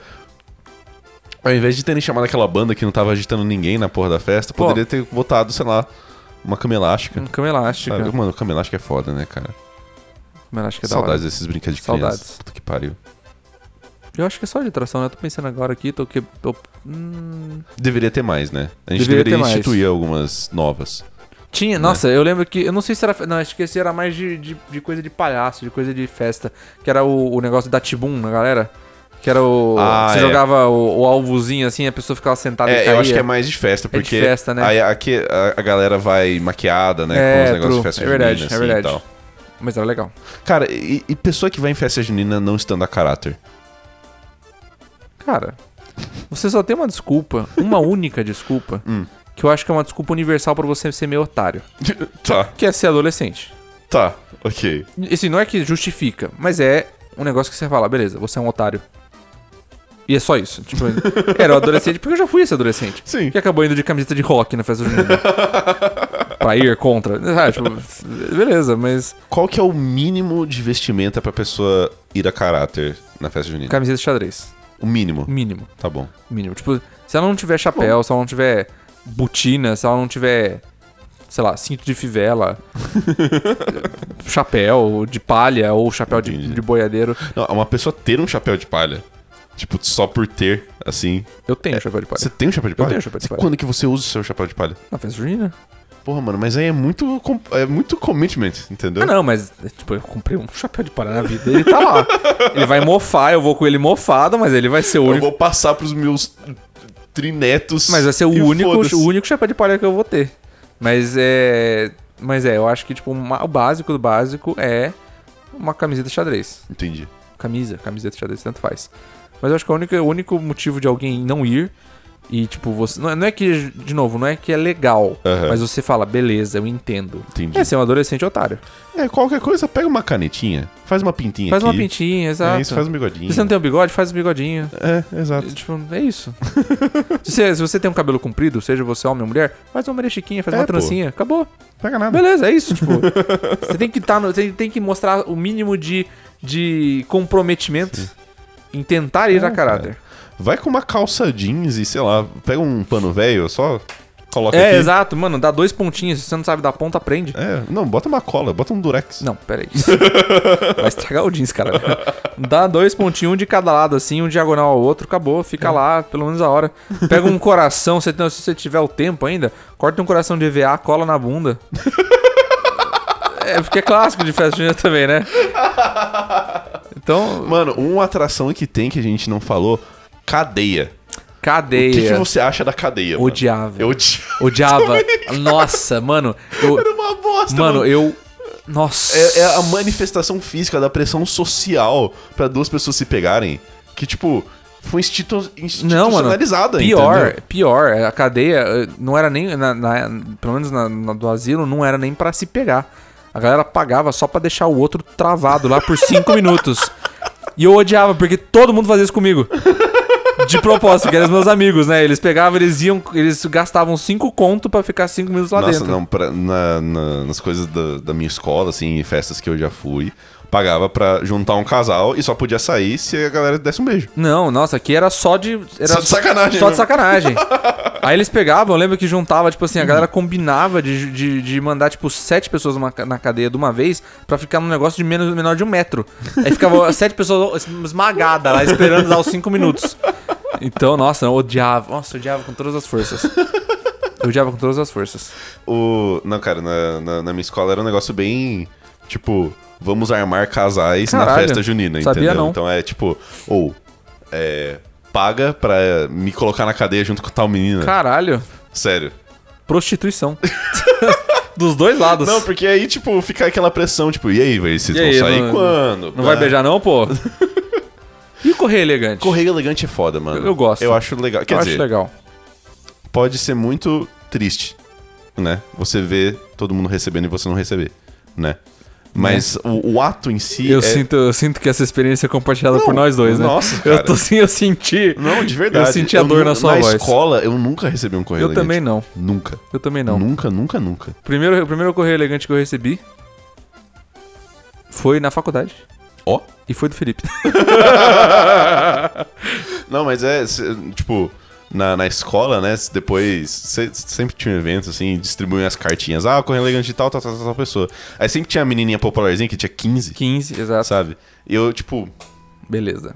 Speaker 2: Ao invés de terem chamado aquela banda que não tava agitando ninguém na porra da festa,
Speaker 1: Pô.
Speaker 2: poderia ter botado, sei lá, uma cama elástica.
Speaker 1: Um cama elástica.
Speaker 2: Sabe? Mano, cama elástica é foda, né, cara?
Speaker 1: Cama elástica é da hora.
Speaker 2: Saudades desses brinquedos de
Speaker 1: Saudades.
Speaker 2: criança. Puta que pariu.
Speaker 1: Eu acho que é só de atração, né? Eu tô pensando agora aqui, tô que. Tô... Hum...
Speaker 2: Deveria ter mais, né? A gente
Speaker 1: Deveria
Speaker 2: deveria,
Speaker 1: ter mais.
Speaker 2: instituir algumas novas.
Speaker 1: Tinha,
Speaker 2: Né?
Speaker 1: nossa, eu lembro que. Eu não sei se era. fe- Não, acho que esse era mais de, de, de coisa de palhaço, de coisa de festa. Que era o, o negócio da Tibum na galera. Que era o.
Speaker 2: Ah,
Speaker 1: você
Speaker 2: é.
Speaker 1: jogava o, o alvozinho assim, a pessoa ficava sentada e
Speaker 2: É,
Speaker 1: caía.
Speaker 2: eu acho que é mais de festa,
Speaker 1: de
Speaker 2: porque
Speaker 1: festa, né?
Speaker 2: aí aqui a, a galera vai maquiada, né?
Speaker 1: É,
Speaker 2: com os negócios
Speaker 1: true.
Speaker 2: de festa
Speaker 1: É verdade,
Speaker 2: junina,
Speaker 1: é
Speaker 2: assim,
Speaker 1: verdade.
Speaker 2: e tal.
Speaker 1: Mas era legal.
Speaker 2: Cara, e, e pessoa que vai em festa junina não estando a caráter?
Speaker 1: Cara, você só tem uma desculpa, uma única desculpa,
Speaker 2: Hum.
Speaker 1: que eu acho que é uma desculpa universal pra você ser meio otário.
Speaker 2: tá,
Speaker 1: Que é ser adolescente.
Speaker 2: tá, ok.
Speaker 1: Assim, não é que justifica, mas é um negócio que você fala, beleza, você é um otário. E é só isso. Tipo, era um adolescente porque eu já fui esse adolescente.
Speaker 2: Sim.
Speaker 1: Que acabou indo de camiseta de rock na festa junina. pra ir contra. Ah, tipo, beleza, mas
Speaker 2: Qual que é o mínimo de vestimenta pra pessoa ir a caráter na festa junina?
Speaker 1: camiseta de xadrez.
Speaker 2: O mínimo.
Speaker 1: Mínimo,
Speaker 2: Tá bom.
Speaker 1: mínimo. Tipo, se ela não tiver chapéu, se ela não tiver botina, se ela não tiver, sei lá, cinto de fivela, chapéu de palha ou chapéu de,
Speaker 2: Entendi.
Speaker 1: de boiadeiro,
Speaker 2: Não, uma pessoa ter um chapéu de palha, tipo, só por ter, assim.
Speaker 1: eu tenho chapéu de palha.
Speaker 2: Você tem um chapéu de palha?
Speaker 1: tenho chapéu de
Speaker 2: Você-
Speaker 1: palha.
Speaker 2: Quando que você usa o seu chapéu de palha?
Speaker 1: Na festa junina?
Speaker 2: Porra, mano, mas aí é muito, com- é muito commitment, entendeu?
Speaker 1: Ah, não, mas, tipo, eu comprei um chapéu de palha na vida e ele tá lá. ele vai mofar, eu vou com ele mofado, mas ele vai ser o
Speaker 2: Eu
Speaker 1: único.
Speaker 2: vou passar pros meus trinetos.
Speaker 1: Mas vai ser o
Speaker 2: e
Speaker 1: único,
Speaker 2: foda-se.
Speaker 1: o único chapéu de palha que eu vou ter. Mas é. Mas é, eu acho que, tipo, uma- o básico do básico é uma camiseta xadrez.
Speaker 2: Entendi.
Speaker 1: Camisa, camiseta xadrez, tanto faz. Mas eu acho que o único, o único motivo de alguém não ir. E, tipo, você. Não é, não é que, de novo, não é que é legal.
Speaker 2: Aham.
Speaker 1: Mas você fala, beleza, eu entendo.
Speaker 2: Entendi.
Speaker 1: É ser um adolescente otário.
Speaker 2: É, qualquer coisa, pega uma canetinha, faz uma pintinha
Speaker 1: Faz uma
Speaker 2: aqui.
Speaker 1: pintinha, exato.
Speaker 2: É isso, faz um bigodinho.
Speaker 1: Se você não tem um bigode, faz um bigodinho.
Speaker 2: É, exato.
Speaker 1: Tipo, é isso. se, você, se você tem um cabelo comprido, seja você homem ou mulher, faz uma merechiquinha, faz
Speaker 2: É,
Speaker 1: uma
Speaker 2: pô.
Speaker 1: trancinha. Acabou.
Speaker 2: Pega nada.
Speaker 1: Beleza, é isso. Tipo, você tem que tá no- você tem que mostrar o mínimo de, de comprometimento em tentar ir
Speaker 2: É,
Speaker 1: a caráter.
Speaker 2: Vai com uma calça jeans e, sei lá, pega um pano velho, só coloca
Speaker 1: É,
Speaker 2: aqui.
Speaker 1: exato, mano, dá dois pontinhos. Se você não sabe dar ponta, aprende.
Speaker 2: É, não, bota uma cola, bota um durex.
Speaker 1: Não, peraí. Vai estragar o jeans, cara. Dá dois pontinhos, um de cada lado, assim, um diagonal ao outro, acabou. Fica
Speaker 2: É.
Speaker 1: lá, pelo menos a hora. Pega um coração, se, se você tiver o tempo ainda, corta um coração de EVA, cola na bunda. É, porque é clássico de festa junina também, né? Então,
Speaker 2: Mano, uma atração que tem que a gente não falou, cadeia. O
Speaker 1: cadeia.
Speaker 2: que, que você é acha da cadeia? mano?
Speaker 1: Odiava.
Speaker 2: Eu odi-
Speaker 1: Odiava. Nossa, mano. eu-
Speaker 2: Era uma bosta,
Speaker 1: mano, eu... Nossa.
Speaker 2: É, é a manifestação física da pressão social pra duas pessoas se pegarem. Que, tipo, foi institu
Speaker 1: Não, mano.
Speaker 2: institucionalizada,
Speaker 1: Pior,
Speaker 2: entendeu?
Speaker 1: pior. A cadeia eh, não era nem. na- na- pelo menos na, na do asilo, não era nem pra se pegar. A galera pagava só pra deixar o outro travado lá por cinco minutos. E eu odiava, porque todo mundo fazia isso comigo. De propósito, porque eram os meus amigos, né? Eles pegavam, eles iam. Eles gastavam cinco conto pra ficar cinco minutos lá
Speaker 2: Nossa,
Speaker 1: dentro.
Speaker 2: não, pra- na- na- nas coisas da, da minha escola, assim, em festas que eu já fui, pagava pra juntar um casal e só podia sair se a galera desse um beijo.
Speaker 1: Não, nossa, aqui era só de. Era
Speaker 2: Só de sacanagem
Speaker 1: Só de
Speaker 2: mesmo.
Speaker 1: sacanagem. Aí eles pegavam, eu lembro que juntava, tipo assim, a galera combinava de, de, de mandar, tipo, sete pessoas numa ca- na cadeia de uma vez pra ficar num negócio de menos, menor de um metro. Aí ficava sete pessoas esmagadas lá, esperando dar os cinco minutos. Então, nossa, eu odiava. Nossa, eu odiava com todas as forças. Eu odiava com todas as forças.
Speaker 2: O, não, cara, na, na- na minha escola era um negócio bem, tipo, vamos armar casais na
Speaker 1: Caralho,
Speaker 2: festa junina,
Speaker 1: sabia
Speaker 2: entendeu?
Speaker 1: não.
Speaker 2: Então é tipo, ou, é, paga pra me colocar na cadeia junto com tal menina.
Speaker 1: Caralho,
Speaker 2: Sério.
Speaker 1: prostituição. Dos dois lados.
Speaker 2: Não, porque aí, tipo, fica aquela pressão, tipo, e aí, velho, vocês
Speaker 1: E
Speaker 2: vão
Speaker 1: aí,
Speaker 2: sair
Speaker 1: não-
Speaker 2: quando? Ah,
Speaker 1: Não vai beijar, não, pô? E o correio elegante?
Speaker 2: Correio elegante é foda, mano.
Speaker 1: Eu- eu gosto.
Speaker 2: Eu acho legal. Quer
Speaker 1: eu
Speaker 2: dizer,
Speaker 1: acho legal.
Speaker 2: pode ser muito triste, né? Você vê todo mundo recebendo e você não receber, né? Mas o, o ato em si.
Speaker 1: Eu,
Speaker 2: é-
Speaker 1: sinto, eu sinto que essa experiência é compartilhada
Speaker 2: Não,
Speaker 1: por nós dois, né?
Speaker 2: nossa, cara.
Speaker 1: Eu, tô, sim, eu senti.
Speaker 2: Não, de verdade.
Speaker 1: Eu senti a dor
Speaker 2: nu-
Speaker 1: na sua voz.
Speaker 2: Na escola, eu nunca recebi um correio
Speaker 1: Eu
Speaker 2: elegante.
Speaker 1: também não.
Speaker 2: Nunca.
Speaker 1: Eu também não.
Speaker 2: Nunca, nunca, nunca.
Speaker 1: Primeiro, o primeiro correio elegante que eu recebi foi na faculdade.
Speaker 2: Ó.
Speaker 1: E foi do Felipe.
Speaker 2: Não, mas é, cê, tipo, na, na escola, né, cê- depois, cê- sempre tinha um evento, assim, distribuem as cartinhas. Ah, correio elegante de tal, tal, tal, tal, tal pessoa. Aí sempre tinha a menininha popularzinha que tinha 15,
Speaker 1: 15, exato.
Speaker 2: sabe? E eu, tipo,
Speaker 1: Beleza.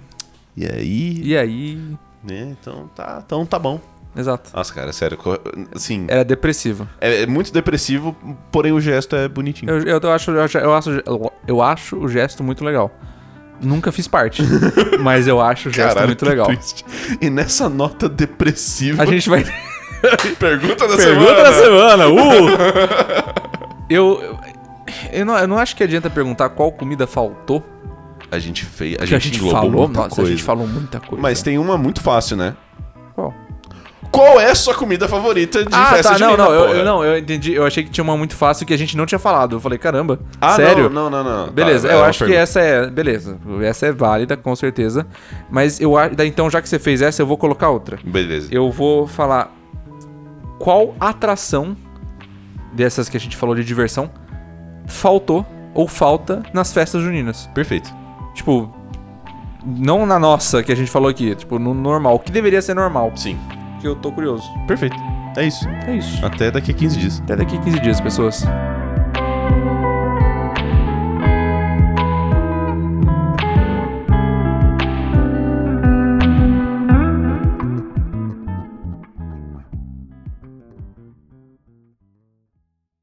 Speaker 2: e aí,
Speaker 1: E aí.
Speaker 2: né, então tá, então tá bom.
Speaker 1: Exato.
Speaker 2: Nossa, cara, sério, cor- assim,
Speaker 1: Era depressivo.
Speaker 2: é, é muito depressivo, porém o gesto é bonitinho.
Speaker 1: Eu, eu, eu acho, eu, acho, eu, acho, eu acho o gesto muito legal. Nunca fiz parte, mas eu acho o gesto é
Speaker 2: Caralho,
Speaker 1: muito
Speaker 2: que
Speaker 1: legal.
Speaker 2: triste. E nessa nota depressiva,
Speaker 1: A gente vai.
Speaker 2: pergunta da
Speaker 1: Pergunta
Speaker 2: semana. né?
Speaker 1: da semana! Uh! eu, eu, não, eu não acho que adianta perguntar qual comida faltou.
Speaker 2: A gente fez, a
Speaker 1: que
Speaker 2: gente,
Speaker 1: a gente
Speaker 2: englobou
Speaker 1: falou.
Speaker 2: muita
Speaker 1: Nossa, a
Speaker 2: coisa.
Speaker 1: gente falou muita coisa.
Speaker 2: Mas tem uma muito fácil, né?
Speaker 1: Qual?
Speaker 2: Qual é a sua comida favorita de
Speaker 1: Ah,
Speaker 2: festa
Speaker 1: tá, não,
Speaker 2: junina,
Speaker 1: não eu,
Speaker 2: porra?
Speaker 1: eu- não, eu entendi. Eu achei que tinha uma muito fácil que a gente não tinha falado. Eu falei, caramba,
Speaker 2: Ah,
Speaker 1: sério?
Speaker 2: Não, não, não. não.
Speaker 1: Beleza,
Speaker 2: Tá, é
Speaker 1: eu
Speaker 2: uma
Speaker 1: acho que
Speaker 2: pergunta.
Speaker 1: essa é. Beleza, essa é válida, com certeza. Mas eu acho. Então, já que você fez essa, eu vou colocar outra.
Speaker 2: Beleza.
Speaker 1: Eu vou falar qual atração dessas que a gente falou de diversão faltou ou falta nas festas juninas.
Speaker 2: Perfeito.
Speaker 1: Tipo, não na nossa que a gente falou aqui, tipo, no normal, o que deveria ser normal,
Speaker 2: Sim.
Speaker 1: que eu tô curioso.
Speaker 2: Perfeito. É isso.
Speaker 1: É isso.
Speaker 2: Até daqui a 15 dias.
Speaker 1: Até daqui 15 dias, pessoas.